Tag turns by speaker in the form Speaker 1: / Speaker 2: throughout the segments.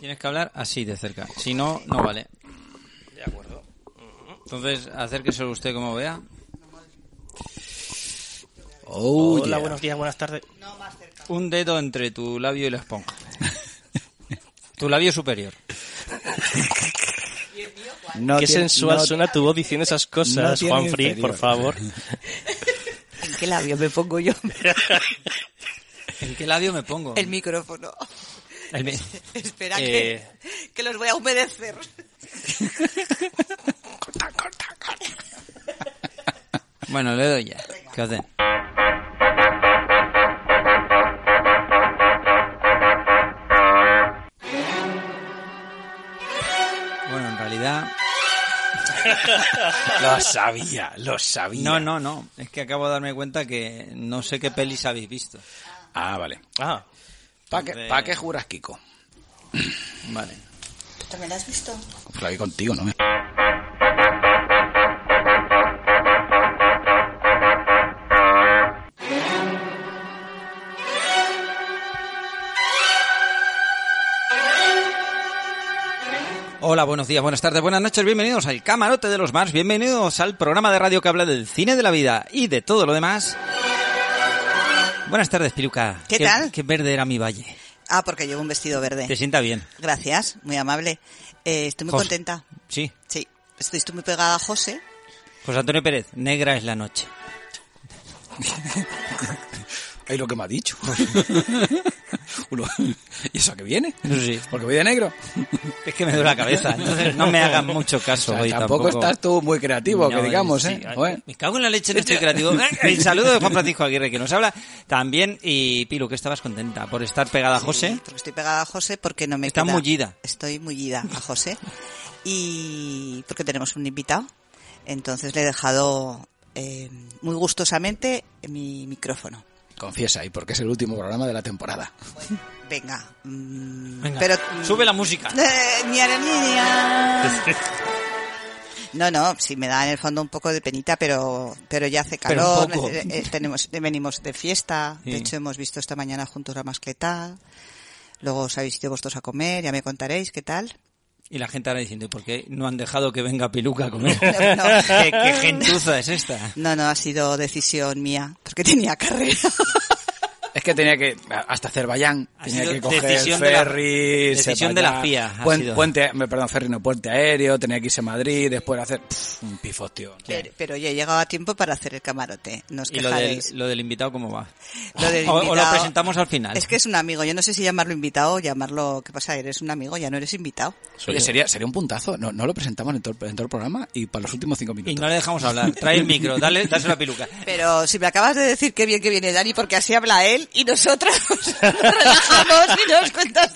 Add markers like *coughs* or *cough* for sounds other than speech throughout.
Speaker 1: Tienes que hablar así de cerca. Si no, no vale.
Speaker 2: De acuerdo.
Speaker 1: Entonces, acérquese usted como vea.
Speaker 2: Hola, buenos días, buenas tardes.
Speaker 1: Un dedo entre tu labio y la esponja. tu labio superior.
Speaker 3: No
Speaker 2: Qué
Speaker 3: tiene-
Speaker 2: sensual
Speaker 3: no-
Speaker 2: suena tu voz diciendo esas cosas,
Speaker 3: tiene
Speaker 2: Juan Free,
Speaker 3: inferior.
Speaker 2: por favor.
Speaker 4: ¿En qué labio me pongo yo *laughs*
Speaker 1: ¿En qué labio me pongo?
Speaker 4: el micrófono? *laughs*
Speaker 1: El mi-
Speaker 4: Espera
Speaker 2: Eh.
Speaker 4: que, que los voy a humedecer.
Speaker 1: Bueno, le doy ya. ¿Qué hacen? Bueno, en realidad...
Speaker 3: *laughs* Lo sabía, lo sabía.
Speaker 1: No, no, no. Es que acabo de darme cuenta que no sé qué pelis habéis visto.
Speaker 3: Ah, vale.
Speaker 2: Ah,
Speaker 3: ¿Para qué, pa' qué juras, Kiko? *clears throat*
Speaker 1: Vale.
Speaker 4: ¿También la has visto?
Speaker 3: Pues la vi contigo, ¿no?
Speaker 1: Hola, buenos días, buenas tardes, buenas noches, bienvenidos al Camarote de los Mars, bienvenidos al programa de radio que habla del cine de la vida y de todo lo demás. Buenas tardes, Piluca.
Speaker 4: ¿Qué tal?
Speaker 1: Qué verde era mi valle.
Speaker 4: *laughs* Ah, porque llevo un vestido verde.
Speaker 1: Te sienta bien.
Speaker 4: Gracias, muy amable. Eh, estoy muy
Speaker 1: José.
Speaker 4: contenta.
Speaker 1: Sí.
Speaker 4: Sí, estoy, estoy muy pegada a José.
Speaker 1: José Antonio Pérez, negra es la noche.
Speaker 3: Ahí lo que me ha dicho. *laughs* Uno, ¿Y eso a qué viene?
Speaker 1: Sí.
Speaker 3: Porque voy de negro.
Speaker 1: Es que me duele la cabeza, entonces no me hagan mucho caso
Speaker 3: O sea,
Speaker 1: hoy
Speaker 3: tampoco,
Speaker 1: tampoco.
Speaker 3: estás tú muy creativo,
Speaker 1: No,
Speaker 3: que digamos,
Speaker 1: sí,
Speaker 3: ¿eh?
Speaker 1: ay,
Speaker 3: Bueno.
Speaker 1: Me cago en la leche, no estoy creativo. Eh, El saludo de Juan Francisco Aguirre que nos habla también. Y Pilu, que estabas contenta por estar pegada a José.
Speaker 4: Porque estoy pegada a José porque no me
Speaker 1: Está
Speaker 4: queda-
Speaker 1: mullida.
Speaker 4: Estoy mullida a José. Y porque tenemos un invitado. Entonces le he dejado eh, muy gustosamente mi micrófono.
Speaker 3: Confiesa, y porque es el último programa de la temporada.
Speaker 4: Venga. mm,
Speaker 1: Venga,
Speaker 4: pero,
Speaker 1: sube la música.
Speaker 4: Eh, ña, ña,
Speaker 1: *laughs*
Speaker 4: ña. No, no, sí me da en el fondo un poco de penita, pero pero ya hace
Speaker 1: Pero un
Speaker 4: calor,
Speaker 1: poco.
Speaker 4: eh, eh, tenemos eh, venimos de fiesta,
Speaker 1: Sí.
Speaker 4: de hecho hemos visto esta mañana juntos la mascleta, luego os habéis ido vosotros a comer, ya me contaréis qué tal.
Speaker 1: Y la gente ahora diciendo, ¿por qué no han dejado que venga Piluca a comer?
Speaker 4: No, no.
Speaker 1: ¿Qué, qué gentuza es esta?
Speaker 4: No, no, ha sido decisión mía, porque tenía *laughs* carrera.
Speaker 3: Es que tenía que, hasta Azerbaiyán,
Speaker 1: Ha
Speaker 3: tenía
Speaker 1: sido
Speaker 3: que coger
Speaker 1: decisión de la-
Speaker 3: ferry,
Speaker 1: decisión
Speaker 3: se
Speaker 1: de la
Speaker 3: para-
Speaker 1: FIA, ha
Speaker 3: puen-
Speaker 1: sido.
Speaker 3: puente, me- perdón, ferry no, puente aéreo, tenía que irse a Madrid, después hacer pf, un pifostio.
Speaker 4: Pero, pero yo he llegado a tiempo para hacer el camarote, no os
Speaker 1: ¿Y lo del,
Speaker 4: quejaréis.
Speaker 1: lo del invitado cómo va?
Speaker 4: Lo del
Speaker 1: O- o, lo
Speaker 4: invitado-
Speaker 1: presentamos al final.
Speaker 4: Es que es un amigo, yo no sé si llamarlo invitado o llamarlo, ¿qué pasa? Eres un amigo, ya no eres invitado.
Speaker 3: Oye, sería, sería un puntazo, no, no lo presentamos en todo, el- en todo el programa y para los últimos cinco
Speaker 1: Y
Speaker 3: minutos.
Speaker 1: no le dejamos hablar. Trae el micro, dale, dáselo a Piluca.
Speaker 4: Pero si me acabas de decir qué bien que viene Dani, porque así habla él y nosotros *laughs* nos relajamos y nos cuentas.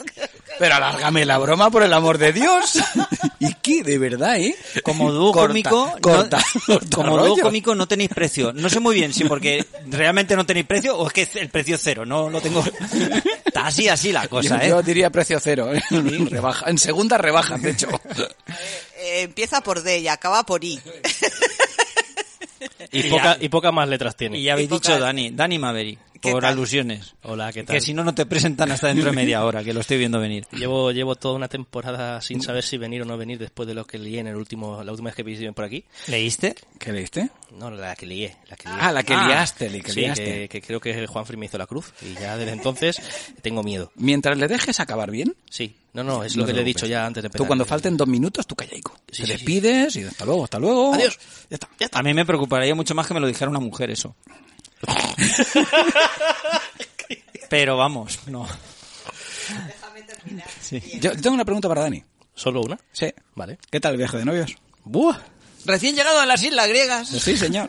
Speaker 3: Pero alárgame la broma, por el amor de Dios. *laughs* y que, de verdad, ¿eh?
Speaker 1: *laughs* Como dúo
Speaker 3: Corta,
Speaker 1: cómico, no- *laughs*
Speaker 2: *laughs*
Speaker 3: corta, corta
Speaker 1: como dúo
Speaker 3: rollo.
Speaker 1: cómico no tenéis precio. No sé muy bien si porque realmente no tenéis precio o es que el precio es cero. No lo tengo. Está así así la cosa,
Speaker 3: yo, yo
Speaker 1: ¿eh?
Speaker 3: diría precio cero. ¿eh? *laughs* Rebaja, en segunda rebaja,
Speaker 2: *laughs*
Speaker 3: de hecho.
Speaker 4: Eh, empieza por D y acaba por I.
Speaker 2: y,
Speaker 1: Y
Speaker 2: poca,
Speaker 1: ya-
Speaker 2: y pocas más letras tiene.
Speaker 1: Y ya habéis
Speaker 4: Y poca-
Speaker 1: dicho Dani, Dani Maverick,
Speaker 4: ¿Qué
Speaker 1: por
Speaker 4: tal?
Speaker 1: alusiones.
Speaker 2: Hola, ¿qué tal?
Speaker 1: Que si no, no te presentan hasta dentro de media hora, que lo estoy viendo venir.
Speaker 2: Llevo, llevo toda una temporada
Speaker 3: Mm.
Speaker 2: sin saber si venir o no venir después de lo que lié en el último, la última vez que vine por aquí.
Speaker 1: ¿Leíste?
Speaker 3: ¿Qué leíste?
Speaker 2: No, la que lié, la que lié.
Speaker 3: Ah, la que
Speaker 1: Ah,
Speaker 3: liaste, la que
Speaker 2: Sí,
Speaker 3: liaste.
Speaker 2: que, que creo que Juanfrey me hizo la cruz y ya desde entonces tengo miedo.
Speaker 3: Mientras le dejes acabar bien,
Speaker 2: Sí, no, no, es
Speaker 3: No
Speaker 2: lo que
Speaker 3: te
Speaker 2: le he
Speaker 3: preocupes.
Speaker 2: dicho ya antes de empezar.
Speaker 3: tú cuando falten dos minutos, tú callaico.
Speaker 2: Sí, sí,
Speaker 3: Te
Speaker 2: sí.
Speaker 3: despides y hasta luego, hasta luego.
Speaker 2: Adiós.
Speaker 3: Ya está.
Speaker 1: A mí me preocuparía mucho más que me lo dijera una mujer *laughs* eso. Pero vamos, no.
Speaker 3: Yo tengo una pregunta para Dani.
Speaker 2: ¿Solo una?
Speaker 3: Sí.
Speaker 2: Vale.
Speaker 3: ¿Qué tal el viaje de novios?
Speaker 2: ¡Buah! *laughs*
Speaker 1: Recién llegado a las Islas Griegas.
Speaker 3: Sí, señor.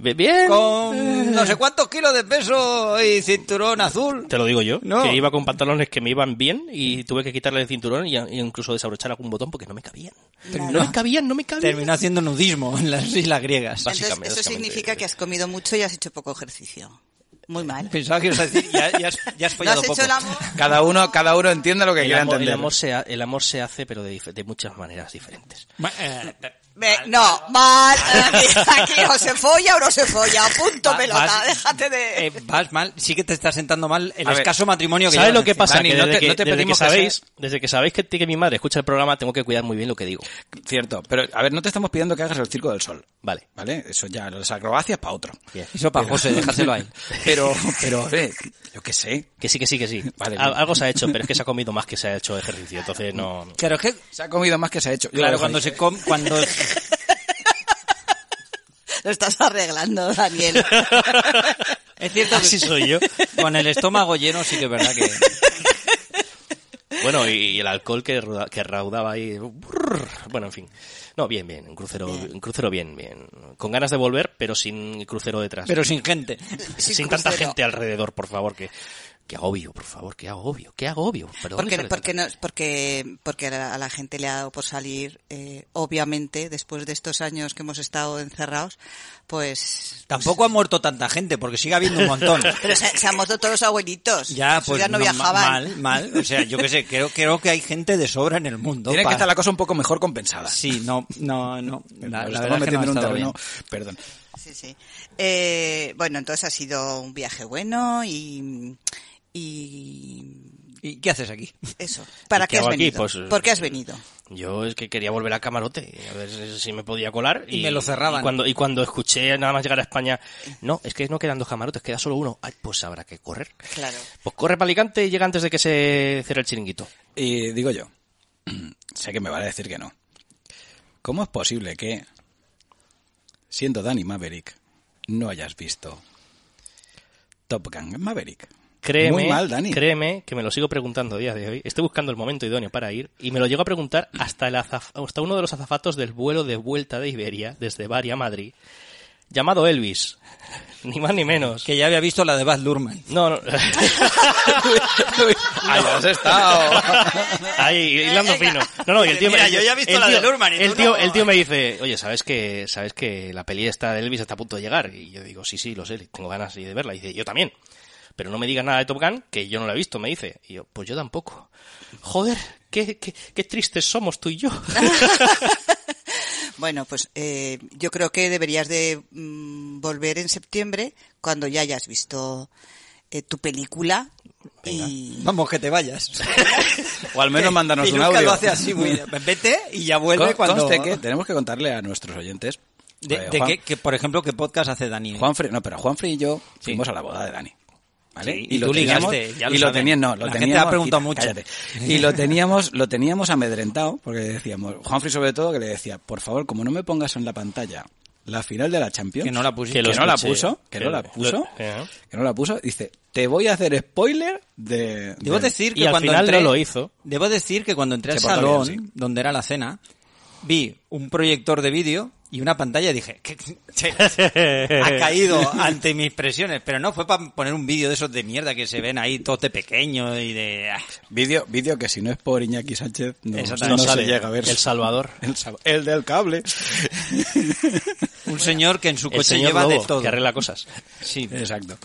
Speaker 2: Bien, bien.
Speaker 1: Con no sé cuántos kilos de peso y cinturón azul.
Speaker 2: Te lo digo yo,
Speaker 1: No.
Speaker 2: que iba con pantalones que me iban bien y tuve que quitarle el cinturón y, y incluso desabrochar algún botón porque no me cabían.
Speaker 4: Terminó-
Speaker 2: No me cabían, no me
Speaker 1: *laughs*
Speaker 2: cabían.
Speaker 1: Terminó haciendo nudismo en las islas griegas.
Speaker 4: Entonces,
Speaker 2: básicamente,
Speaker 4: eso
Speaker 2: básicamente.
Speaker 4: significa que has comido mucho y has hecho poco ejercicio. Muy mal.
Speaker 1: Pensaba que ibas a decir, ya, ya has, ya *laughs* has
Speaker 4: No has
Speaker 1: follado
Speaker 4: hecho
Speaker 1: poco.
Speaker 4: el amor.
Speaker 3: Cada uno, cada uno entiende lo que
Speaker 2: El
Speaker 3: quiera
Speaker 2: amor, el
Speaker 3: entender.
Speaker 2: amor se, ha- el amor se hace, pero de, dif- de muchas maneras diferentes.
Speaker 1: Ma- eh,
Speaker 4: Ve- no, mal. Aquí, aquí o se folla o no se folla. Punto
Speaker 1: Va-
Speaker 4: pelota.
Speaker 1: vas-
Speaker 4: Déjate de.
Speaker 1: eh, vas mal, sí que te está sentando mal el
Speaker 3: A ver,
Speaker 1: escaso matrimonio que
Speaker 2: ¿Sabes
Speaker 1: llevas
Speaker 2: lo que
Speaker 1: encima.
Speaker 2: pasa?
Speaker 3: Dani,
Speaker 2: que
Speaker 3: no
Speaker 2: desde
Speaker 3: te-
Speaker 2: que,
Speaker 3: no te
Speaker 2: desde que
Speaker 3: pedimos que
Speaker 2: sabéis,
Speaker 3: seas-
Speaker 2: desde que sabéis que, que mi madre escucha el programa, tengo que cuidar muy bien lo que digo.
Speaker 3: Cierto, pero a ver, no te estamos pidiendo que hagas el circo del sol.
Speaker 2: Vale.
Speaker 3: ¿Vale? Eso ya, las acrobacias para otro.
Speaker 2: Bien.
Speaker 1: Eso para José, déjaselo ahí.
Speaker 3: *laughs* Pero, pero, eh, yo qué sé.
Speaker 2: Que sí, que sí, que sí.
Speaker 3: *laughs* Vale,
Speaker 2: Al-
Speaker 3: bien.
Speaker 2: algo se ha hecho, pero es que se ha comido más que se ha hecho ejercicio. Entonces no.
Speaker 3: *laughs*
Speaker 1: Claro, es que,
Speaker 3: Se ha comido más que se ha hecho. Yo lo
Speaker 1: claro,
Speaker 3: dejo
Speaker 1: cuando
Speaker 3: ahí.
Speaker 1: se com- *laughs* cuando
Speaker 4: Lo estás arreglando, Daniel.
Speaker 1: Es cierto que
Speaker 2: Así soy yo.
Speaker 1: Ah, con el estómago lleno sí que es verdad *laughs* que...
Speaker 2: Bueno, y, y el alcohol que, ruda- que raudaba ahí. brrr. Bueno, en fin. No, bien, bien. Un crucero, un crucero bien, bien. Con ganas de volver, pero sin crucero detrás.
Speaker 1: Pero sin gente.
Speaker 4: sin
Speaker 2: sin, tanta
Speaker 4: crucero.
Speaker 2: gente alrededor, por favor. Que, que agobio, por favor. Que agobio, que agobio. ¿Pero dónde
Speaker 4: Porque,
Speaker 2: sale
Speaker 4: porque,
Speaker 2: tanta-
Speaker 4: no, porque, porque a la- a la gente le ha dado por salir, eh, obviamente, después de estos años que hemos estado encerrados, pues...
Speaker 1: Tampoco ha muerto tanta gente, porque sigue habiendo un montón.
Speaker 4: Pero se, se han muerto todos los
Speaker 1: *laughs*
Speaker 4: abuelitos.
Speaker 1: Ya,
Speaker 4: Esos
Speaker 1: pues
Speaker 4: ya no,
Speaker 1: ma-
Speaker 4: viajaban.
Speaker 1: Mal, mal. O sea, yo qué sé, creo, creo que hay gente de sobra en el mundo.
Speaker 3: Tiene que
Speaker 1: para-
Speaker 3: estar la cosa un poco mejor compensada.
Speaker 1: *laughs* Sí, no, no, no. La,
Speaker 3: Nos
Speaker 1: la
Speaker 3: estamos
Speaker 1: verdad es que no ha
Speaker 3: metiendo en un
Speaker 1: estado
Speaker 3: terreno-
Speaker 1: bien.
Speaker 3: Perdón.
Speaker 4: Sí, sí. Eh, bueno, entonces ha sido un viaje bueno y... y
Speaker 1: ¿Y qué haces aquí?
Speaker 4: eso. ¿Para
Speaker 2: ¿Y
Speaker 4: qué,
Speaker 2: qué
Speaker 4: has
Speaker 2: hago aquí?
Speaker 4: venido?
Speaker 2: Pues, eh,
Speaker 4: ¿Por qué has venido?
Speaker 2: Yo es que quería volver a Camarote, a ver si me podía colar.
Speaker 1: Y me lo cerraban.
Speaker 2: Y cuando, y cuando escuché nada más llegar a España, no, es que no quedan dos camarotes, queda solo uno. Ay, pues habrá que correr.
Speaker 4: Claro.
Speaker 2: Pues corre para Alicante y llega antes de que se cierre el chiringuito.
Speaker 3: Y digo yo, *clears throat* sé que me van a decir que no. ¿Cómo es posible que, siendo Danny Maverick, no hayas visto Top Gun Maverick?
Speaker 2: Créeme,
Speaker 3: Muy mal, Dani.
Speaker 2: créeme que me lo sigo preguntando a día de hoy. Estoy buscando el momento idóneo para ir y me lo llego a preguntar hasta, el azaf- hasta uno de los azafatos del vuelo de vuelta de Iberia desde Bari a Madrid, llamado Elvis. *laughs* Ni más ni menos.
Speaker 1: Que ya había visto la de Baz Luhrmann. *laughs*
Speaker 2: No, no.
Speaker 3: Ahí has estado.
Speaker 2: Ahí, hilando fino. No, no, y el tío
Speaker 1: Mira,
Speaker 2: el tío-
Speaker 1: yo ya he visto
Speaker 2: el
Speaker 1: la de
Speaker 2: tío-
Speaker 1: Lurman y tú
Speaker 2: El tío,
Speaker 1: no.
Speaker 2: el tío me dice, oye, ¿sabes que, ¿sabes que la peli esta de Elvis está a punto de llegar? Y yo digo, sí, sí, lo sé, tengo ganas sí, de verla. Y dice, yo también. Pero no me digas nada de Top Gun, que yo no la he visto, me dice. Y yo, pues yo tampoco. Joder, qué, qué, qué tristes somos tú y yo.
Speaker 4: Bueno, pues eh, yo creo que deberías de mm, volver en septiembre cuando ya hayas visto eh, tu película y
Speaker 1: Vamos, que te *laughs* vayas.
Speaker 3: O al menos mándanos
Speaker 1: Y
Speaker 3: un
Speaker 1: nunca
Speaker 3: audio.
Speaker 1: lo hace así, muy bien. Vete y ya vuelve
Speaker 3: Con-
Speaker 1: cuando...
Speaker 3: conste que tenemos que contarle a nuestros oyentes.
Speaker 1: De,
Speaker 3: eh,
Speaker 1: de
Speaker 3: Juan-
Speaker 1: que, que, por ejemplo, ¿qué podcast hace Dani?
Speaker 3: Juanfrey- no, pero Juanfrey y yo fuimos a la boda de Dani. ¿Vale?
Speaker 1: Sí, y tú ligaste, ya lo
Speaker 3: y lo
Speaker 1: saben.
Speaker 3: teníamos, no,
Speaker 1: La
Speaker 3: lo
Speaker 1: gente
Speaker 3: teníamos,
Speaker 1: ha preguntado mucho.
Speaker 3: cállate. Y lo teníamos, lo teníamos amedrentado, porque decíamos, Juanfrey sobre todo, que le decía, por favor, como no me pongas en la pantalla la final de la Champions,
Speaker 1: Que no la pusiste.
Speaker 3: que,
Speaker 2: Que lo
Speaker 3: no la
Speaker 2: escuché,
Speaker 3: puso, que,
Speaker 2: que
Speaker 3: no la
Speaker 2: lo-
Speaker 3: puso,
Speaker 2: eh.
Speaker 3: que no la puso, dice, te voy a hacer spoiler de...
Speaker 1: Debo
Speaker 3: de-
Speaker 1: decir
Speaker 2: Y
Speaker 1: que
Speaker 2: al
Speaker 1: cuando
Speaker 2: final
Speaker 1: entré,
Speaker 2: no lo hizo.
Speaker 1: Debo decir que cuando entré
Speaker 3: Se
Speaker 1: al
Speaker 3: portó
Speaker 1: salón
Speaker 3: bien, sí.
Speaker 1: donde era la cena, vi un proyector de vídeo y una pantalla y dije, "¿Qué- qué-
Speaker 2: *laughs*
Speaker 1: ha caído ante mis presiones, pero no fue para poner un vídeo de esos de mierda que se ven ahí todos de pequeño y de ah,
Speaker 3: Vídeo, vídeo que si no es por Iñaki Sánchez no,
Speaker 1: Exactamente.
Speaker 3: no
Speaker 1: No
Speaker 3: se
Speaker 1: sale.
Speaker 3: llega a ver.
Speaker 2: El Salvador.
Speaker 3: El sab- el
Speaker 1: *laughs*
Speaker 3: del cable.
Speaker 1: un señor que en su
Speaker 2: El
Speaker 1: coche
Speaker 2: señor
Speaker 1: lleva
Speaker 2: Lobo,
Speaker 1: de todo.
Speaker 2: que arregla cosas.
Speaker 1: Sí.
Speaker 3: Exacto.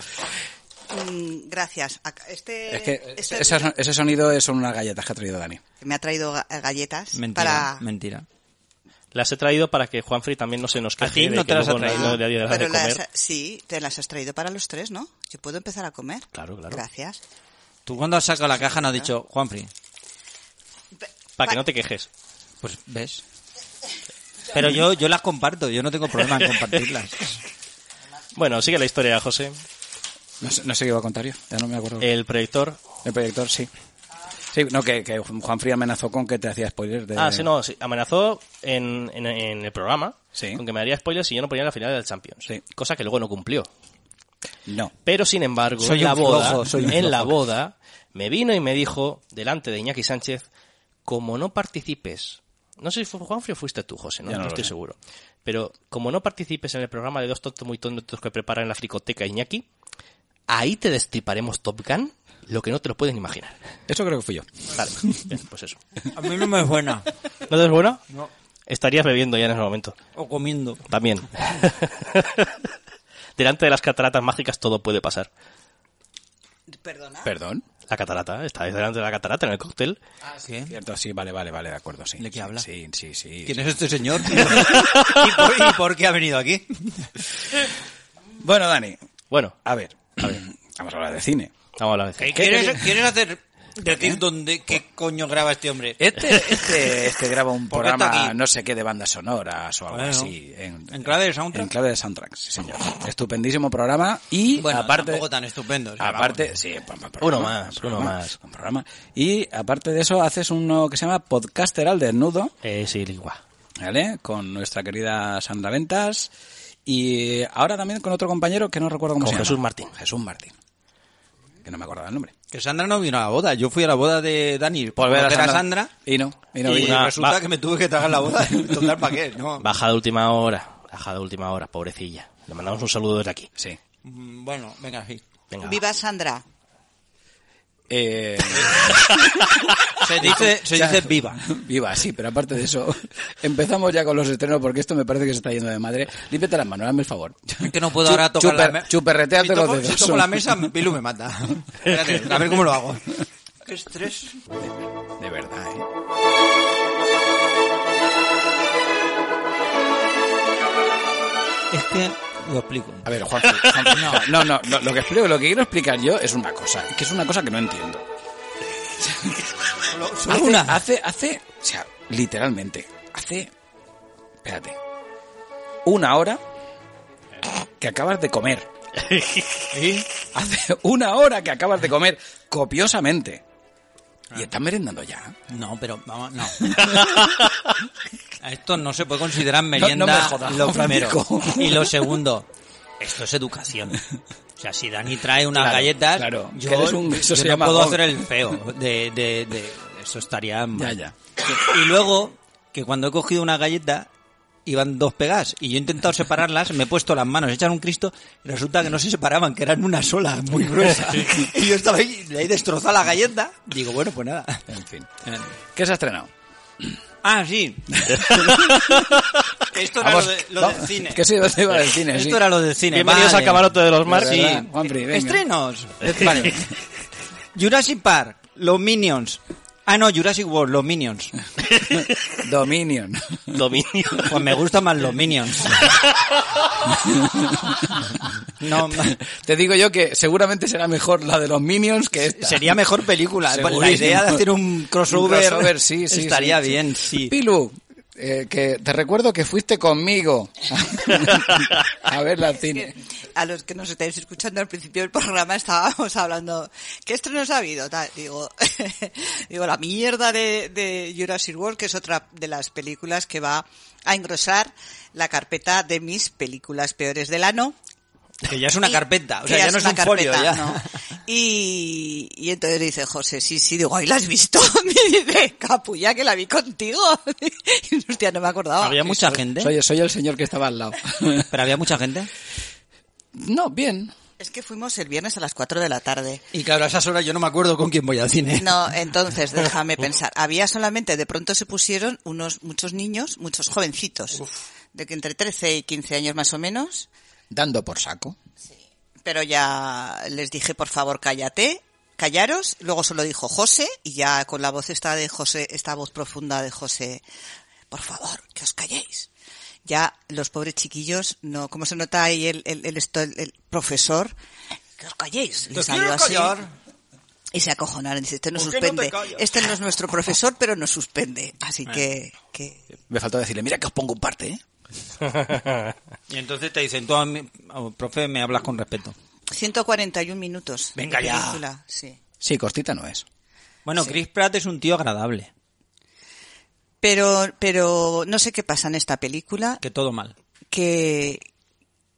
Speaker 4: Mm, gracias. Ac- Este,
Speaker 3: Es que
Speaker 4: este-
Speaker 3: ese, son- ese sonido son unas galletas que ha traído Dani.
Speaker 4: me ha traído ga- galletas
Speaker 1: Mentira,
Speaker 4: para
Speaker 1: mentira.
Speaker 2: Las he traído para que Juanfrey también no se nos queje.
Speaker 1: A ti no
Speaker 2: de que
Speaker 1: te las ha
Speaker 2: luego no-
Speaker 1: traído.
Speaker 2: no le das de
Speaker 4: Pero
Speaker 2: comer.
Speaker 4: las- sí, te las has traído para los tres, ¿no? Yo puedo empezar a comer.
Speaker 2: Claro, claro.
Speaker 4: Gracias.
Speaker 1: Tú cuando has sacado la caja no has dicho, Juanfri,
Speaker 2: Para que no te quejes.
Speaker 1: pues *laughs* ves. Pero yo, yo las comparto, yo no tengo problema en compartirlas.
Speaker 2: Bueno, sigue la historia, José.
Speaker 3: No sé, no sé qué iba a contar yo, ya no me acuerdo.
Speaker 1: Eh.
Speaker 2: El proyector
Speaker 3: el proyector, sí. Sí, no, que, que Juan Fría amenazó con que te hacía spoiler
Speaker 1: Eh.
Speaker 3: de...
Speaker 2: Ah, sí, no, sí, amenazó en, en- en el programa
Speaker 3: Sí.
Speaker 2: con que me daría spoilers si yo no ponía la final del Champions.
Speaker 3: Sí.
Speaker 2: Cosa que luego no cumplió.
Speaker 3: No.
Speaker 2: Pero sin embargo,
Speaker 1: Soy
Speaker 2: en la
Speaker 1: un flojo,
Speaker 2: boda,
Speaker 1: soy un
Speaker 2: en la
Speaker 1: flojo.
Speaker 2: boda, me vino y me dijo, delante de Iñaki Sánchez, como no participes No sé si fue Juanfrey o fuiste tú, José, no,
Speaker 3: Ya
Speaker 2: No
Speaker 3: no lo
Speaker 2: estoy
Speaker 3: sé.
Speaker 2: seguro. Pero como no participes en el programa de dos tontos muy tontos que preparan la fricoteca Iñaki, ahí te destriparemos Top Gun, lo que no te lo pueden imaginar.
Speaker 3: Eso creo que fui yo.
Speaker 2: Vale, bien, pues eso.
Speaker 1: A mí no me es buena.
Speaker 2: ¿No te es bueno?
Speaker 1: No.
Speaker 2: Estarías bebiendo ya en ese momento.
Speaker 1: O comiendo.
Speaker 2: También. *laughs* Delante de las cataratas mágicas todo puede pasar.
Speaker 4: Perdona.
Speaker 3: Perdón.
Speaker 2: La catarata, ¿eh? está delante de la catarata en el cóctel.
Speaker 1: ¿Qué?
Speaker 3: Cierto, sí, vale, vale, vale, de acuerdo, sí.
Speaker 1: ¿De qué habla?
Speaker 3: Sí, sí, sí.
Speaker 1: ¿Quién es este señor? ¿Y por, *laughs* y por qué ha venido aquí?
Speaker 3: Bueno, Dani,
Speaker 2: Bueno,
Speaker 3: a ver, a ver, *clears throat* vamos a hablar de cine.
Speaker 2: vamos a la vez.
Speaker 1: ¿Quieres, quieres hacer decir dónde qué coño graba este hombre?
Speaker 3: Este, este, este
Speaker 1: *laughs*
Speaker 3: graba un
Speaker 1: ¿Por qué está
Speaker 3: programa,
Speaker 1: aquí?
Speaker 3: no sé qué, de bandas sonoras o algo
Speaker 1: Bueno.
Speaker 3: así.
Speaker 1: ¿En clave de soundtrack?
Speaker 3: En clave de soundtrack, sí, señor. Estupendísimo programa y
Speaker 1: Bueno,
Speaker 3: aparte...
Speaker 1: tampoco tan estupendo. o sea,
Speaker 3: Aparte,
Speaker 1: vamos.
Speaker 3: sí, pa- pa- pa-
Speaker 2: Uno
Speaker 3: programa,
Speaker 2: más,
Speaker 3: programa,
Speaker 2: uno más.
Speaker 3: un programa. Y aparte de eso, haces uno que se llama Podcaster al Desnudo,
Speaker 2: Eh, sí, lingua.
Speaker 3: ¿vale? Con nuestra querida Sandra Ventas. Y ahora también con otro compañero que no recuerdo cómo
Speaker 2: Con
Speaker 3: se llama.
Speaker 2: Jesús Martín.
Speaker 3: Jesús Martín. Que no me acordaba el nombre.
Speaker 1: Que Sandra no vino a la boda. Yo fui a la boda de Dani. Por ver Pues a Sandra.
Speaker 3: Y no, y
Speaker 1: y
Speaker 3: no. vino.
Speaker 2: Una-
Speaker 1: resulta
Speaker 2: va-
Speaker 1: que me tuve que tragar la boda. *laughs* Total, ¿para qué? No.
Speaker 2: Baja de última hora. Baja de última hora, pobrecilla. Le mandamos un saludo desde aquí.
Speaker 3: Sí.
Speaker 1: Mm, Bueno, venga, sí.
Speaker 2: Venga.
Speaker 4: Viva Sandra.
Speaker 3: Eh,
Speaker 1: Se dice, se dice
Speaker 3: *laughs*
Speaker 1: viva.
Speaker 3: Viva, sí, pero aparte de eso, *laughs* empezamos ya con los estrenos porque esto me parece que se está yendo de madre. Límpiate las manos, hazme el favor.
Speaker 1: Que no puedo
Speaker 3: Chu-
Speaker 1: ahora tocar la
Speaker 3: chuper-
Speaker 1: mesa.
Speaker 3: Chuperreteate
Speaker 1: si toco,
Speaker 3: los dedos.
Speaker 1: Si toco la mesa, Pilu me mata. Espérate, a ver cómo lo hago. Qué estrés.
Speaker 3: De verdad, ¿eh?
Speaker 1: Es que lo explico.
Speaker 3: A ver, Juan, no, no, no, no, lo que explico, lo que quiero explicar yo es una cosa, que es una cosa que no entiendo.
Speaker 1: Solo, solo
Speaker 3: Hace,
Speaker 1: una.
Speaker 3: hace, hace, o sea, literalmente, hace, espérate, una hora que acabas de comer.
Speaker 1: ¿Sí?
Speaker 3: Hace una hora que acabas de comer copiosamente.
Speaker 2: Ah.
Speaker 3: Y estás merendando ya.
Speaker 1: No, pero vamos,
Speaker 3: *laughs*
Speaker 1: no. A Esto no se puede considerar merienda
Speaker 3: no me jodas,
Speaker 1: lo
Speaker 3: Juan
Speaker 1: primero.
Speaker 3: Francisco.
Speaker 1: Y lo segundo, esto es educación. O sea, si Dani trae unas
Speaker 3: Claro,
Speaker 1: galletas,
Speaker 3: claro.
Speaker 1: yo,
Speaker 3: Que eres un- eso
Speaker 1: yo
Speaker 3: se
Speaker 1: no
Speaker 3: llama
Speaker 1: puedo
Speaker 3: gong.
Speaker 1: hacer el feo. De, de, de- eso estaría mal.
Speaker 3: Ya, ya.
Speaker 1: Y luego, que cuando he cogido una galleta, iban dos pegadas. Y yo he intentado separarlas, me he puesto las manos hechas un cristo, y resulta que no se separaban, que eran una sola, muy gruesa. Y yo estaba ahí, le he destrozado la galleta. Digo, bueno, pues nada.
Speaker 3: En fin.
Speaker 2: Eh.
Speaker 3: ¿Qué se ha estrenado?
Speaker 1: Ah,
Speaker 3: *laughs*
Speaker 1: sí. Que esto era
Speaker 3: Vamos,
Speaker 1: lo, de- lo
Speaker 3: va-
Speaker 1: del cine.
Speaker 3: *laughs* Que sí, lo de- iba del cine, sí.
Speaker 1: Esto era lo del cine.
Speaker 2: Bienvenidos
Speaker 1: vale.
Speaker 2: al camarote de los
Speaker 3: Mar,
Speaker 2: Marx.
Speaker 3: sí.
Speaker 2: y-
Speaker 3: Juanfri, venga.
Speaker 1: Estrenos.
Speaker 3: Vale.
Speaker 1: Jurassic Park, los Minions. Ah, no, Jurassic World, los Minions.
Speaker 3: Dominion. *laughs*
Speaker 2: Dominio.
Speaker 1: Pues me gustan más los Minions. No, ma-
Speaker 3: Te digo yo que seguramente será mejor la de los Minions que esta.
Speaker 1: sería mejor película. La
Speaker 3: Segurísimo.
Speaker 1: idea de hacer un crossover,
Speaker 3: Un crossover, sí, sí,
Speaker 1: estaría
Speaker 3: sí, sí.
Speaker 1: bien, sí.
Speaker 3: Pilu, eh, que te recuerdo que fuiste conmigo *laughs* a ver la cine.
Speaker 4: A los que nos estáis escuchando al principio del programa estábamos hablando, ¿qué estrenos ha habido? Tal, digo, *laughs* digo, la mierda de, de Jurassic World, que es otra de las películas que va a engrosar la carpeta de mis películas peores del ano.
Speaker 1: Que ya es una
Speaker 4: Y-
Speaker 1: carpeta, o
Speaker 4: que
Speaker 1: sea, ya no es
Speaker 4: una
Speaker 1: un folio,
Speaker 4: carpeta,
Speaker 1: ya. *laughs*
Speaker 4: ¿no? Y, y entonces dice José, sí, sí, digo, ¿ay, la has visto? *laughs* Me dice, capulla, que la vi contigo. *laughs* Y, hostia, no me acordaba.
Speaker 1: Había mucha gente,
Speaker 3: Soy, soy el señor que
Speaker 1: *laughs*
Speaker 3: estaba al lado.
Speaker 1: pero había mucha gente.
Speaker 3: No, bien.
Speaker 4: Es que fuimos el viernes a las 4 de la tarde.
Speaker 1: Y claro, a esas horas yo no me acuerdo con quién voy al cine.
Speaker 4: No, entonces déjame pensar. Había solamente, de pronto se pusieron unos muchos niños, muchos jovencitos, de que entre 13 y 15 años más o menos,
Speaker 3: Dando por saco.
Speaker 4: pero ya les dije, por favor, cállate, callaros. Luego se lo dijo José y ya con la voz esta de José, esta voz profunda de José, por favor, que os calléis. Ya los pobres chiquillos, no, como se nota ahí el, el, el esto- el- el profesor, que os calléis. Les salió así. Y se acojonaron. Dice, este no
Speaker 1: ¿Por qué no te
Speaker 4: suspende.
Speaker 1: callas?
Speaker 4: este no es nuestro profesor, pero nos suspende. Así
Speaker 1: Eh.
Speaker 4: que, que...
Speaker 3: Me faltó decirle, mira que os pongo un parte, ¿eh?
Speaker 1: Y entonces te dicen, tú, a mí- oh, profe, me hablas con respeto.
Speaker 4: 141 minutos. de
Speaker 1: Venga ya.
Speaker 4: película, sí.
Speaker 3: Sí, costita no es.
Speaker 1: Bueno, Chris Pratt es un tío agradable,
Speaker 4: Pero, pero no sé qué pasa en esta película,
Speaker 1: que todo mal.
Speaker 4: que,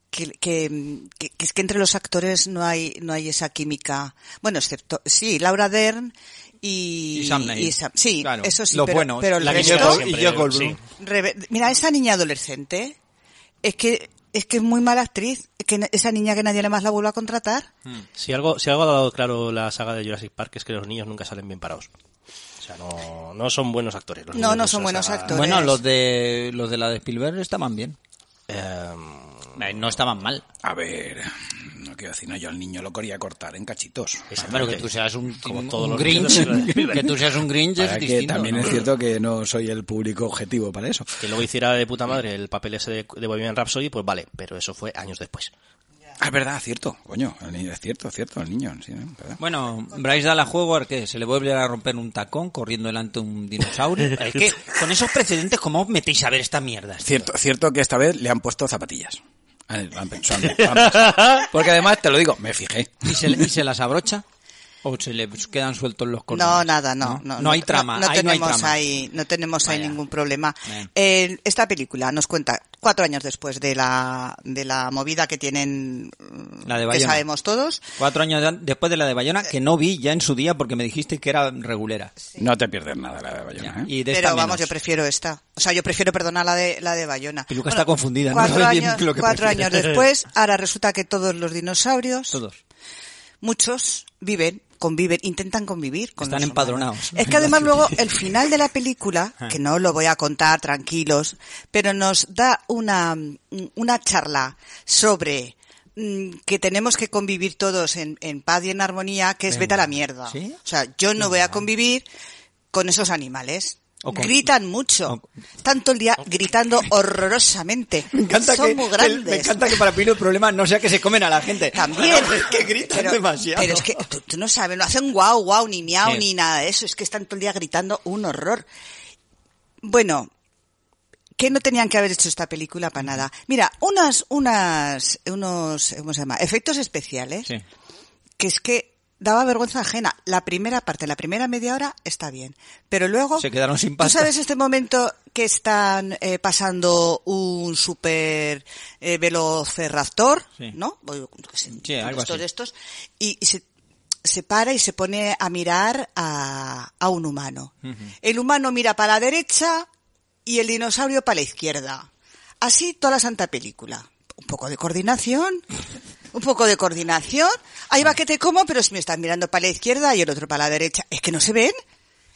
Speaker 4: que, que, que- que es que entre los actores no hay, no hay esa química. Bueno, excepto, sí, Laura Dern y,
Speaker 1: Y Sam Neill.
Speaker 4: Sam- sí,
Speaker 1: Claro,
Speaker 4: eso sí,
Speaker 1: los
Speaker 4: pero,
Speaker 1: buenos.
Speaker 4: pero el
Speaker 2: La que
Speaker 4: resto-
Speaker 2: lleva siempre,
Speaker 5: y yo Goldblum.
Speaker 2: sí.
Speaker 4: Rebe- Mira, esa niña adolescente es que es que es muy mala actriz. Es que n- esa niña que nadie le más la vuelva a contratar.
Speaker 2: *laughs* Si algo, si algo ha dado claro la saga de Jurassic Park es que los niños nunca salen bien parados. O sea, no, no son buenos actores. los
Speaker 4: No,
Speaker 2: niños
Speaker 4: no
Speaker 2: de
Speaker 4: son
Speaker 2: esa
Speaker 4: buenos
Speaker 2: saga.
Speaker 4: actores.
Speaker 1: Bueno, los de, los de la de Spielberg estaban bien.
Speaker 2: Em,
Speaker 1: Eh, No estaban mal.
Speaker 3: A ver, no quiero decir, no, yo al niño lo quería cortar en cachitos.
Speaker 1: Pero que tú seas un,
Speaker 2: Como
Speaker 1: un
Speaker 2: todos los
Speaker 1: Grinch,
Speaker 2: niños de
Speaker 1: *laughs*
Speaker 2: Spielberg.
Speaker 1: que tú seas un Grinch
Speaker 3: Ahora
Speaker 1: es
Speaker 3: que
Speaker 1: distinto.
Speaker 3: también
Speaker 1: ¿no?
Speaker 3: es cierto que no soy el público objetivo para eso.
Speaker 2: que luego hiciera de puta madre el papel ese de, de Bohemian Rhapsody, pues vale, pero eso fue años después.
Speaker 3: Ah, es verdad, cierto, coño, el niño, es cierto, es cierto, el niño, sí, ¿eh? ¿verdad?
Speaker 1: Bueno, Bryce Dallas Howard que se le vuelve a romper un tacón corriendo delante un *laughs* dinosaurio. Es que con esos precedentes, ¿cómo os metéis a ver estas mierdas? tío?
Speaker 3: Cierto, cierto que esta vez le han puesto zapatillas. Ah, le han puesto *laughs* zapatillas. Porque además, te lo digo, me fijé.
Speaker 1: ¿Y se, le- y se las abrocha? ¿O se le quedan sueltos los cordones?
Speaker 4: No, nada, no. No,
Speaker 1: hay trama.
Speaker 4: No, no
Speaker 1: ahí no hay
Speaker 4: tenemos
Speaker 1: trama.
Speaker 4: ahí, no tenemos ahí
Speaker 1: Vaya.
Speaker 4: ningún problema.
Speaker 1: Bien.
Speaker 4: Eh, esta película nos cuenta cuatro años después de la, de la movida que tienen, mm,
Speaker 1: La de
Speaker 4: que
Speaker 1: Bayona.
Speaker 4: sabemos todos.
Speaker 1: Cuatro años de- después de la de Bayona, que no vi ya en su día porque me dijiste que era regulera.
Speaker 3: No te pierdes nada la de Bayona, ¿eh?
Speaker 1: Y de
Speaker 4: Pero
Speaker 1: esta
Speaker 4: vamos, yo
Speaker 1: menos.
Speaker 4: prefiero esta. O sea, yo prefiero, perdona, la de, la de Bayona.
Speaker 1: Piluca está confundida, no
Speaker 4: cuatro
Speaker 1: sabe bien *laughs*
Speaker 4: años,
Speaker 1: lo que
Speaker 4: cuatro
Speaker 1: prefiere.
Speaker 4: años después, ahora resulta que todos los dinosaurios,
Speaker 1: Todos.
Speaker 4: muchos, viven, conviven, intentan convivir con
Speaker 1: Están
Speaker 4: los
Speaker 1: empadronados. Ah.
Speaker 4: humanos. Es
Speaker 1: *laughs*
Speaker 4: que además luego el final de la película, que no lo voy a contar, tranquilos, pero nos da una, una charla sobre mm, que tenemos que convivir todos en, en paz y en armonía, que es vete a la mierda.
Speaker 1: ¿Sí?
Speaker 4: O sea, yo no voy a convivir con esos animales.
Speaker 1: O con-
Speaker 4: gritan mucho, tanto el día gritando horrorosamente.
Speaker 1: Me encanta
Speaker 4: Son
Speaker 1: que,
Speaker 4: muy
Speaker 1: que-
Speaker 4: grandes.
Speaker 1: me encanta que para mí el problema no sea que se comen a la gente.
Speaker 4: También.
Speaker 1: *laughs* Es que gritan
Speaker 4: pero,
Speaker 1: demasiado.
Speaker 4: Pero es que tú, tú no sabes, no hacen guau, guau, ni miau,
Speaker 1: Sí.
Speaker 4: ni nada de eso. Es que están todo el día gritando un horror. Bueno, que no tenían que haber hecho esta película para nada. Mira, unas, unas, unos, ¿cómo se llama? Efectos especiales
Speaker 1: Sí.
Speaker 4: que es que daba vergüenza ajena. La primera parte, la primera media hora está bien, pero luego
Speaker 1: Se quedaron sin
Speaker 4: ¿Tú
Speaker 1: pasta.
Speaker 4: sabes este momento que están eh, pasando un super eh, velociraptor,
Speaker 1: Sí.
Speaker 4: ¿no? Pues, O yo qué sé,
Speaker 1: Sí, algo
Speaker 4: estos
Speaker 1: así.
Speaker 4: de estos y, y se se para y se pone a mirar a, a un humano. El humano mira para la derecha y el dinosaurio para la izquierda. Así toda la santa película. Un poco
Speaker 1: *laughs*
Speaker 4: de coordinación, un poco de coordinación. Ahí va que te como, pero si me estás mirando para la izquierda y el otro para la derecha, es que no se ven.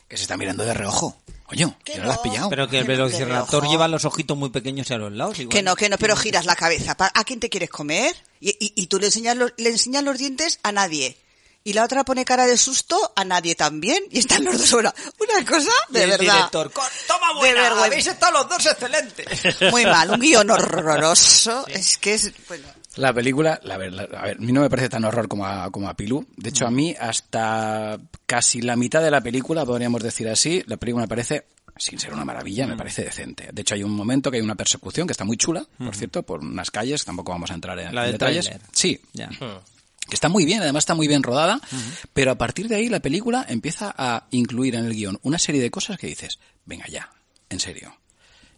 Speaker 3: Que se está mirando de reojo. Coño,
Speaker 4: Que
Speaker 3: que no lo has
Speaker 4: no.
Speaker 3: pillado.
Speaker 1: Pero que el
Speaker 4: Que no te
Speaker 1: velociraptor
Speaker 4: veo,
Speaker 1: lleva los ojitos muy pequeños a los lados. igual.
Speaker 4: Que no, que no, pero giras la cabeza. Pa- ¿A quién te quieres comer? Y, y- y tú le enseñas, los, le enseñas los dientes a nadie. Y la otra pone cara de susto a nadie también. Y están los dos ahora. Una cosa
Speaker 1: Y
Speaker 4: de
Speaker 1: el
Speaker 4: verdad.
Speaker 1: director, "Co- toma
Speaker 4: De
Speaker 1: buena,
Speaker 4: vergüenza.
Speaker 1: habéis estado los dos excelentes.
Speaker 4: Muy mal, un
Speaker 1: *laughs*
Speaker 4: guión horroroso. Es que es. Bueno,
Speaker 3: La película, la ver- la- a ver, a mí no me parece tan horror como a, como a Pilu. De hecho, a
Speaker 1: Mm.
Speaker 3: mí hasta casi la mitad de la película, podríamos decir así, la película me parece, sin ser una maravilla,
Speaker 1: Mm.
Speaker 3: me parece decente. De hecho, hay un momento que hay una persecución que está muy chula, por cierto, por unas calles, tampoco vamos a entrar en,
Speaker 1: Mm. La
Speaker 3: en
Speaker 1: del
Speaker 3: detalles.
Speaker 1: tráiler.
Speaker 3: Sí,
Speaker 1: Ya.
Speaker 3: que está muy bien, además está muy bien rodada,
Speaker 1: Mm.
Speaker 3: pero a partir de ahí la película empieza a incluir en el guión una serie de cosas que dices, venga ya, en serio.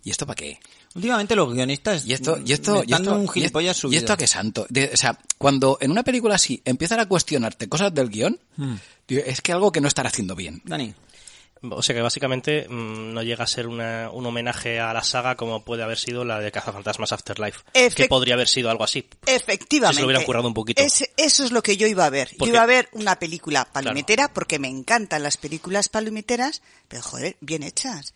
Speaker 3: ¿Y esto para qué?
Speaker 1: Últimamente los guionistas
Speaker 3: Y esto, y esto,
Speaker 1: me
Speaker 3: y
Speaker 1: están
Speaker 3: esto,
Speaker 1: un gilipollas
Speaker 3: y-
Speaker 1: subido.
Speaker 3: y esto a qué santo. De- o sea, cuando en una película así empiezan a cuestionarte cosas del guión,
Speaker 1: Hmm.
Speaker 3: digo, es que algo que no estará haciendo bien.
Speaker 1: Dani,
Speaker 2: O sea que básicamente mm, no llega a ser una- un homenaje a la saga como puede haber sido la de Cazafantasmas Afterlife.
Speaker 4: Efect-
Speaker 2: Que podría haber sido algo así.
Speaker 4: efectivamente.
Speaker 2: Si se lo hubieran currado un poquito.
Speaker 4: Ese- eso es lo que yo iba a ver. Yo
Speaker 2: Porque-
Speaker 4: iba a ver una película palmitera porque me encantan las películas palmiteras, pero joder, bien hechas.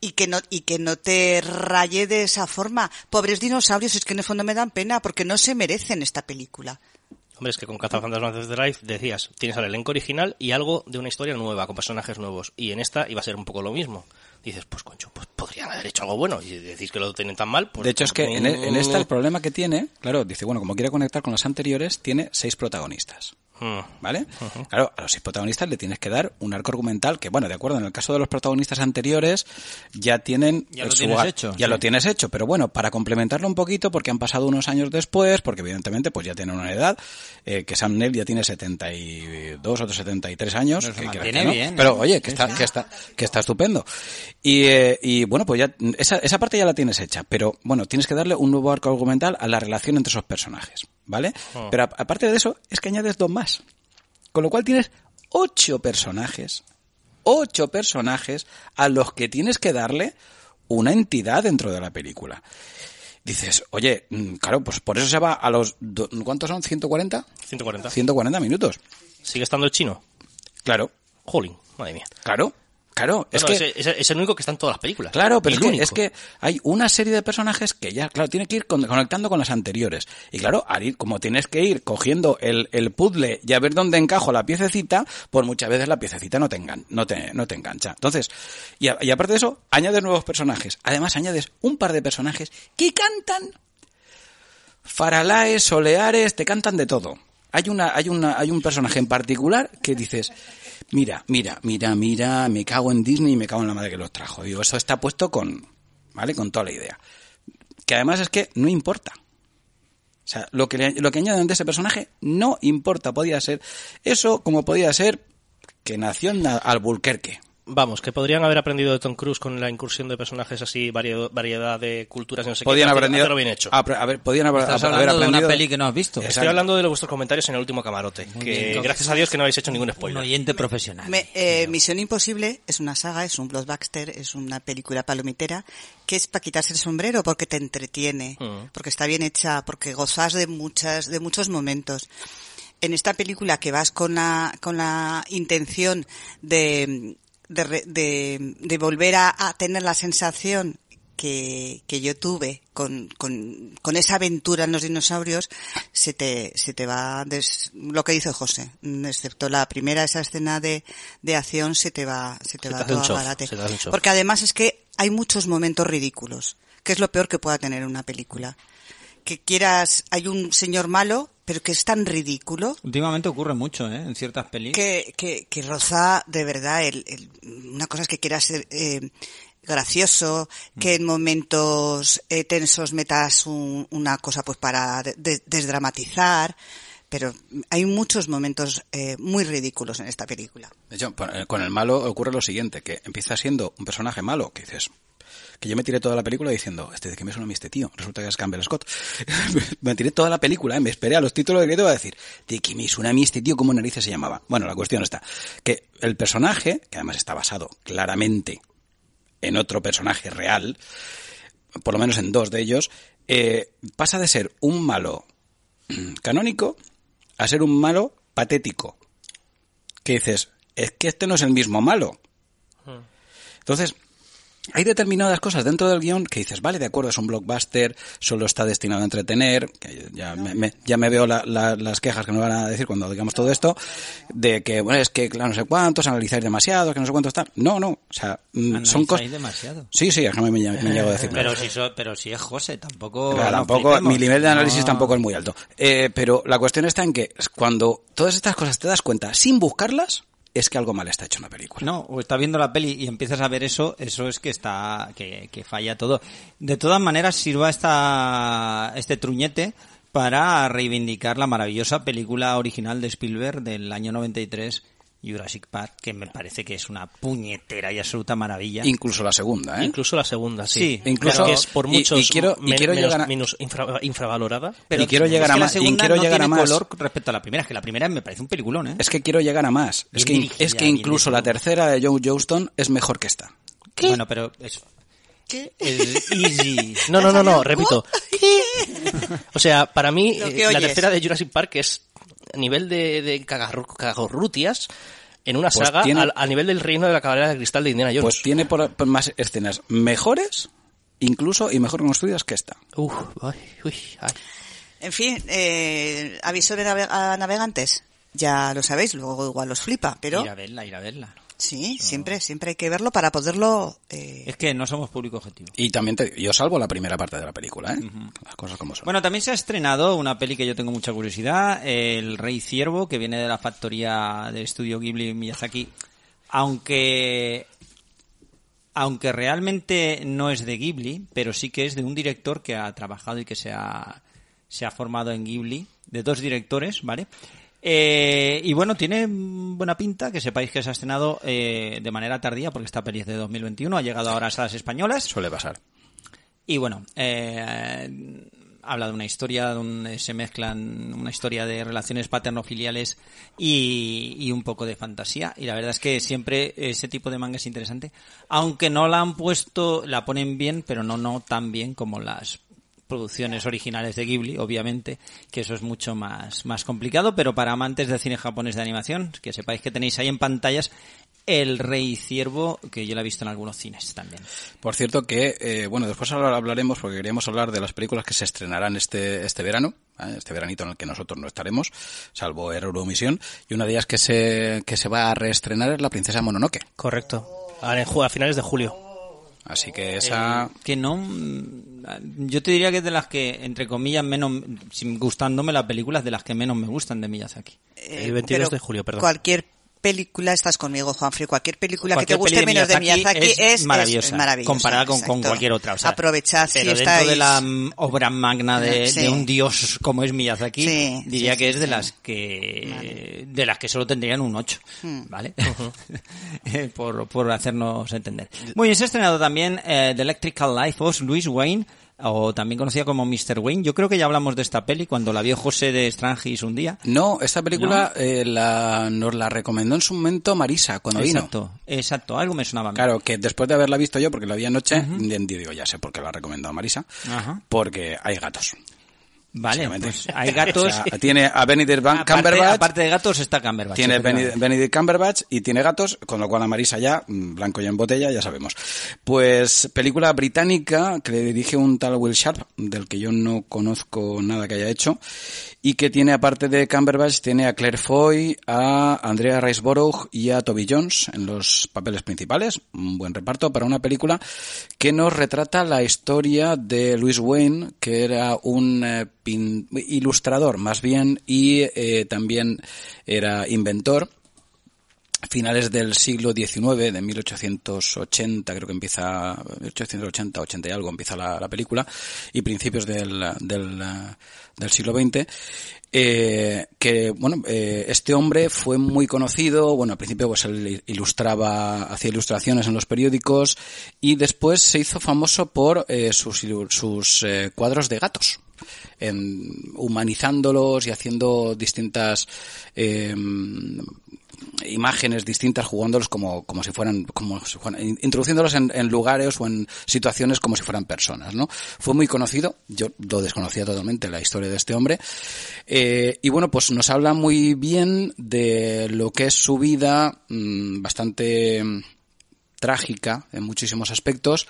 Speaker 4: Y que, no, y que no te raye de esa forma. Pobres dinosaurios, es que en el fondo me dan pena porque no se merecen esta película.
Speaker 2: Hombre, es que con Cazafantasmas Afterlife decías, tienes al elenco original y algo de una historia nueva, con personajes nuevos. Y en esta iba a ser un poco lo mismo. Dices, pues concho, pues podrían haber hecho algo bueno. Y decís que lo tienen tan mal, pues...
Speaker 3: de hecho, es que en, e- en esta
Speaker 1: Mm.
Speaker 3: el problema que tiene, claro, dice, bueno, como quiere conectar con las anteriores, tiene seis protagonistas.
Speaker 2: Mm.
Speaker 3: ¿Vale? Claro, a los seis protagonistas le tienes que dar un arco argumental que, bueno, de acuerdo, en el caso de los protagonistas anteriores ya tienen...
Speaker 1: Ya lo
Speaker 3: su
Speaker 1: tienes
Speaker 3: ar-
Speaker 1: hecho,
Speaker 3: Ya
Speaker 1: sí.
Speaker 3: lo tienes hecho, pero bueno, para complementarlo un poquito, porque han pasado unos años después, porque evidentemente pues ya tienen una edad, eh, que Sam Neill ya tiene 72 o 73 años.
Speaker 1: Pero se
Speaker 3: que- que-
Speaker 1: mantiene
Speaker 3: que no,
Speaker 1: bien,
Speaker 3: Pero
Speaker 1: ¿eh?
Speaker 3: oye, que está, que está, que está estupendo. Y, eh, y bueno, pues ya esa, esa parte ya la tienes hecha, pero bueno, tienes que darle un nuevo arco argumental a la relación entre esos personajes, ¿vale? Pero a- aparte de eso, es que añades dos más. Con lo cual tienes ocho personajes ocho personajes a los que tienes que darle una entidad dentro de la película. Dices, oye, mm, claro, pues por eso se va a los... do- ¿Cuántos son? ¿140?
Speaker 2: 140.
Speaker 3: 140 minutos.
Speaker 2: ¿Sigue estando el chino?
Speaker 3: Claro,
Speaker 2: Jolín, madre mía.
Speaker 3: claro, claro. Es
Speaker 2: No,
Speaker 3: que...
Speaker 2: no, es, es- es el único que está en todas las películas.
Speaker 3: Claro, pero
Speaker 2: El
Speaker 3: es que,
Speaker 2: único.
Speaker 3: es que hay una serie de personajes que ya, claro, tiene que ir con- conectando con las anteriores. Y claro, al ir- como tienes que ir cogiendo el, el puzzle y a ver dónde encajo la piececita, pues muchas veces la piececita no te, engan- no te, no te engancha. Entonces, y, a- y aparte de eso, añades nuevos personajes. Además, añades un par de personajes que cantan. Faralaes, soleares, te cantan de todo. Hay una, hay una, hay un personaje en particular que dices, mira, mira, mira, mira, me cago en Disney y me cago en la madre que los trajo. Digo, eso está puesto con, ¿vale? Con toda la idea. Que además es que no importa. O sea, lo que, le- lo que añaden de ese personaje no importa. Podía ser eso como podía ser que nació en Albuquerque.
Speaker 2: Vamos, que podrían haber aprendido de Tom Cruise con la incursión de personajes así, varie- variedad de culturas y no sé
Speaker 3: Podían
Speaker 2: qué.
Speaker 3: haber
Speaker 2: hacer-
Speaker 3: aprendido.
Speaker 2: hacerlo bien hecho.
Speaker 3: apre- a ver, podían haber,
Speaker 1: Estás
Speaker 3: haber
Speaker 1: hablando de una
Speaker 3: aprendido-
Speaker 1: peli que no has visto.
Speaker 3: Exacto.
Speaker 2: Estoy hablando de vuestros comentarios en el último camarote. que
Speaker 1: bien, entonces-
Speaker 2: gracias a Dios que no habéis hecho ningún
Speaker 1: Un
Speaker 2: spoiler.
Speaker 1: oyente profesional.
Speaker 4: Me- eh, Misión Imposible es una saga, es un blockbuster, es una película palomitera que es para quitarse el sombrero porque te entretiene,
Speaker 2: Mm.
Speaker 4: porque está bien hecha, porque gozas de muchas, de muchos momentos. En esta película que vas con la, con la intención de, de, re- de- de volver a, a tener la sensación que, que yo tuve con, con, con esa aventura en los dinosaurios, se te, se te va des- lo que dice José, mm, excepto la primera, esa escena de, de acción, se te va, se
Speaker 2: Se
Speaker 4: te
Speaker 2: te
Speaker 4: va
Speaker 2: hace
Speaker 4: todo
Speaker 2: un
Speaker 4: a
Speaker 2: chof,
Speaker 4: garate.
Speaker 2: se te hace un chof.
Speaker 4: Porque además es que hay muchos momentos ridículos, que es lo peor que pueda tener una película. Que quieras, hay un señor malo, pero que es tan ridículo
Speaker 1: Últimamente ocurre mucho, ¿eh? En ciertas pelis.
Speaker 4: que, que, que roza de verdad el, el- una cosa es que quiera ser eh, gracioso, que en momentos eh, tensos metas un- una cosa pues para de- de- desdramatizar, pero hay muchos momentos eh, muy ridículos en esta película.
Speaker 3: De hecho, con el- con el malo ocurre lo siguiente, que empieza siendo un personaje malo, que dices, que yo me tiré toda la película diciendo, este de qué me suena a mí este tío, resulta que es Campbell Scott. *laughs* me tiré toda la película, ¿eh? me esperé a los títulos de crédito a decir, de qué me suena a mí este tío, cómo narices se llamaba. Bueno, la cuestión está, que el personaje, que además está basado claramente en otro personaje real, por lo menos en dos de ellos, eh, pasa de ser un malo mm, canónico a ser un malo patético. Que dices, es que este no es el mismo malo. Entonces, hay determinadas cosas dentro del guión que dices, vale, de acuerdo, es un blockbuster, solo está destinado a entretener, que ya, me, me- ya me veo la- la- las quejas que nos van a decir cuando digamos todo esto, de que, bueno, es que, claro, no sé cuántos, analizáis demasiado, que no sé cuántos están. No, no, o sea, mm, son
Speaker 1: Analizáis
Speaker 3: cosas...
Speaker 1: demasiado.
Speaker 3: Sí, sí, es que no me, me llego a decir nada.
Speaker 1: Eh, Pero si, so- pero si es José, tampoco.
Speaker 3: Claro,
Speaker 1: no
Speaker 3: tampoco,
Speaker 1: flipemos.
Speaker 3: mi nivel de análisis
Speaker 1: No.
Speaker 3: tampoco es muy alto. Eh, pero la cuestión está en que cuando todas estas cosas te das cuenta sin buscarlas, es que algo mal está hecho en la película.
Speaker 1: No, o estás viendo la peli y empiezas a ver eso, eso es que está, que, que falla todo. De todas maneras, sirva esta, este truñete para reivindicar la maravillosa película original de Spielberg del año 93, Jurassic Park, que me parece que es una puñetera y absoluta maravilla.
Speaker 3: Incluso la segunda, ¿eh?
Speaker 2: Incluso la segunda,
Speaker 1: Sí,
Speaker 2: sí. Pero
Speaker 3: incluso-
Speaker 2: que es por
Speaker 3: y- y
Speaker 2: muchos
Speaker 3: quiero- y
Speaker 2: men-
Speaker 3: quiero
Speaker 2: menos,
Speaker 3: llegar a-
Speaker 2: menos infra- infravalorada.
Speaker 3: y quiero
Speaker 1: es
Speaker 3: llegar
Speaker 1: que
Speaker 3: a
Speaker 1: la
Speaker 3: más- y
Speaker 1: segunda
Speaker 3: quiero
Speaker 1: no
Speaker 3: llegar a
Speaker 1: tiene
Speaker 3: más.
Speaker 1: color respecto a la primera, es que la primera me parece un peliculón, ¿eh?
Speaker 3: Es que quiero llegar a más.
Speaker 1: Bien
Speaker 3: Es que,
Speaker 1: dirigida,
Speaker 3: es que
Speaker 1: bien
Speaker 3: incluso la
Speaker 1: dirigida.
Speaker 3: tercera de Joe Johnston es mejor que esta.
Speaker 1: Bueno, pero eso. Es easy.
Speaker 2: *laughs* No, no, no, no, repito. *laughs* O sea, para mí,
Speaker 4: Lo
Speaker 2: eh,
Speaker 4: que
Speaker 2: la
Speaker 4: oyes.
Speaker 2: tercera de Jurassic Park es a nivel de, de cagarru- cagarrutias en una
Speaker 3: Pues
Speaker 2: saga
Speaker 3: tiene-
Speaker 2: al, al nivel del reino de la caballería de cristal de Indiana Jones.
Speaker 3: Pues tiene por, por más escenas mejores, incluso y mejor construidas que esta.
Speaker 2: Uf, ay, uy, ay.
Speaker 4: En fin, eh, aviso de nave- a navegantes. Ya lo sabéis, luego igual os flipa, pero
Speaker 1: Ir a verla, ir a verla.
Speaker 4: sí, siempre, siempre hay que verlo para poderlo. eh,
Speaker 1: Es que no somos público objetivo.
Speaker 3: Y también te digo, yo salvo la primera parte de la película, ¿eh? Las cosas como son.
Speaker 1: Bueno, también se ha estrenado una peli que yo tengo mucha curiosidad, El Rey Ciervo, que viene de la factoría del estudio Ghibli en Miyazaki, aunque aunque realmente no es de Ghibli, pero sí que es de un director que ha trabajado y que se ha, se ha formado en Ghibli, de dos directores, ¿vale? Eh, y bueno, tiene mm, buena pinta, que sepáis que se ha estrenado eh, de manera tardía, porque esta peli es de 2021, ha llegado ahora a salas españolas.
Speaker 3: Suele pasar.
Speaker 1: Y bueno, eh, habla de una historia donde se mezclan una historia de relaciones paterno-filiales y, y un poco de fantasía. Y la verdad es que siempre ese tipo de manga es interesante. Aunque no la han puesto, la ponen bien, pero no, no tan bien como las producciones originales de Ghibli, obviamente, que eso es mucho más, más complicado, pero para amantes de cine japonés de animación, que sepáis que tenéis ahí en pantallas El Rey Ciervo, que yo la he visto en algunos cines también.
Speaker 3: Por cierto que, eh, bueno, después hablar- hablaremos porque queríamos hablar de las películas que se estrenarán este, este verano, ¿eh? este veranito en el que nosotros no estaremos, salvo Euromisión, y una de ellas que se, que se va a reestrenar es La Princesa Mononoke.
Speaker 2: Correcto. Ahora en ju- a finales de julio.
Speaker 3: Así que esa...
Speaker 1: Que no, mm, yo te diría que es de las que, entre comillas, menos, sin- gustándome las películas, de las que menos me gustan de Miyazaki.
Speaker 4: Eh,
Speaker 2: El 22
Speaker 4: pero
Speaker 2: de julio, perdón.
Speaker 4: Cualquier película, estás conmigo, Juanfrey, cualquier película
Speaker 1: Cualquier
Speaker 4: que te guste
Speaker 1: peli de
Speaker 4: menos de
Speaker 1: Miyazaki
Speaker 4: Miyazaki
Speaker 1: es
Speaker 4: es, es- es
Speaker 1: maravillosa,
Speaker 4: maravillosa,
Speaker 1: comparada con- con
Speaker 4: exacto.
Speaker 1: cualquier otra, o sea,
Speaker 4: Aprovechad si
Speaker 1: Pero
Speaker 4: estáis...
Speaker 1: dentro de la mm, obra magna de,
Speaker 4: Sí.
Speaker 1: de un dios como es Miyazaki,
Speaker 4: Sí,
Speaker 1: diría
Speaker 4: sí,
Speaker 1: que
Speaker 4: sí,
Speaker 1: es de
Speaker 4: sí.
Speaker 1: las que de las que solo tendrían un 8,
Speaker 4: Hmm.
Speaker 1: ¿vale? *laughs* Eh, por, por hacernos entender. Muy bien, se ha estrenado también eh, The Electrical Life of Louis Wayne, o también conocida como Mr. Wayne. Yo creo que ya hablamos de esta peli cuando la vio José de Strangis un día.
Speaker 3: No, esta película eh, la, nos la recomendó en su momento Marisa cuando vino.
Speaker 1: Exacto, exacto, algo me sonaba. a mí.
Speaker 3: Claro, que después de haberla visto yo, porque la vi anoche, di- digo, ya sé por qué la ha recomendado Marisa,
Speaker 1: Ajá.
Speaker 3: porque hay gatos.
Speaker 1: Vale,
Speaker 3: básicamente.
Speaker 1: Ah. pues hay gatos.
Speaker 3: *laughs* O sea, tiene a Benedict Ban-
Speaker 1: aparte,
Speaker 3: Cumberbatch,
Speaker 1: aparte de gatos está Cumberbatch.
Speaker 3: tiene Bene-
Speaker 1: efectivamente.
Speaker 3: Benedict Cumberbatch y tiene gatos, con lo cual a Marisa ya, mm, blanco y en botella, ya sabemos. Pues película británica que le dirige un tal Will Sharp, del que yo no conozco nada que haya hecho, y que tiene, aparte de Cumberbatch, tiene a Claire Foy, a Andrea Riceborough y a Toby Jones en los papeles principales. Un buen reparto para una película que nos retrata la historia de Louis Wayne, que era un eh, pin- ilustrador más bien y eh, también era inventor finales del siglo XIX, de 1880, creo que empieza, 1880, 80 y algo empieza la, la película, y principios del, del, del siglo XX, eh, que, bueno, eh, este hombre fue muy conocido, bueno, al principio pues él ilustraba, hacía ilustraciones en los periódicos, y después se hizo famoso por eh, sus, ilu- sus eh, cuadros de gatos en- humanizándolos y haciendo distintas eh, imágenes distintas, jugándolos como, como si fueran, como si fueran- in- introduciéndolos en, en lugares o en situaciones como si fueran personas, ¿no? Fue muy conocido, yo lo desconocía totalmente la historia de este hombre, eh, y bueno, pues nos habla muy bien de lo que es su vida, mm, bastante mm, trágica en muchísimos aspectos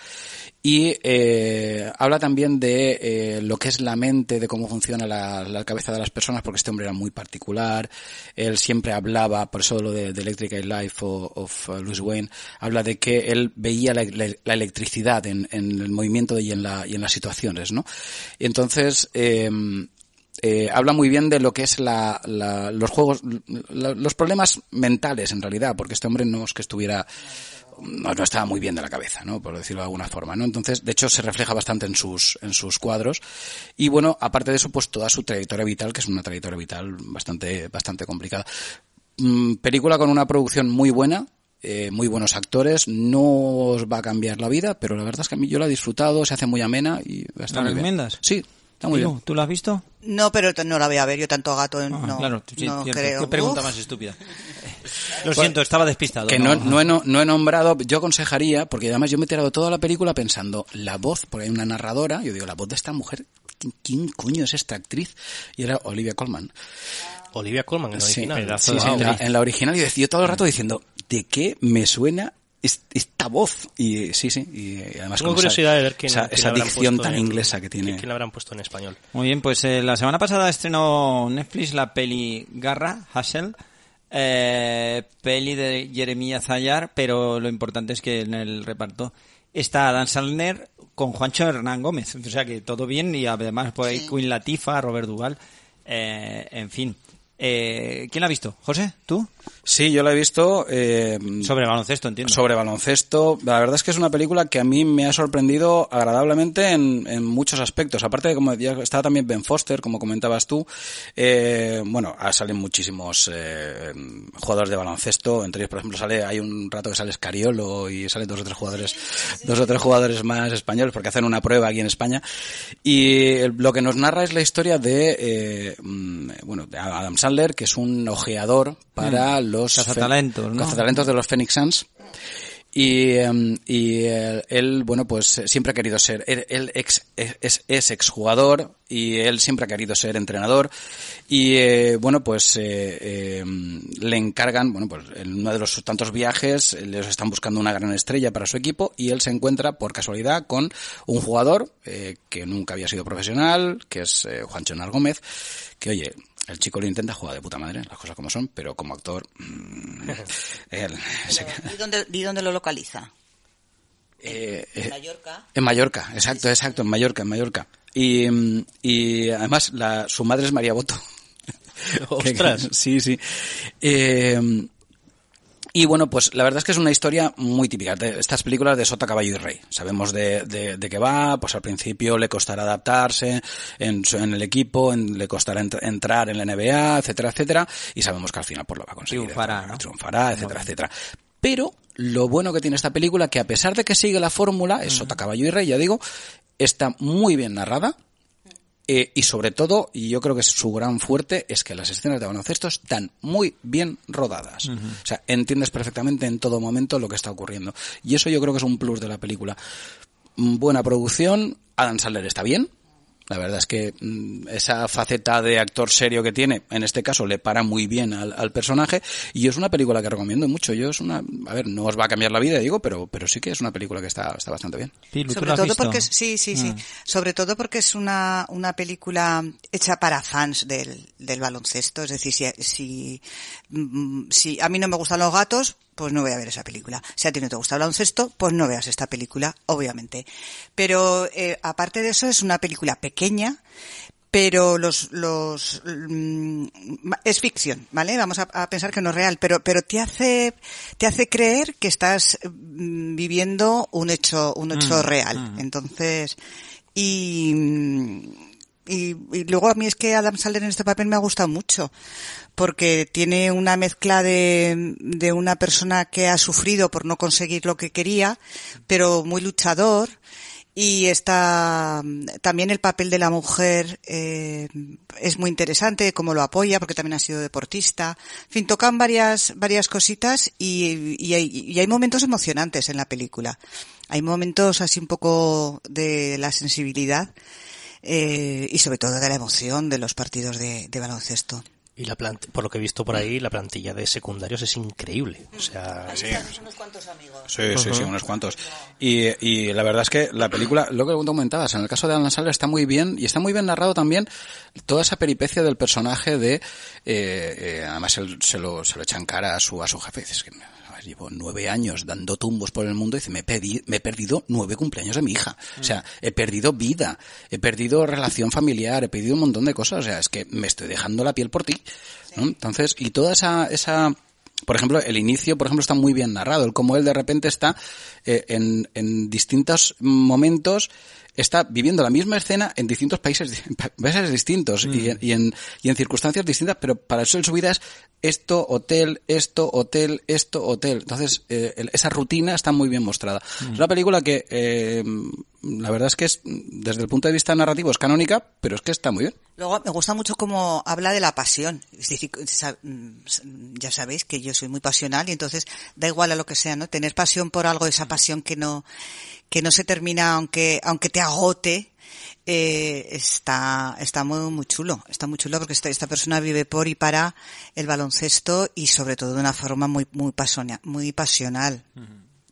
Speaker 3: y eh, habla también de eh, lo que es la mente, de cómo funciona la, la cabeza de las personas, porque este hombre era muy particular, él siempre hablaba, por eso lo de, de Electric Life o- of eh, Louis Wayne, habla de que él veía la, la- la electricidad en, en el movimiento y en, la, y en las situaciones, ¿no? Y entonces, em, eh, habla muy bien de lo que es la, la- los juegos, la- los problemas mentales en realidad, porque este hombre no es que estuviera, no, no estaba muy bien de la cabeza, ¿no? Por decirlo de alguna forma, ¿no? Entonces, de hecho, se refleja bastante en sus, en sus cuadros. Y bueno, aparte de eso, pues toda su trayectoria vital, que es una trayectoria vital bastante, bastante complicada. Mm, película con una producción muy buena, eh, muy buenos actores, no os va a cambiar la vida, pero la verdad es que a mí yo la he disfrutado, se hace muy amena y está
Speaker 1: ¿La
Speaker 3: muy bien.
Speaker 1: recomiendas?
Speaker 3: Sí, está muy
Speaker 1: Digo,
Speaker 3: bien.
Speaker 1: ¿Tú lo has visto?
Speaker 4: No, pero t- no la voy a ver, yo tanto gato
Speaker 1: Ah,
Speaker 4: no,
Speaker 1: claro, sí,
Speaker 4: no
Speaker 1: cierto.
Speaker 4: creo.
Speaker 1: Qué pregunta
Speaker 4: Uf.
Speaker 1: más *laughs* estúpida. Lo siento, estaba despistado.
Speaker 3: Que no, no he, no- no he nombrado, yo aconsejaría, porque además yo me he tirado toda la película pensando, la voz, porque hay una narradora, yo digo, la voz de esta mujer, ¿quién, quién coño es esta actriz? Y era Olivia Colman.
Speaker 2: Olivia Colman, en la
Speaker 3: Sí,
Speaker 2: original.
Speaker 3: sí,
Speaker 2: Wow.
Speaker 3: sí, en, la, en la original yo decía todo el rato diciendo, ¿de qué me suena es- esta voz? Y eh, sí, sí, y eh, además
Speaker 2: Tengo
Speaker 3: con esa-
Speaker 2: curiosidad de ver quién,
Speaker 3: esa,
Speaker 2: quién
Speaker 3: esa
Speaker 2: habrán
Speaker 3: dicción
Speaker 2: puesto
Speaker 3: tan
Speaker 2: en-
Speaker 3: inglesa que tiene.
Speaker 2: ¿Quién la habrán puesto en
Speaker 3: *laughs*
Speaker 2: español?
Speaker 1: Muy bien, pues eh, la semana pasada estrenó Netflix la peli Garra, Hassel, eh, peli de Jeremías Zayar, pero lo importante es que en el reparto está Adam Sandler con Juancho Hernán Gómez, o sea que todo bien y además por ahí Queen Latifa, Robert Duval, eh, en fin. Eh, ¿Quién la ha visto? ¿José? ¿Tú?
Speaker 3: Sí, yo la he visto eh,
Speaker 4: Mm.
Speaker 1: Sobre baloncesto, entiendo.
Speaker 3: sobre baloncesto. La verdad es que es una película que a mí me ha sorprendido agradablemente en, en muchos aspectos. Aparte de como decía, está también Ben Foster, como comentabas tú. eh, bueno, ah, salen muchísimos eh, jugadores de baloncesto. Entre ellos, por ejemplo, sale hay un rato que sale Scariolo y salen dos o tres jugadores, dos o tres jugadores más españoles porque hacen una prueba aquí en España. Y el- lo que nos narra es la historia de eh, mm, bueno de Adam Sandler, que es un ojeador para los
Speaker 1: Mm. Cazatalentos, ¿no?
Speaker 3: cazatalentos talentos de los Phoenix Suns. Y, em, y eh, él, bueno, pues eh, siempre ha querido ser, él, él ex- es, es- es exjugador y él siempre ha querido ser entrenador y, eh, bueno, pues eh, em, le encargan, bueno, pues en uno de los tantos viajes eh, les están buscando una gran estrella para su equipo y él se encuentra por casualidad con un jugador eh, que nunca había sido profesional, que es eh, Juancho Nar Gómez, que oye, el chico lo intenta jugar de puta madre, las cosas como son, pero como actor... mm, *laughs* él se queda-
Speaker 4: ¿Y dónde, ¿Y dónde lo localiza?
Speaker 3: eh, eh,
Speaker 4: En Mallorca.
Speaker 3: en Mallorca, exacto, exacto, en Mallorca, en Mallorca. Y, mm, y además la, su madre es María Boto. *laughs*
Speaker 2: Ostras.
Speaker 3: sí, sí. Eh, y bueno, pues la verdad es que es una historia muy típica de estas películas de Sota, Caballo y Rey. Sabemos de, de, de qué va, pues al principio le costará adaptarse en, su- en el equipo, en- le costará entr- entrar en la NBA, etcétera, etcétera. Y sabemos que al final por lo va a conseguir.
Speaker 1: Triunfará, ¿no?
Speaker 3: Triunfará, etcétera, etcétera. Pero lo bueno que tiene esta película, que a pesar de que sigue la fórmula, es Sota, Caballo y Rey, ya digo, está muy bien narrada. Eh, y sobre todo, y yo creo que es su gran fuerte, es que las escenas de baloncesto están muy bien rodadas. O sea, entiendes perfectamente en todo momento lo que está ocurriendo. Y eso yo creo que es un plus de la película. Mm, Buena producción, Adam Sandler está bien. La verdad es que mm, esa faceta de actor serio que tiene, en este caso, le para muy bien al, al personaje. Y es una película que recomiendo mucho. Yo es una, a ver, no os va a cambiar la vida, digo, pero, pero sí que es una película que está, está bastante bien.
Speaker 1: Pilu, ¿tú
Speaker 4: Sobre
Speaker 1: lo has
Speaker 4: todo
Speaker 1: visto? Mm.
Speaker 4: porque es- sí, sí, sí. Sobre todo porque es una, una película hecha para fans del, del baloncesto. Es decir, si, si, mm, si a mí no me gustan los gatos, pues no voy a ver esa película. Si a ti no te gusta el baloncesto, pues no veas esta película, obviamente. Pero eh, aparte de eso, es una película pequeña, pero los los mm, es ficción, ¿vale? Vamos a, a pensar que no es real, pero pero te hace te hace creer que estás mm, viviendo un hecho un hecho real. Entonces y mm, y, y luego a mí es que Adam Sandler en este papel me ha gustado mucho, porque tiene una mezcla de, de una persona que ha sufrido por no conseguir lo que quería, pero muy luchador, y está también el papel de la mujer eh, es muy interesante, cómo lo apoya, porque también ha sido deportista. En fin, tocan varias, varias cositas y, y hay, y hay momentos emocionantes en la película. Hay momentos así un poco de la sensibilidad eh, y sobre todo de la emoción de los partidos de, de baloncesto.
Speaker 2: Y la plant- por lo que he visto por ahí, la plantilla de secundarios es increíble. O sea,
Speaker 4: unos cuantos amigos.
Speaker 3: Sí, sí, sí, unos cuantos. Y, y la verdad es que la película, lo que tú comentabas, en el caso de Alan Sandler está muy bien y está muy bien narrado también toda esa peripecia del personaje de... eh, eh, además él se lo, se lo echa en cara a su, a su jefe. Dices que a ver, llevo nueve años dando tumbos por el mundo y dice, me, he pedi- me he perdido nueve cumpleaños de mi hija. O sea, he perdido vida, he perdido relación familiar, he perdido un montón de cosas. O sea, es que me estoy dejando la piel por ti. ¿no? Entonces, y toda esa... esa por ejemplo, el inicio, por ejemplo, está muy bien narrado, el cómo él de repente está eh, en, en distintos momentos, está viviendo la misma escena en distintos países, *laughs* di- pa- países distintos y, en, y, en, y en circunstancias distintas, pero para eso en su vida es esto, hotel, esto, hotel, esto, hotel. Entonces, eh, el- esa rutina está muy bien mostrada. Es una película que, eh, la verdad es que es, desde el punto de vista narrativo es canónica, pero es que está muy bien.
Speaker 4: Luego me gusta mucho cómo habla de la pasión. Es decir, sa- mm, s- ya sabéis que yo soy muy pasional y entonces da igual a lo que sea, ¿no? Tener pasión por algo, esa pasión que no que no se termina aunque aunque te agote. eh, está está muy muy chulo está muy chulo porque esta, esta persona vive por y para el baloncesto y sobre todo de una forma muy muy pasona- muy pasional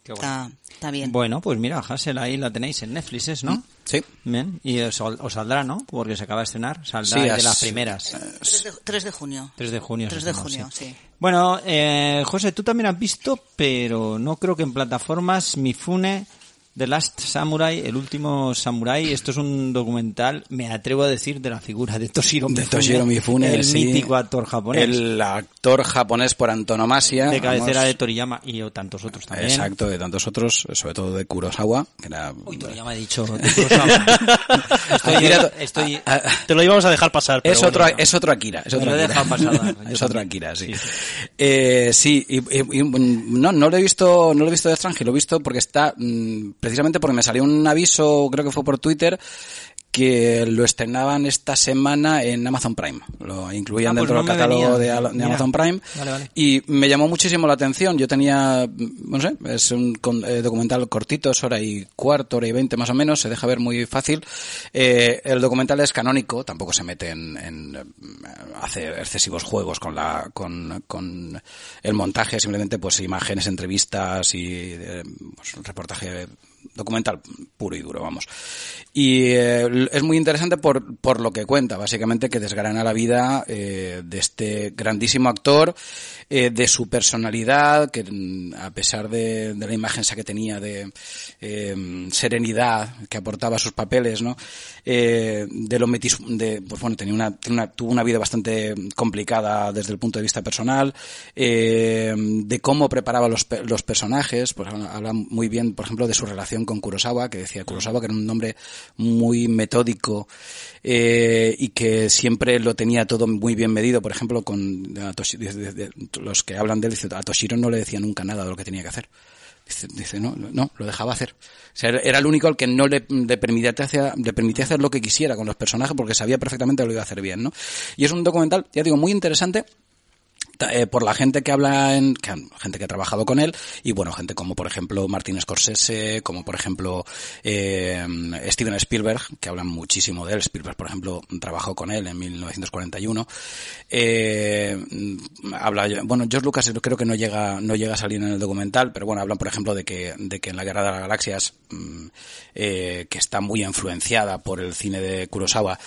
Speaker 1: Qué guay.
Speaker 4: está, está bien Mm.
Speaker 1: Bueno, pues mira, Hassel, ahí la tenéis en Netflix, ¿es, ¿no?
Speaker 3: Sí.
Speaker 1: Bien, y os, os saldrá, ¿no? Porque se acaba de estrenar, saldrá
Speaker 3: Sí,
Speaker 1: de
Speaker 3: as-
Speaker 1: las primeras.
Speaker 4: 3 de, 3 de junio
Speaker 1: 3 de junio.
Speaker 4: 3 eh, de
Speaker 1: supongo,
Speaker 4: junio, sí.
Speaker 1: Bueno, eh, José, tú también has visto, pero no creo que en plataformas Mifune The Last Samurai, El último Samurai. Esto es un documental, me atrevo a decir, de la figura de Toshiro Mifune.
Speaker 3: De Toshiro Mifune,
Speaker 1: el
Speaker 3: sí.
Speaker 1: mítico actor japonés.
Speaker 3: El actor japonés por antonomasia.
Speaker 1: de cabecera
Speaker 3: vamos.
Speaker 1: de Toriyama y o tantos otros también.
Speaker 3: Exacto, de tantos otros, sobre todo de Kurosawa, que era...
Speaker 1: Uy, Toriyama ha dicho.
Speaker 4: *laughs*
Speaker 1: Kurosawa. *laughs* estoy,
Speaker 3: Akira-
Speaker 1: estoy,
Speaker 4: Ah,
Speaker 3: a- a-
Speaker 2: Te lo íbamos a dejar pasar. Pero
Speaker 3: *laughs* es,
Speaker 2: bueno,
Speaker 3: otro,
Speaker 2: venga.
Speaker 3: es otro Akira. Es
Speaker 1: Me
Speaker 3: otro
Speaker 1: lo he
Speaker 3: Akira.
Speaker 1: dejado
Speaker 3: *laughs*
Speaker 1: pasar, yo
Speaker 3: es
Speaker 1: también.
Speaker 3: otro Akira, sí. Eh, sí, y, y- y, mm, no, no lo he visto, no lo he visto de extranjero, lo he visto porque está, mm, precisamente porque me salió un aviso, creo que fue por Twitter, que lo estrenaban esta semana en Amazon Prime. Lo incluían
Speaker 1: Ah, pues
Speaker 3: dentro
Speaker 1: no
Speaker 3: del
Speaker 1: me
Speaker 3: catálogo de,
Speaker 1: venía.
Speaker 3: Al- de
Speaker 1: Mira.
Speaker 3: Amazon Prime.
Speaker 1: Vale, vale.
Speaker 3: Y me llamó muchísimo la atención. Yo tenía, mm, no sé, es un con- eh, documental cortito, es hora y cuarto, hora y veinte más o menos, se deja ver muy fácil. Eh, el documental es canónico, tampoco se mete en, en, eh, hace excesivos juegos con la, con, con el montaje, simplemente pues imágenes, entrevistas y eh, pues, un reportaje documental puro y duro, vamos. Y eh, l- es muy interesante por, por lo que cuenta, básicamente, que desgrana la vida eh, de este grandísimo actor, eh, de su personalidad, que mm, a pesar de, de la imagen esa que tenía de eh, serenidad que aportaba a sus papeles, ¿no? Eh, de lo metis, de, pues bueno, tenía una, tenía una- tuvo una vida bastante complicada desde el punto de vista personal, eh, de cómo preparaba los, pe- los personajes, pues habla habla muy bien, por ejemplo, de su relación con Kurosawa, que decía Kurosawa que era un hombre muy metódico eh, y que siempre lo tenía todo muy bien medido, por ejemplo, con a Toshi- de- de- de- los que hablan de él, dice, a Toshiro no le decía nunca nada de lo que tenía que hacer. Dice, dice, no, no, lo dejaba hacer. O sea, era- era el único al que no le, le permitía, hacer, le permitía hacer lo que quisiera con los personajes porque sabía perfectamente que lo iba a hacer bien, ¿no? Y es un documental, ya digo, muy interesante ta- eh, por la gente que habla en, que han- gente que ha trabajado con él y bueno gente como por ejemplo Martin Scorsese como por ejemplo eh, Steven Spielberg que hablan muchísimo de él Spielberg por ejemplo trabajó con él en 1941 Eh, mm, habla bueno George Lucas eh, creo que no llega no llega a salir en el documental pero bueno hablan por ejemplo de que de que en la guerra de las galaxias mm, eh, que está muy influenciada por el cine de Kurosawa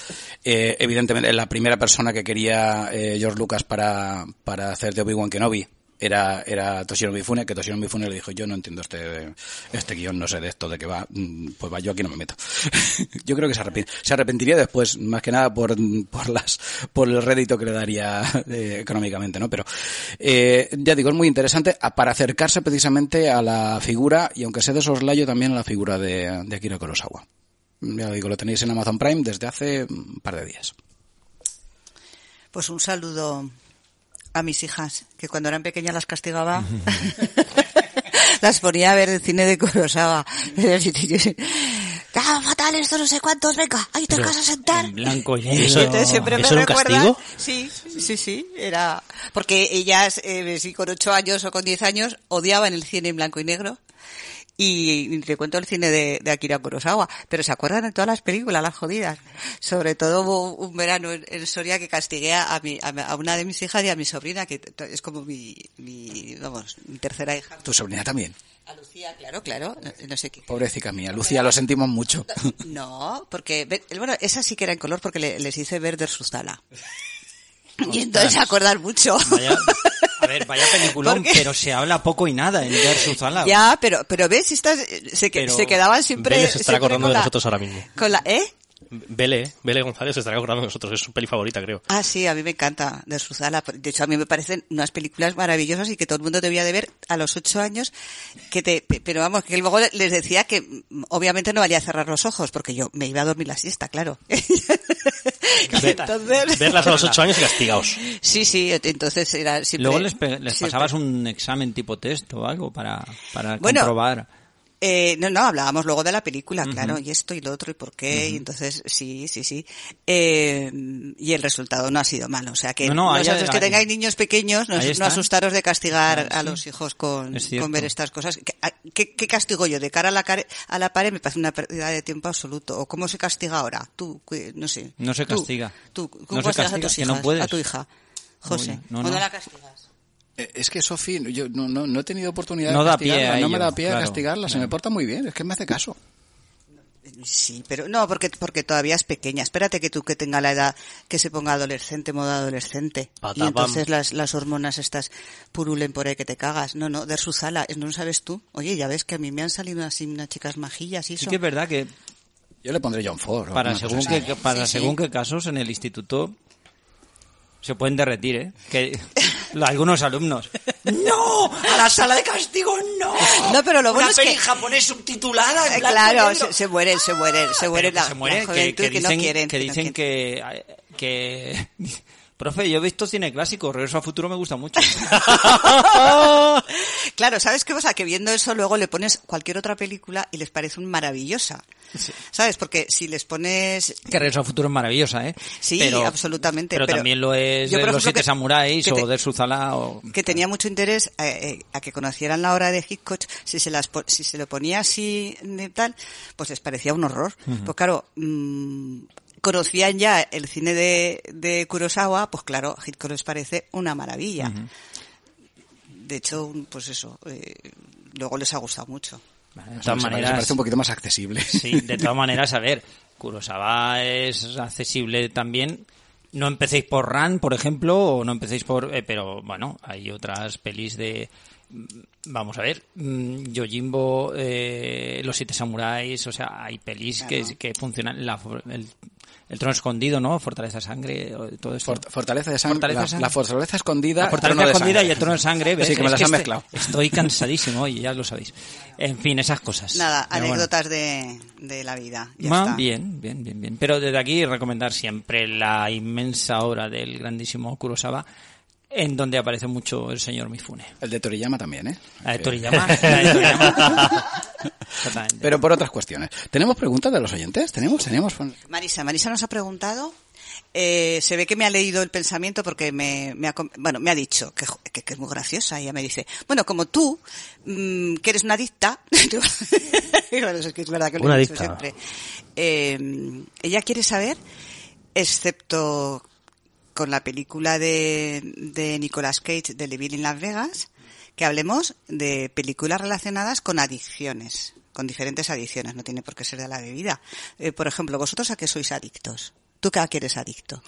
Speaker 3: eh, evidentemente la primera persona que quería eh, George Lucas para, para hacer de Obi-Wan Kenobi era, era Toshiro Mifune, que Toshiro Mifune le dijo, yo no entiendo este, este guión, no sé de esto, de qué va, Mm, pues va, yo aquí no me meto. *laughs* yo creo que se, arrepi- se arrepentiría después, más que nada por, por las, por el rédito que le daría eh, económicamente, ¿no? Pero, eh, ya digo, es muy interesante a- para acercarse precisamente a la figura, y aunque sea de soslayo, también a la figura de, de Akira Kurosawa. Ya digo, lo tenéis en Amazon Prime desde hace un par de días.
Speaker 4: Pues un saludo a mis hijas, que cuando eran pequeñas las castigaba. las ponía a ver el cine de Kurosawa. Era así, tío, sí. *laughs* ¡Ah, fatal, esto no sé cuántos! Venga, ahí te vas a sentar.
Speaker 1: En blanco y
Speaker 2: Eso-
Speaker 1: negro.
Speaker 4: Entonces siempre me
Speaker 2: ¿Eso era un
Speaker 4: recuerda-
Speaker 2: castigo?
Speaker 4: Sí, sí, sí, era porque ellas, eh, sí, con ocho años o con diez años, odiaban el cine en blanco y negro. Y te cuento el cine de, de Akira Kurosawa, pero se acuerdan de todas las películas, las jodidas. Sobre todo hubo un verano en, en Soria que castigué a, mi- a, mi- a una de mis hijas y a mi sobrina, que t- es como mi, mi, vamos, mi tercera hija.
Speaker 3: Tu sobrina también.
Speaker 4: A Lucía, claro, claro, no, no sé qué.
Speaker 3: Pobrecita mía, Lucía, lo sentimos mucho.
Speaker 4: No, porque, ve- bueno, esa sí que era en color porque le- les hice ver
Speaker 2: *laughs*
Speaker 4: de Suzala. Y entonces se acuerdan mucho.
Speaker 1: Vaya- a ver, vaya peliculón,
Speaker 4: Porque-
Speaker 1: pero se habla poco y nada en versus Alau.
Speaker 4: Ya, pero, pero ves, estas eh, se, que-
Speaker 1: Pero
Speaker 4: se quedaban siempre.
Speaker 2: Vélez se estará
Speaker 4: siempre
Speaker 2: acordando
Speaker 4: con
Speaker 2: de
Speaker 4: la-
Speaker 2: nosotros ahora mismo.
Speaker 4: Con la, ¿eh?
Speaker 2: Vele, eh. Vele González se estará acordando de nosotros, es su peli favorita,
Speaker 1: *laughs*
Speaker 2: creo.
Speaker 4: Ah, sí, a mí me encanta de Suzala. De hecho, a mí me parecen unas películas maravillosas y que todo el mundo debía de ver a los ocho años. Que te, pe- pero vamos, que luego les decía que mm, obviamente no valía cerrar los ojos porque yo me iba a dormir la siesta, claro. *laughs* Y entonces,
Speaker 2: Verlas a los ocho años y castigaos.
Speaker 4: Sí, sí, entonces era siempre...
Speaker 1: Luego les, pe- les
Speaker 4: siempre-
Speaker 1: pasabas un examen tipo test o algo para, para
Speaker 4: Bueno.
Speaker 1: comprobar.
Speaker 4: Eh, no, no, hablábamos luego de la película, claro, y esto y lo otro y por qué, y entonces sí, sí, sí. Eh, y el resultado no ha sido malo, o sea que
Speaker 1: No, no, ahí-
Speaker 4: vosotros que
Speaker 1: ahí-
Speaker 4: tengáis niños pequeños, no,
Speaker 1: ahí
Speaker 4: no
Speaker 1: está.
Speaker 4: asustaros de castigar
Speaker 1: Ah,
Speaker 4: a
Speaker 1: sí.
Speaker 4: los hijos con,
Speaker 1: Es cierto.
Speaker 4: con ver estas cosas. ¿Qué, a- qué- qué castigo yo? ¿De cara a la, care- a la pared me parece una pérdida de tiempo absoluto? ¿O cómo se castiga ahora? Tú, cu- no sé.
Speaker 1: No se
Speaker 4: Tú,
Speaker 1: castiga.
Speaker 4: Tú,
Speaker 1: No
Speaker 4: ¿Cómo
Speaker 1: se
Speaker 4: castigas
Speaker 1: castiga,
Speaker 4: a tus
Speaker 1: que no
Speaker 4: hijas,
Speaker 1: puedes.
Speaker 4: a tu hija? José,
Speaker 1: Oye, no,
Speaker 4: ¿o no
Speaker 1: no.
Speaker 4: la castigas?
Speaker 3: Eh, Es que Sofi, yo no, no, no he tenido oportunidad
Speaker 1: No
Speaker 3: de
Speaker 1: da pie
Speaker 3: castigarla,
Speaker 1: a
Speaker 3: no me
Speaker 1: ello,
Speaker 3: da pie a
Speaker 1: claro.
Speaker 3: castigarla, se me porta muy bien, es que me hace caso.
Speaker 4: Sí, pero no, porque, porque todavía es pequeña. Espérate que tú que tenga la edad, que se ponga adolescente, modo adolescente.
Speaker 2: Patapam.
Speaker 4: Y entonces las, las hormonas estas purulen por ahí que te cagas. No, no, de Suzala, no lo sabes tú. Oye, ya ves que a mí me han salido así unas chicas majillas y eso.
Speaker 1: Sí que es verdad que
Speaker 3: Yo le pondré John Ford. o
Speaker 1: para
Speaker 3: una cosa
Speaker 1: según
Speaker 3: así.
Speaker 1: que, que- para
Speaker 4: Sí, sí.
Speaker 1: según qué casos en el instituto se pueden derretir, ¿eh? Que lo- algunos
Speaker 4: *laughs*
Speaker 1: alumnos. ¡No! ¡A la sala de castigo no!
Speaker 4: No, pero lo bueno es que...
Speaker 1: japonés subtitulada. en blanco
Speaker 4: Eh,
Speaker 1: y
Speaker 4: Claro,
Speaker 1: negro.
Speaker 4: se, se mueren, se mueren, se mueren
Speaker 1: Pero que
Speaker 4: la,
Speaker 1: se muere,
Speaker 4: la
Speaker 1: que,
Speaker 4: juventud
Speaker 1: que dicen,
Speaker 4: no quieren.
Speaker 1: que,
Speaker 4: no
Speaker 1: dicen
Speaker 4: quieren.
Speaker 1: que, *laughs* que- *laughs* Profe, yo he visto cine clásico, Regreso a Futuro me gusta
Speaker 4: *laughs*
Speaker 1: mucho.
Speaker 4: *laughs* Claro, ¿sabes qué pasa? Que viendo eso luego le pones cualquier otra película y les parece un maravillosa. ¿Sabes? Porque si les pones...
Speaker 1: que Regreso a Futuro es maravillosa, ¿eh?
Speaker 4: Sí,
Speaker 1: Pero-
Speaker 4: absolutamente,
Speaker 1: Pero,
Speaker 4: pero
Speaker 1: también lo es
Speaker 4: yo,
Speaker 1: eh,
Speaker 4: por
Speaker 1: Los
Speaker 4: ejemplo,
Speaker 1: Siete
Speaker 4: que-
Speaker 1: Samuráis
Speaker 4: que te-
Speaker 1: o de Suzala o...
Speaker 4: que tenía mucho interés eh, eh, a que conocieran la obra de Hitchcock, si se las po- si se lo ponía así de tal, pues les parecía un horror. Pues claro, mm, conocían ya el cine de, de Kurosawa, pues claro, Hitchcock les parece una maravilla. De hecho, un- pues eso, eh, luego les ha gustado mucho.
Speaker 1: Vale, de
Speaker 3: O sea,
Speaker 1: todas
Speaker 3: me parece- me
Speaker 1: maneras...
Speaker 3: parece un poquito más accesible.
Speaker 1: Sí, de todas maneras, a ver, Kurosawa es accesible también. No empecéis por Ran, por ejemplo, o no empecéis por... eh, pero bueno, hay otras pelis de... mm, Vamos a ver, mm, Yojimbo, eh, Los Siete Samuráis, o sea, hay pelis que,
Speaker 4: Claro.
Speaker 1: que funcionan. la for- el, el trono escondido, ¿no? Fortaleza de Sangre, o todo eso.
Speaker 3: *laughs* Fort- fortaleza de sangre.
Speaker 1: Fortaleza
Speaker 3: la,
Speaker 1: de sangre.
Speaker 3: la fortaleza escondida.
Speaker 1: La fortaleza
Speaker 3: trono de
Speaker 1: escondida
Speaker 3: sangre.
Speaker 1: y el trono de sangre. ¿ves?
Speaker 3: Sí, que me
Speaker 1: Es
Speaker 3: las han
Speaker 1: este-
Speaker 3: mezclado.
Speaker 1: Estoy cansadísimo y ya lo sabéis. En fin, esas cosas.
Speaker 4: Nada,
Speaker 1: Pero bueno.
Speaker 4: anécdotas de, de la vida. Ya
Speaker 1: Ma-
Speaker 4: está.
Speaker 1: Bien, bien, bien, bien. Pero desde aquí recomendar siempre la inmensa obra del grandísimo Kurosawa, en donde aparece mucho el señor Mifune.
Speaker 3: El de Toriyama también, ¿eh?
Speaker 1: La Ah, de
Speaker 3: Sí.
Speaker 1: Toriyama. La de Toriyama. Exactamente.
Speaker 3: Pero por otras cuestiones. ¿Tenemos preguntas de los oyentes? ¿Tenemos? ¿Tenemos?
Speaker 4: Marisa, Marisa nos ha preguntado. eh, se ve que me ha leído el pensamiento porque me, me ha, com- bueno, me ha dicho que, jo- que- que es muy graciosa. Ella me dice, bueno, como tú, mm, que eres una adicta, *laughs* Bueno, es que es verdad que lo
Speaker 2: Una
Speaker 4: he dicho
Speaker 2: adicta.
Speaker 4: siempre. Eh, ella quiere saber, excepto con la película de, de Nicolas Cage de Living in Las Vegas, que hablemos de películas relacionadas con adicciones, con diferentes adicciones, no tiene por qué ser de la bebida. Eh, por ejemplo, vosotros a qué sois adictos? ¿Tú a qué eres adicto?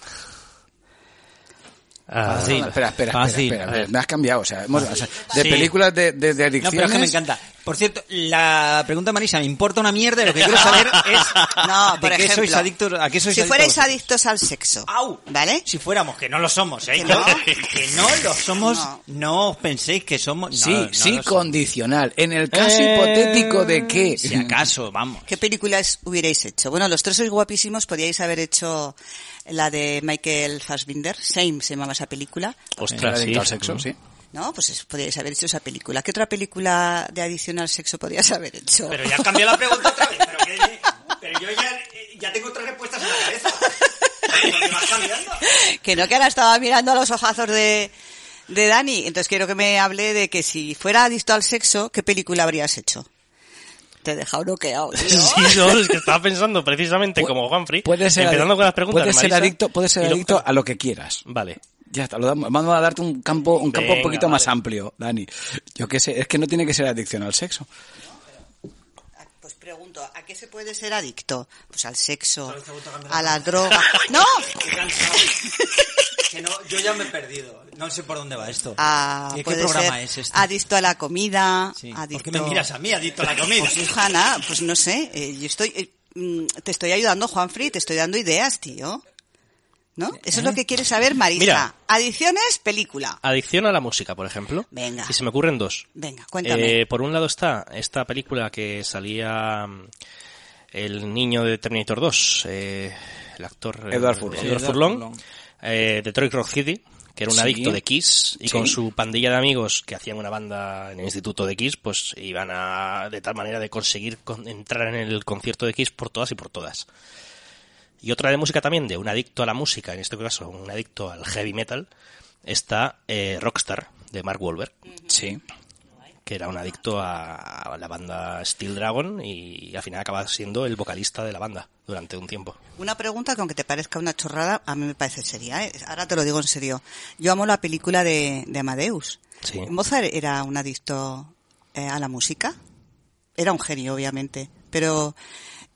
Speaker 2: Ah,
Speaker 1: Fácil.
Speaker 3: espera, espera, espera,
Speaker 1: Fácil.
Speaker 3: espera,
Speaker 1: A
Speaker 3: espera.
Speaker 1: ver.
Speaker 3: Me has cambiado. O sea, hemos- o sea, de
Speaker 1: Sí.
Speaker 3: películas de, de, de
Speaker 1: No,
Speaker 3: adicciones.
Speaker 1: pero es que me encanta. Por cierto, la pregunta Marisa me importa una mierda. Lo que quiero
Speaker 4: *laughs*
Speaker 1: saber es
Speaker 4: No,
Speaker 1: de
Speaker 4: por
Speaker 1: qué
Speaker 4: ejemplo,
Speaker 1: sois adictos. ¿A qué sois
Speaker 4: si
Speaker 1: adictos
Speaker 4: fuerais
Speaker 1: vosotros.
Speaker 4: adictos al sexo,
Speaker 1: ¡Au!
Speaker 4: ¿vale?
Speaker 1: Si fuéramos, que no lo somos, ¿eh?
Speaker 4: Que
Speaker 1: Yo-
Speaker 4: no.
Speaker 1: *laughs* que no lo somos. No,
Speaker 4: No.
Speaker 1: os penséis que somos. no,
Speaker 3: Sí,
Speaker 1: no lo
Speaker 3: sí,
Speaker 1: somos.
Speaker 3: condicional. En el caso
Speaker 1: Eh,
Speaker 3: hipotético de que...
Speaker 1: Si acaso, vamos.
Speaker 4: ¿Qué películas hubierais hecho? Bueno, los tres sois guapísimos, podíais haber hecho la de Michael Fassbinder, Same se llamaba esa película,
Speaker 2: Ostras, sí.
Speaker 3: adicto al sexo, sí.
Speaker 4: ¿no? Pues eso, podíais haber hecho esa película. ¿Qué otra película de adicción al sexo podías haber hecho?
Speaker 1: Pero ya cambié la pregunta otra vez. Pero, que- pero yo ya, eh, ya tengo otras respuestas en la cabeza. ¿Por qué vas cambiando?
Speaker 4: *laughs* que no, que ahora estaba mirando a los ojazos de, de Dani. Entonces quiero que me hable de que si fuera adicto al sexo, ¿qué película habrías hecho? Te he dejado noqueado, tío.
Speaker 2: Sí, no, es que
Speaker 3: *laughs*
Speaker 2: estaba pensando precisamente
Speaker 3: Pu-
Speaker 2: como Juanfrey.
Speaker 3: Puede ser
Speaker 2: empezando
Speaker 3: adic-
Speaker 2: con las preguntas.
Speaker 3: Puede
Speaker 2: de
Speaker 3: ser
Speaker 2: Marisa,
Speaker 3: adicto, puede
Speaker 2: y
Speaker 3: ser
Speaker 2: lo-
Speaker 3: adicto a lo que quieras.
Speaker 2: Vale.
Speaker 3: Ya está, lo damos- vamos a darte un campo, un campo un
Speaker 2: Venga,
Speaker 3: poquito más
Speaker 2: vale.
Speaker 3: amplio, Dani. Yo qué sé, es que no tiene que ser adicción al sexo.
Speaker 4: Pues pregunto, ¿a qué se puede ser adicto? Pues al sexo, a la
Speaker 1: *laughs*
Speaker 4: droga. ¡No!
Speaker 1: Que no, yo ya me he perdido. No sé por dónde va esto.
Speaker 4: A,
Speaker 1: ¿Qué, qué
Speaker 4: Ah, puede
Speaker 1: programa
Speaker 4: ser
Speaker 1: es este?
Speaker 4: Adicto a la comida,
Speaker 1: Sí. ¿Por
Speaker 4: adicto...
Speaker 1: qué me miras a mí, adicto a la comida?
Speaker 4: Pues hija, nada, pues no sé, eh, yo estoy, eh, mm, te estoy ayudando, Juanfrey, te estoy dando ideas, tío. ¿No? Eso es lo que quiere saber Marisa.
Speaker 2: Mira.
Speaker 4: Adiciones, película.
Speaker 2: Adicción a la música, por ejemplo.
Speaker 4: Venga.
Speaker 2: Y se me ocurren dos.
Speaker 4: Venga, cuéntame.
Speaker 2: Eh, por un lado está esta película que salía mm, el niño de Terminator 2, eh, el actor eh,
Speaker 3: Edward Furlong.
Speaker 2: Edward
Speaker 1: Sí, Edward
Speaker 2: Furlong,
Speaker 1: Furlong.
Speaker 2: eh, Detroit Rock City, que era un
Speaker 3: Sí.
Speaker 2: adicto de Kiss y
Speaker 3: Sí.
Speaker 2: con su pandilla de amigos que hacían una banda en el instituto de Kiss, pues iban a de tal manera de conseguir con- entrar en el concierto de Kiss por todas y por todas. Y otra de música también, de un adicto a la música, en este caso un adicto al heavy metal, está eh, Rockstar, de Mark Wahlberg
Speaker 3: Sí.
Speaker 2: que era un adicto a, a la banda Steel Dragon y al final acaba siendo el vocalista de la banda durante un tiempo.
Speaker 4: Una pregunta que aunque te parezca una chorrada, a mí me parece seria. ¿eh? Ahora te lo digo en serio. Yo amo la película de, de Amadeus.
Speaker 2: Sí.
Speaker 4: Mozart era un adicto eh, a la música. Era un genio, obviamente. Pero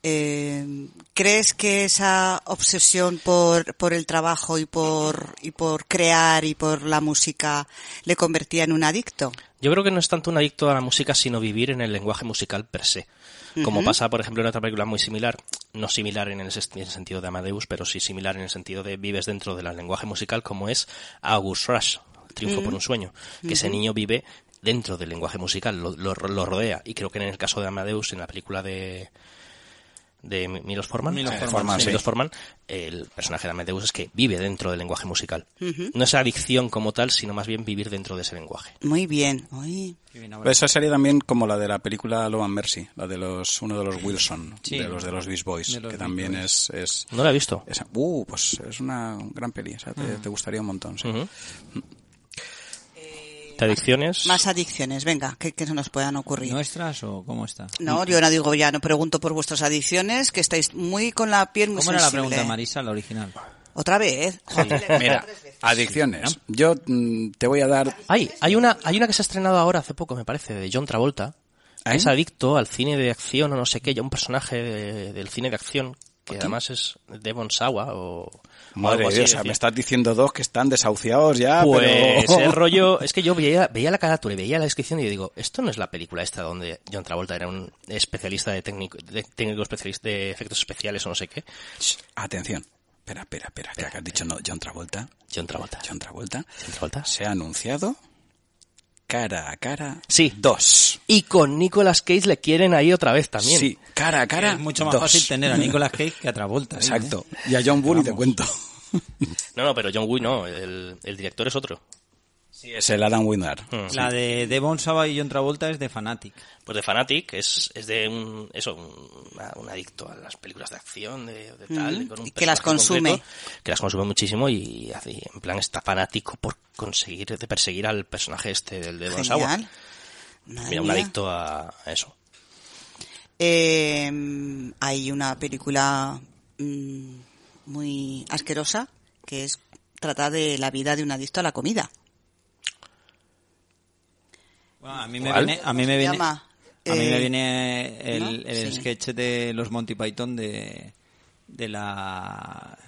Speaker 4: eh, ¿crees que esa obsesión por, por el trabajo y por, y por crear y por la música le convertía en un adicto?
Speaker 2: Yo creo que no es tanto un adicto a la música, sino vivir en el lenguaje musical per se. Como pasa, por ejemplo, en otra película muy similar, no similar en el, ses- en el sentido de Amadeus, pero sí similar en el sentido de vives dentro del lenguaje musical, como es August Rush, Triunfo por un sueño, que ese niño vive dentro del lenguaje musical, lo, lo- lo rodea. Y creo que en el caso de Amadeus, en la película de de Mi- Milos Forman,
Speaker 1: Milos
Speaker 2: Sí,
Speaker 1: Forman,
Speaker 2: de
Speaker 1: sí.
Speaker 2: Milos Forman, el personaje de Amadeus es que vive dentro del lenguaje musical. No es adicción como tal, sino más bien vivir dentro de ese lenguaje.
Speaker 4: Muy bien. Uy.
Speaker 3: Esa sería también como la de la película Love and Mercy, la de los uno de los Wilson,
Speaker 1: Sí.
Speaker 3: de los de los Beast Boys,
Speaker 1: De los
Speaker 3: que
Speaker 1: Beast
Speaker 3: también es, es
Speaker 2: No la he visto.
Speaker 3: esa- uh, pues es una gran peli, esa te, te gustaría un montón. sí.
Speaker 2: Ujú. De adicciones.
Speaker 4: Más adicciones, venga, que, que se nos puedan ocurrir. No,
Speaker 1: ¿Nuestras o cómo está?
Speaker 4: yo no digo ya, no pregunto por vuestras adicciones, que estáis muy con la piel muy
Speaker 1: ¿Cómo era la
Speaker 4: sensible.
Speaker 1: pregunta, Marisa, la original?
Speaker 4: Otra vez. Joder.
Speaker 3: Mira, adicciones. Yo mm, te voy a dar
Speaker 2: Hay, hay una, hay una que se ha estrenado ahora hace poco, me parece, de John Travolta. que
Speaker 3: ¿Ah,
Speaker 2: Es
Speaker 3: eh?
Speaker 2: adicto al cine de acción o no sé qué, ya un personaje de- del cine de acción que además es Devon Sawa o, o
Speaker 3: Madre
Speaker 2: algo
Speaker 3: de
Speaker 2: así,
Speaker 3: Dios, o sea,
Speaker 2: decía.
Speaker 3: me estás diciendo dos que están desahuciados ya,
Speaker 2: Pues
Speaker 3: *laughs* pero...
Speaker 2: el rollo, es que yo veía, veía la carátula y veía la descripción y yo digo, esto no es la película esta donde John Travolta era un especialista de técnico, de técnico especialista de efectos especiales o no sé qué.
Speaker 3: Shh, Atención. Espera, espera, espera, que has dicho no, John Travolta.
Speaker 2: John Travolta.
Speaker 3: John Travolta.
Speaker 2: John Travolta.
Speaker 3: Se ha anunciado cara a cara.
Speaker 2: Sí.
Speaker 3: Dos.
Speaker 2: Y con Nicolas Cage le quieren ahí otra vez también.
Speaker 3: Sí, cara a cara.
Speaker 1: es mucho más
Speaker 3: dos.
Speaker 1: fácil tener a
Speaker 3: *laughs*
Speaker 1: Nicolas Cage que a Travolta. ¿eh?
Speaker 3: Exacto. Y a John Bull y te cuento.
Speaker 2: No, no, pero John Woo no, el, el director es otro.
Speaker 3: Sí, es el Adam Wingard.
Speaker 1: La de Devon Sawa y John Travolta es de Fanatic.
Speaker 2: Pues de Fanatic es, es de un, eso, un, una- un adicto a las películas de acción, de, de tal.
Speaker 4: Ujú.
Speaker 2: con un
Speaker 4: Y que las
Speaker 2: personaje
Speaker 4: consume.
Speaker 2: concreto, que las consume muchísimo y hace, en plan está fanático por conseguir, de perseguir al personaje este del de Bonsawa.
Speaker 4: Genial. Madre
Speaker 2: Mira, un
Speaker 4: mía.
Speaker 2: adicto a a eso.
Speaker 4: Eh, hay una película mm, muy asquerosa que es trata de la vida de un adicto a la comida.
Speaker 1: Bueno, a mí me
Speaker 3: ¿Cuál?
Speaker 1: viene, a mí me
Speaker 4: se
Speaker 1: viene,
Speaker 4: llama?
Speaker 1: a mí me
Speaker 4: Eh,
Speaker 1: viene el,
Speaker 4: ¿no?
Speaker 1: el
Speaker 4: Sí.
Speaker 1: sketch de los Monty Python de, de la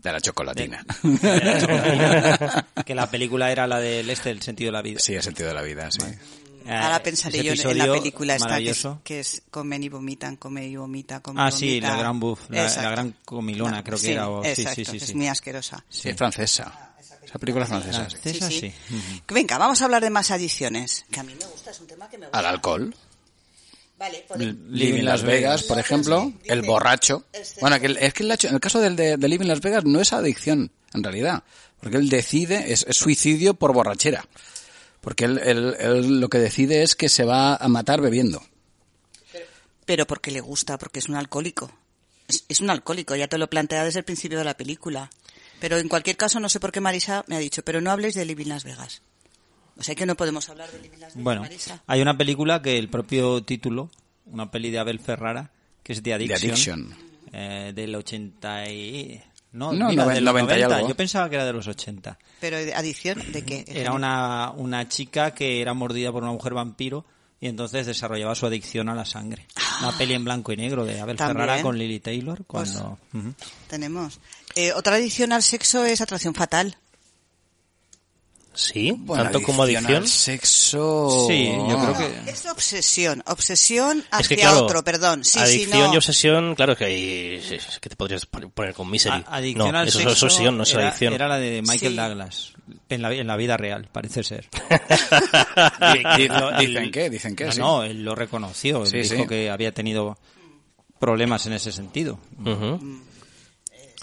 Speaker 3: De la chocolatina.
Speaker 1: *laughs* que la película era la del este, el sentido de la vida.
Speaker 3: *laughs* sí, el sentido de la vida, sí.
Speaker 1: Eh,
Speaker 4: Ahora pensaré
Speaker 1: ese
Speaker 4: yo en- en la
Speaker 1: episodio
Speaker 4: película esta que es,
Speaker 1: maravilloso.
Speaker 4: que es comen y vomitan, comen y vomitan, comen y
Speaker 1: Ah, sí,
Speaker 4: vomitan.
Speaker 1: la gran buff, la,
Speaker 4: Exacto.
Speaker 1: la gran comilona, creo que
Speaker 4: Sí,
Speaker 1: era. o- sí,
Speaker 4: exacto,
Speaker 1: sí, sí,
Speaker 4: es
Speaker 1: sí.
Speaker 4: muy asquerosa.
Speaker 3: Sí, Ah. es francesa. Esa película es francesa. sí.
Speaker 1: Francesa,
Speaker 4: Sí,
Speaker 1: sí.
Speaker 4: sí. Venga, vamos a hablar de más adiciones. Que a mí me gusta, es un tema que me gusta.
Speaker 3: Al alcohol.
Speaker 4: Vale, por
Speaker 1: L-
Speaker 3: Living Las Vegas, por ejemplo, el borracho. Bueno, que el- es que el hecho- en el caso del de, de Living Las Vegas no es adicción, en realidad. Porque él decide, es, es suicidio por borrachera. Porque él, él- él lo que decide es que se va a matar bebiendo.
Speaker 4: Pero porque le gusta, porque es un alcohólico. Es, es un alcohólico, ya te lo plantea desde el principio de la película. Pero en cualquier caso, no sé por qué Marisa me ha dicho, pero no habléis de Living Las Vegas. O sea que no podemos hablar de Living Las Vegas,
Speaker 1: Bueno,
Speaker 4: Marisa.
Speaker 1: hay una película que el propio título, una peli de Abel Ferrara, que es The Addiction.
Speaker 3: Addiction.
Speaker 1: eh, del 80 y... No,
Speaker 3: No,
Speaker 1: mira,
Speaker 3: noven-
Speaker 1: de los
Speaker 3: 90 y
Speaker 1: 90,
Speaker 3: algo.
Speaker 1: Yo pensaba que era de los 80.
Speaker 4: Pero ¿de adicción, ¿de qué?
Speaker 1: Era una, una chica que era mordida por una mujer vampiro y entonces desarrollaba su adicción a la sangre. Una peli en blanco y negro de Abel
Speaker 4: Ah. También. Pues,
Speaker 1: Ferrara con Lily Taylor. Cuando... Ujú.
Speaker 4: Tenemos. Eh, otra adicción al sexo es atracción fatal.
Speaker 2: Sí, tanto como adicción.
Speaker 3: al sexo.
Speaker 1: Sí, yo creo que...
Speaker 4: Es obsesión, obsesión hacia
Speaker 2: Es que claro,
Speaker 4: otro, perdón. Sí,
Speaker 2: adicción
Speaker 4: sí, no.
Speaker 2: y obsesión, claro que hay, es que te podrías poner con misery.
Speaker 1: A- adicción
Speaker 2: no,
Speaker 1: al
Speaker 2: eso
Speaker 1: sexo
Speaker 2: es obsesión, no es
Speaker 1: era,
Speaker 2: adicción.
Speaker 1: Era la de Michael
Speaker 4: Sí.
Speaker 1: Douglas en la, en la vida real, parece ser.
Speaker 2: *laughs*
Speaker 3: *laughs* Di-
Speaker 1: Lo- el-
Speaker 3: Dicen que, dicen que,
Speaker 1: No,
Speaker 3: sí.
Speaker 1: no, él lo reconoció. Él
Speaker 3: Sí,
Speaker 1: dijo
Speaker 3: sí.
Speaker 1: que había tenido problemas en ese sentido.
Speaker 2: Ujú.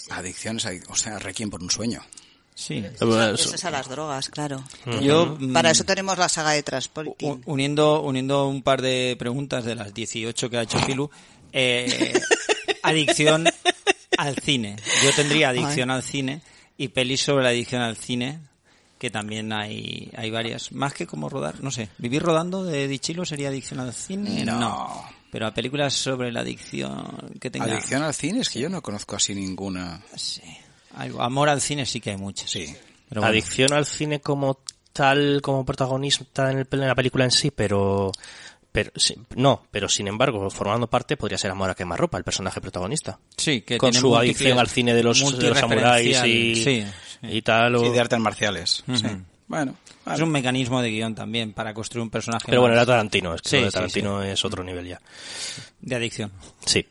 Speaker 3: Adicción es adic- O sea, requiem por un sueño.
Speaker 1: Sí.
Speaker 4: Eso pues es a las drogas, claro.
Speaker 1: Yo, mm,
Speaker 4: Para eso tenemos la saga de Transporting.
Speaker 1: u- uniendo, uniendo un par de preguntas de las 18 que ha hecho Pilu,
Speaker 3: *laughs*
Speaker 1: eh, adicción al cine. Yo tendría adicción al cine y pelis sobre la adicción al cine, que también hay, hay varias. Más que como rodar, no sé. ¿Vivir rodando de Dichilo sería adicción al cine?
Speaker 3: Eh, No.
Speaker 1: Pero a películas sobre la adicción que tenga.
Speaker 3: Adicción al cine es que yo no conozco así ninguna.
Speaker 1: Sí. Algo- Amor al cine sí que hay muchas.
Speaker 3: Sí.
Speaker 1: Pero bueno.
Speaker 2: Adicción al cine como tal, como protagonista en, el- en la película en sí, pero Pero, sí, no, pero sin embargo, formando parte podría ser Amor a quemarropa, el personaje protagonista.
Speaker 1: Sí, que
Speaker 2: con
Speaker 1: tiene
Speaker 2: su
Speaker 1: múltiples-
Speaker 2: adicción al cine de los, de los samuráis y,
Speaker 1: multireferencial. Sí, sí.
Speaker 2: y tal. o-
Speaker 3: Y de artes marciales. sí.
Speaker 1: Ujú.
Speaker 3: Bueno, vale.
Speaker 1: Es un mecanismo de guión también para construir un personaje
Speaker 2: pero bueno,
Speaker 1: más
Speaker 2: era Tarantino, es que
Speaker 1: Sí,
Speaker 2: lo de
Speaker 1: sí,
Speaker 2: Tarantino es otro nivel ya.
Speaker 1: de adicción.
Speaker 2: Sí.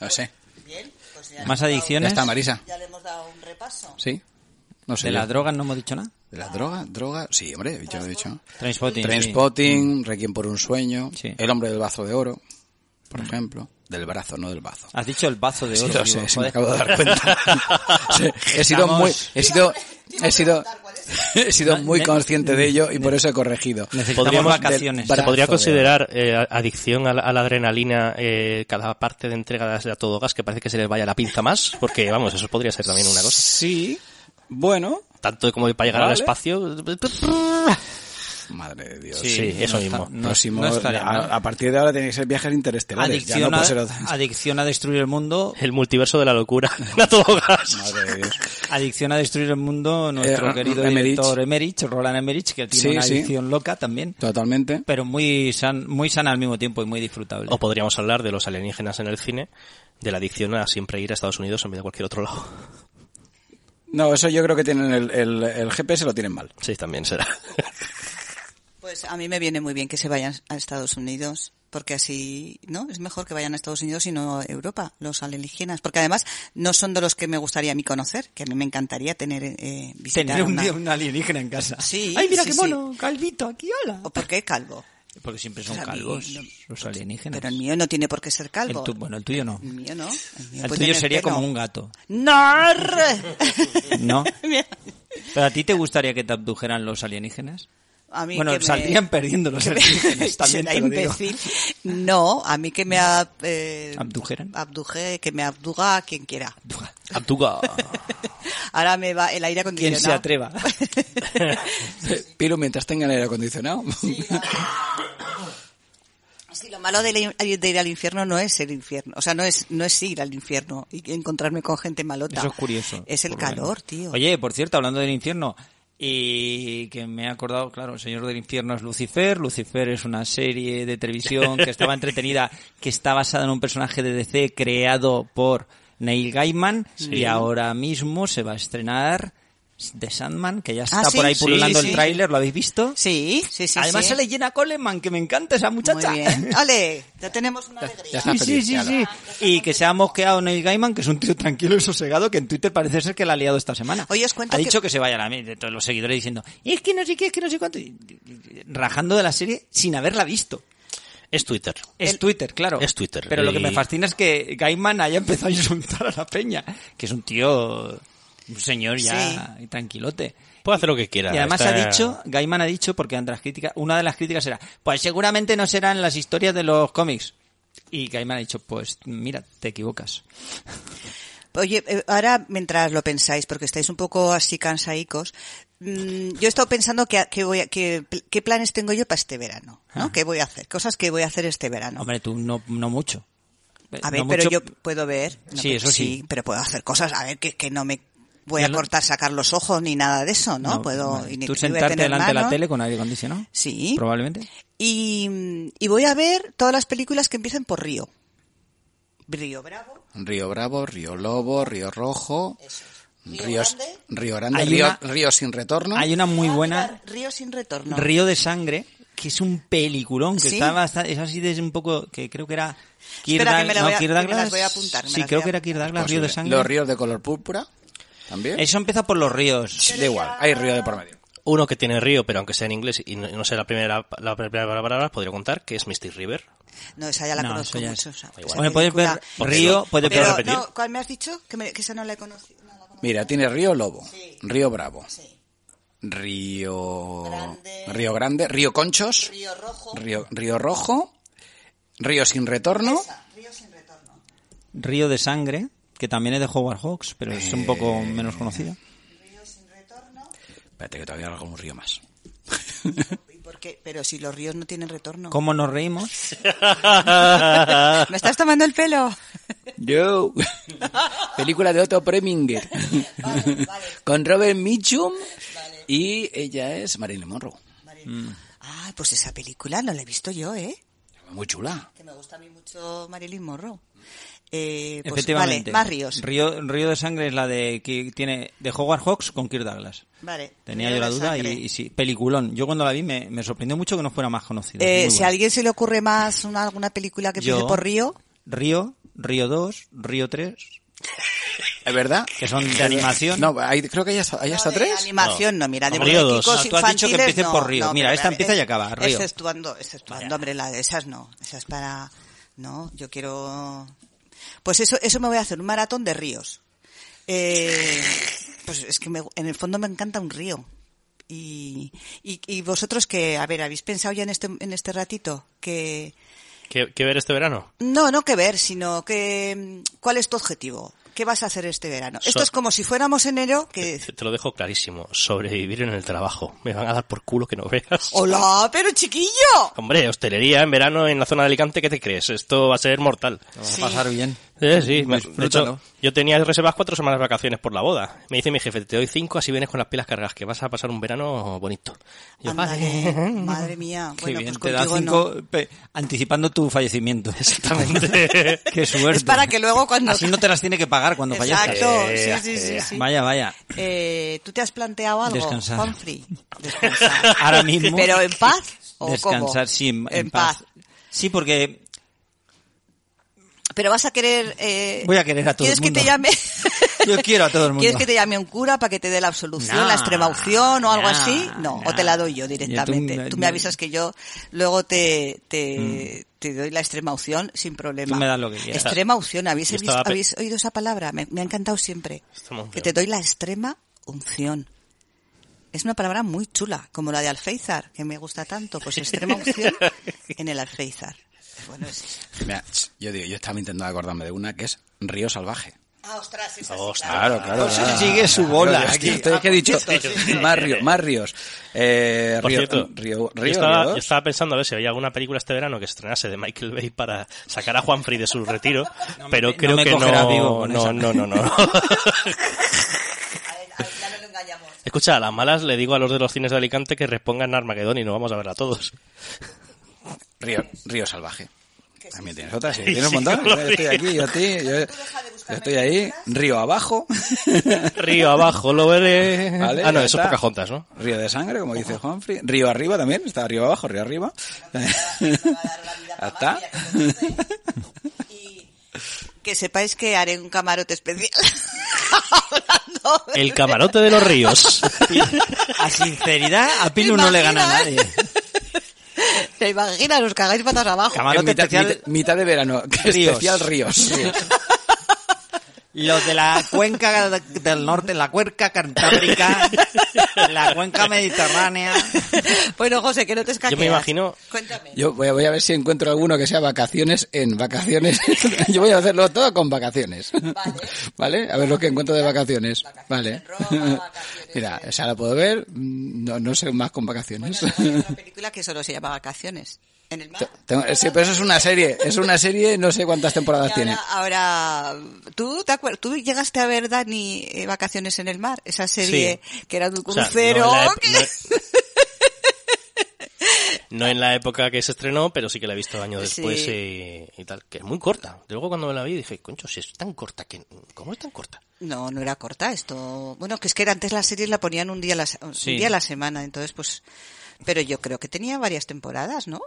Speaker 3: no sé.
Speaker 4: Bien, pues ya
Speaker 1: Más
Speaker 4: le hemos
Speaker 3: Ya
Speaker 1: adicciones
Speaker 3: está, Marisa.
Speaker 4: dado- Ya le hemos dado un repaso.
Speaker 3: Sí. No sé.
Speaker 1: de
Speaker 3: yo.
Speaker 1: las drogas no hemos dicho nada.
Speaker 3: ¿De las drogas? ¿Drogas? Sí, hombre, yo lo he dicho.
Speaker 1: Transpotting.
Speaker 3: Trainspotting, Requiem por un sueño,
Speaker 1: Sí.
Speaker 3: El hombre del bazo de oro, por ejemplo. Del brazo, no del bazo.
Speaker 1: Has dicho el bazo de
Speaker 3: Sí,
Speaker 1: oro.
Speaker 3: lo
Speaker 1: digo,
Speaker 3: sé, sí,
Speaker 1: joder.
Speaker 3: me acabo de dar cuenta.
Speaker 1: *laughs*
Speaker 3: Sí, he sido
Speaker 1: Estamos-
Speaker 3: muy, he sido, he sido, *laughs* he sido muy
Speaker 1: Ne-
Speaker 3: consciente de ello y por eso he corregido.
Speaker 1: Necesitamos
Speaker 3: Podríamos-
Speaker 1: vacaciones.
Speaker 2: *laughs*
Speaker 3: del
Speaker 2: Se podría
Speaker 3: brazo
Speaker 2: considerar eh, adicción a la, a la adrenalina eh, cada parte de entrega de a todo gas que parece que se les vaya la pinza más, porque vamos, eso podría ser también una
Speaker 3: de oro.
Speaker 2: cosa.
Speaker 3: Sí. Bueno.
Speaker 2: Tanto como para llegar al
Speaker 3: Vale.
Speaker 2: espacio.
Speaker 3: Madre de Dios.
Speaker 2: Sí, eso
Speaker 1: no está-
Speaker 2: mismo.
Speaker 1: no-
Speaker 3: Próximo-
Speaker 1: no estaría mal.
Speaker 3: a, a partir de ahora tienen que ser viajes interestelares.
Speaker 1: adicción,
Speaker 3: ya no puede
Speaker 1: a,
Speaker 3: ser otra-
Speaker 1: adicción a destruir el mundo.
Speaker 2: El multiverso de la locura. *laughs* A todo gas.
Speaker 3: Madre de Dios.
Speaker 1: Adicción a destruir el mundo, nuestro
Speaker 3: Eh,
Speaker 1: querido
Speaker 3: Emmerich.
Speaker 1: director Emerich, Roland Emerich, que tiene
Speaker 3: Sí,
Speaker 1: una
Speaker 3: sí.
Speaker 1: adicción loca también,
Speaker 3: Totalmente.
Speaker 1: pero muy san, muy sana al mismo tiempo y muy disfrutable.
Speaker 2: O podríamos hablar de los alienígenas en el cine, de la adicción a siempre ir a Estados Unidos en vez de cualquier otro lado. *laughs*
Speaker 3: No, eso yo creo que tienen el, el, el GPS lo tienen mal.
Speaker 2: Sí, también será. *laughs*
Speaker 4: Pues a mí me viene muy bien que se vayan a Estados Unidos, porque así, ¿no? Es mejor que vayan a Estados Unidos y no a Europa, los alienígenas, porque además no son de los que me gustaría a mí conocer, que a mí me encantaría tener, eh, visitar
Speaker 1: Tener un,
Speaker 4: una-
Speaker 1: día un alienígena en casa.
Speaker 4: Sí,
Speaker 1: Ay, mira
Speaker 4: sí,
Speaker 1: qué
Speaker 4: sí.
Speaker 1: mono, calvito, aquí, hola.
Speaker 4: ¿O por qué calvo?
Speaker 1: Porque siempre son
Speaker 4: Pero a mí
Speaker 1: calvos
Speaker 4: no-
Speaker 1: los alienígenas.
Speaker 4: Pero el mío no tiene por qué ser
Speaker 1: pues El
Speaker 4: calvo.
Speaker 1: tu- bueno, el tuyo no.
Speaker 4: El mío no. pues El, mío
Speaker 1: El
Speaker 4: puede
Speaker 1: tuyo
Speaker 4: tener
Speaker 1: sería
Speaker 4: pelo.
Speaker 1: como un gato,
Speaker 4: ¡Nar!
Speaker 1: *laughs* ¿no?
Speaker 4: *laughs* Mira,
Speaker 1: ¿Pero a ti te gustaría que te abdujeran los alienígenas?
Speaker 4: a mí
Speaker 1: Bueno,
Speaker 4: que me-
Speaker 1: saldrían perdiendo los
Speaker 4: *laughs* que me-
Speaker 1: alienígenas, también
Speaker 4: Será
Speaker 1: te lo digo.
Speaker 4: imbécil. No, a mí que me... ab- eh,
Speaker 1: ¿Abdujeran?
Speaker 4: Abduje, que me abduga a quien quiera. *laughs*
Speaker 2: Abduga.
Speaker 4: Ahora me va el aire
Speaker 1: Quien
Speaker 4: acondicionado.
Speaker 1: se atreva.
Speaker 4: *laughs*
Speaker 3: Pilo, mientras tengan aire acondicionado.
Speaker 4: Sí, lo malo de, la- de ir al infierno no es el infierno, o sea, no es no es ir al infierno y encontrarme con gente malota.
Speaker 1: Eso es curioso.
Speaker 4: Es el
Speaker 1: por lo menos.
Speaker 4: calor, tío.
Speaker 1: Oye, por cierto, hablando del infierno, y que me he acordado, claro, el Señor del Infierno es Lucifer. Lucifer es una serie de televisión que
Speaker 4: *laughs*
Speaker 1: estaba entretenida, que está basada en un personaje de DC creado por Neil Gaiman, y ahora mismo se va a estrenar The Sandman, que ya está
Speaker 4: Ah, sí,
Speaker 1: por ahí
Speaker 4: sí,
Speaker 1: pululando
Speaker 4: sí.
Speaker 1: el tráiler, ¿lo habéis visto?
Speaker 4: sí, sí, sí.
Speaker 1: Además
Speaker 4: sí.
Speaker 1: sale Jenna Coleman, que me encanta esa muchacha. *laughs*
Speaker 4: Muy bien. Ale, ya tenemos
Speaker 3: *laughs*
Speaker 4: una
Speaker 3: ya
Speaker 4: alegría.
Speaker 3: está.
Speaker 1: Sí, sí,
Speaker 3: feliz,
Speaker 1: sí,
Speaker 3: ya
Speaker 1: sí. Y que se ha mosqueado Neil Gaiman, que es un tío tranquilo y sosegado, que en Twitter parece ser que la ha liado esta semana.
Speaker 4: Oye, os cuento
Speaker 1: ha
Speaker 4: que-
Speaker 1: dicho que, se vaya a la mierda, de todos los seguidores diciendo, es que no sé qué, es que no sé cuánto, y- y- y- rajando de la serie sin haberla visto.
Speaker 2: Es Twitter.
Speaker 1: Es Twitter, claro.
Speaker 2: es Twitter,
Speaker 1: Pero lo que
Speaker 2: y-
Speaker 1: me fascina es que Gaiman haya empezado a insultar a la peña, que es un tío, un señor ya tranquilote.
Speaker 2: Puede hacer lo que quiera.
Speaker 1: Y además
Speaker 2: Está-
Speaker 1: ha dicho, Gaiman ha dicho, porque entre las críticas, una de las críticas era, pues seguramente no serán las historias de los cómics. Y Gaiman ha dicho, pues mira, te equivocas.
Speaker 4: Oye, eh, ahora mientras lo pensáis, porque estáis un poco así cansaicos, mm, yo he estado pensando que, que voy a- que- qué planes tengo yo para este verano, ¿no? ¿Qué voy a hacer? Cosas que voy a hacer este verano.
Speaker 1: Ah. Hombre, tú no, no mucho. No
Speaker 4: A ver, pero
Speaker 1: mucho-
Speaker 4: yo puedo ver. No,
Speaker 1: Sí,
Speaker 4: pero
Speaker 1: eso sí.
Speaker 4: Pero puedo hacer cosas, a ver, que, que no me voy
Speaker 1: Ya
Speaker 4: a
Speaker 1: lo-
Speaker 4: cortar, sacar los ojos ni nada de eso, ¿no? puedo
Speaker 1: vale.
Speaker 4: y ni-
Speaker 1: Tú
Speaker 4: ni voy a
Speaker 1: sentarte
Speaker 4: tener
Speaker 1: delante de la
Speaker 4: manos.
Speaker 1: tele con aire acondicionado.
Speaker 4: Sí.
Speaker 1: Probablemente.
Speaker 4: Y, y voy a ver todas las películas que empiecen por Río. Río Bravo.
Speaker 3: Río Bravo, Río Lobo, Río Rojo,
Speaker 4: Río
Speaker 3: Ríos-
Speaker 4: Grande.
Speaker 3: Río Grande,
Speaker 1: Hay
Speaker 3: Río,
Speaker 1: una-
Speaker 3: Río sin retorno.
Speaker 1: Hay una muy
Speaker 4: Ah,
Speaker 1: buena,
Speaker 4: mira, Río sin retorno.
Speaker 1: Río de Sangre, que es un peliculón, que
Speaker 4: Sí.
Speaker 1: está basta- es así de un poco, que creo que era...
Speaker 4: Espera, que
Speaker 1: Kirk
Speaker 4: me la
Speaker 1: Doug-
Speaker 4: voy a-
Speaker 1: no, Kirk
Speaker 4: que me las
Speaker 1: Douglas-
Speaker 4: voy a apuntar, me
Speaker 1: Sí,
Speaker 4: las
Speaker 1: creo
Speaker 4: voy a
Speaker 1: que era Kirk Douglas, Río de
Speaker 3: Posible.
Speaker 1: Sangre.
Speaker 3: Pues Los ríos de color púrpura, también.
Speaker 1: Eso empieza por los ríos.
Speaker 3: Da igual, hay río de por medio.
Speaker 2: Uno que tiene río, pero aunque sea en inglés y no, no sea la primera, la primera palabra, podría contar que es Misty River.
Speaker 4: No, esa ya la
Speaker 1: No,
Speaker 4: conozco
Speaker 1: eso ya
Speaker 4: mucho.
Speaker 1: es-
Speaker 4: esa-
Speaker 1: da
Speaker 4: esa
Speaker 1: igual. Bueno, puedes
Speaker 4: película.
Speaker 1: ver Río, puedes
Speaker 4: Pero,
Speaker 1: ver-
Speaker 2: ¿puedes repetir?
Speaker 4: no, ¿Cuál me has dicho? Que, me- que esa no la he conocido. No la conozco.
Speaker 3: Mira, tiene Río Lobo, Río Bravo,
Speaker 4: Sí.
Speaker 3: Río
Speaker 4: Grande.
Speaker 3: Río Grande, Río Conchos,
Speaker 4: Río Rojo.
Speaker 3: Río, Río Rojo, Río sin retorno.
Speaker 4: Esa, Río sin retorno.
Speaker 1: Río de Sangre, que también es de Howard Hawks, pero es un poco
Speaker 4: Eh.
Speaker 1: menos conocida.
Speaker 4: Río sin retorno.
Speaker 3: Espérate que todavía hago un río más.
Speaker 4: ¿Y por qué? Pero si los ríos no tienen retorno.
Speaker 1: ¿Cómo Ah. nos reímos?
Speaker 4: ¿Me estás tomando el
Speaker 1: *laughs*
Speaker 4: pelo?
Speaker 3: Yo. *laughs* Película de Otto Preminger. *laughs* Con Robert Mitchum. Y ella es Marilyn Monroe.
Speaker 4: Ah, pues esa película no la he visto yo, ¿eh?
Speaker 3: Muy chula.
Speaker 4: Que me gusta a mí mucho Marilyn Monroe. Eh, pues vale,
Speaker 1: Efectivamente.
Speaker 4: más ríos.
Speaker 1: Río, Río de Sangre es la de que tiene de Howard Hawks con Kirk Douglas.
Speaker 4: Vale.
Speaker 1: Tenía
Speaker 4: Río
Speaker 1: yo la
Speaker 4: de
Speaker 1: duda y,
Speaker 4: sangre.
Speaker 1: y sí, peliculón. Yo cuando la vi me, me sorprendió mucho que no fuera más conocida.
Speaker 4: Eh,
Speaker 1: Muy
Speaker 4: si a
Speaker 1: buena.
Speaker 4: alguien se le ocurre más una, alguna película que
Speaker 1: Yo-
Speaker 4: empiece por río,
Speaker 1: Río, Río 2, Río 3,
Speaker 3: ¿Es verdad?
Speaker 1: que son de animación.
Speaker 3: No, hay- creo que hay hasta, hay hasta
Speaker 4: No, de
Speaker 3: tres.
Speaker 4: Animación, no, mira, de
Speaker 1: Río dos.
Speaker 4: muñecos
Speaker 1: Ah, tú has dicho que
Speaker 4: infantiles,
Speaker 1: empiecen
Speaker 4: no,
Speaker 1: por Río.
Speaker 4: no,
Speaker 1: Mira,
Speaker 4: pero
Speaker 1: esta
Speaker 4: vale,
Speaker 1: empieza y
Speaker 4: eh,
Speaker 1: acaba, Río.
Speaker 4: Exceptuando, exceptuando, hombre, la de esas no, esas para, no, yo quiero, pues eso, eso me voy a hacer, un maratón de ríos. Eh, pues es que me- en el fondo me encanta un río. Y, y, y vosotros que, a ver, ¿habéis pensado ya en este, en este ratito que,
Speaker 2: ¿Qué, qué ver este verano?
Speaker 4: no, no que ver, sino que, mm, ¿cuál es tu objetivo? ¿Qué vas a hacer este verano?
Speaker 2: So-
Speaker 4: Esto es como si fuéramos enero, que
Speaker 2: Te te lo dejo clarísimo. Sobrevivir en el trabajo. Me van a dar por culo que no veas.
Speaker 4: ¡Hola, pero chiquillo!
Speaker 2: Hombre, hostelería en verano en la zona de Alicante, ¿qué te crees? Esto va a ser mortal.
Speaker 1: Lo vas a pasar bien.
Speaker 2: Eh, sí, me- de
Speaker 1: Disfrútalo.
Speaker 2: hecho, yo tenía reservadas cuatro semanas de vacaciones por la boda. Me dice mi jefe, te doy cinco, así vienes con las pilas cargadas, que vas a pasar un verano bonito. *laughs* Yo,
Speaker 4: Ándale,
Speaker 2: vale.
Speaker 4: madre mía.
Speaker 1: Qué
Speaker 4: Bueno,
Speaker 1: bien, te
Speaker 4: pues
Speaker 1: da
Speaker 4: contigo
Speaker 1: cinco pe- anticipando tu
Speaker 4: *laughs*
Speaker 1: fallecimiento.
Speaker 2: Exactamente.
Speaker 1: *laughs* Qué
Speaker 4: no.
Speaker 1: suerte.
Speaker 4: Es para
Speaker 1: *laughs*
Speaker 4: que luego cuando...
Speaker 1: Así no te las tiene que pagar cuando fallezcas.
Speaker 4: Exacto,
Speaker 2: Eh,
Speaker 4: sí, sí, sí.
Speaker 2: eh.
Speaker 4: sí.
Speaker 1: Vaya, vaya.
Speaker 4: Eh, ¿Tú te has planteado algo,
Speaker 1: Descansar. *laughs*
Speaker 4: Humphrey? Descansar.
Speaker 1: Ahora mismo.
Speaker 4: ¿Pero en paz o
Speaker 1: descansar,
Speaker 4: cómo?
Speaker 1: sí, en, en paz. Sí, porque
Speaker 4: Pero vas a querer... eh,
Speaker 1: Voy a querer a todo el
Speaker 4: ¿Quieres que
Speaker 1: mundo. *laughs*
Speaker 4: te llame...?
Speaker 1: Yo quiero a todo el mundo.
Speaker 4: ¿Quieres que te llame un cura para que te dé la absolución,
Speaker 1: Nah,
Speaker 4: la extremaución o algo
Speaker 1: nah,
Speaker 4: así? No,
Speaker 1: nah.
Speaker 4: o te la doy yo
Speaker 1: Yo tú-
Speaker 4: directamente. tú, me
Speaker 1: yo-
Speaker 4: avisas que yo luego te, te, te doy la extremaución sin problema.
Speaker 1: Mm. Tú me das lo que quieras.
Speaker 4: Extremaución, ¿habéis,
Speaker 2: Yo estaba
Speaker 4: visto-
Speaker 2: pe-
Speaker 4: habéis oído esa palabra? Me, me ha encantado siempre.
Speaker 2: Extremaución.
Speaker 4: Que te doy la extrema unción. Es una palabra muy chula, como la de Alféizar, que me gusta tanto. Pues extrema
Speaker 1: *laughs*
Speaker 4: unción en el Alféizar. Bueno, es...
Speaker 3: Mira, ch, yo digo, yo estaba intentando acordarme de una que es Río Salvaje.
Speaker 4: Ah, ostras, esa sí,
Speaker 2: Ostras.
Speaker 4: claro.
Speaker 3: claro.
Speaker 1: Pues sigue su bola
Speaker 3: Dios,
Speaker 1: aquí.
Speaker 3: tío, estoy- ¿qué he dicho? *laughs* Más ríos, más ríos. Eh,
Speaker 2: Por
Speaker 3: río,
Speaker 2: cierto, yo,
Speaker 3: río, río,
Speaker 2: estaba,
Speaker 3: río
Speaker 2: yo
Speaker 3: dos.
Speaker 2: estaba pensando a ver si había alguna película este verano que estrenase de Michael Bay para sacar a Juanfrey de su retiro,
Speaker 1: No me-
Speaker 2: pero
Speaker 1: no
Speaker 2: creo
Speaker 1: me
Speaker 2: que
Speaker 1: cogerás
Speaker 2: no,
Speaker 1: vivo con esa.
Speaker 2: no, no,
Speaker 1: *laughs*
Speaker 2: no, no.
Speaker 4: A ver, a ver, ya no lo engañamos.
Speaker 2: Escucha, a las malas le digo a los de los cines de Alicante que repongan Armagedón y no vamos a verla todos.
Speaker 3: Río, Río Salvaje. También tienes otra, sí,
Speaker 2: Sí,
Speaker 3: tienes un
Speaker 2: sí,
Speaker 3: montón.
Speaker 2: lo
Speaker 3: Yo estoy
Speaker 2: vi.
Speaker 3: aquí, yo a ti, yo, yo estoy ahí,
Speaker 2: *laughs*
Speaker 3: río abajo.
Speaker 2: Río abajo, lo veré.
Speaker 3: Vale,
Speaker 2: ah, no,
Speaker 3: ya
Speaker 2: eso es
Speaker 3: está.
Speaker 2: Pocahontas, ¿no?
Speaker 3: Río de sangre, como dice Humphrey. Río arriba también, está río abajo, río arriba. Ya está.
Speaker 4: ¿eh?
Speaker 2: *laughs*
Speaker 4: Y que sepáis que haré un camarote especial.
Speaker 2: *laughs*
Speaker 4: Hablando de-
Speaker 2: El camarote de los ríos.
Speaker 1: *laughs* A sinceridad, a Pilu no le gana a
Speaker 4: ¿eh?
Speaker 1: nadie.
Speaker 4: *laughs* ¿Te imaginas? Os cagáis patas abajo.
Speaker 1: Camarote
Speaker 3: *laughs* En mitad,
Speaker 1: especial-
Speaker 3: mitad- mitad de verano,
Speaker 1: Ríos.
Speaker 3: especial ríos.
Speaker 1: Los de la cuenca de- del norte, la cuenca cantábrica, la cuenca mediterránea.
Speaker 4: *laughs* bueno, José, que no te escaqueas.
Speaker 2: Yo me imagino-
Speaker 4: Cuéntame.
Speaker 3: Yo voy a, voy a ver si encuentro alguno que sea vacaciones en vacaciones. *laughs* Yo voy a hacerlo todo con vacaciones. *laughs* Vale. A ver lo que encuentro de vacaciones. vale. *laughs* Mira, o sea, la puedo ver. mm, No, no sé más con vacaciones.
Speaker 4: Hay una película que solo se llama Vacaciones. En el mar.
Speaker 3: Tengo- sí, pero eso es una serie. Es una serie, no sé cuántas temporadas
Speaker 4: Y
Speaker 3: tiene.
Speaker 4: Ahora, ahora, ¿tú, te acuer- tú llegaste a ver, Dani, eh, Vacaciones en el Mar, esa serie que era de un
Speaker 2: O sea,
Speaker 4: crucero.
Speaker 2: no, en la ep-
Speaker 4: que-
Speaker 2: no en- *laughs* no en la época que se estrenó, pero sí que la he visto años
Speaker 4: Sí.
Speaker 2: después eh, y tal. Que es muy corta. De luego cuando me la vi dije, concho, si es tan corta, que, ¿cómo es tan corta?
Speaker 4: No, no era corta esto. Bueno, que es que era- antes las series la ponían un día a la, se- un
Speaker 1: Sí.
Speaker 4: día a la semana, entonces pues... Pero yo creo que tenía varias temporadas, ¿no?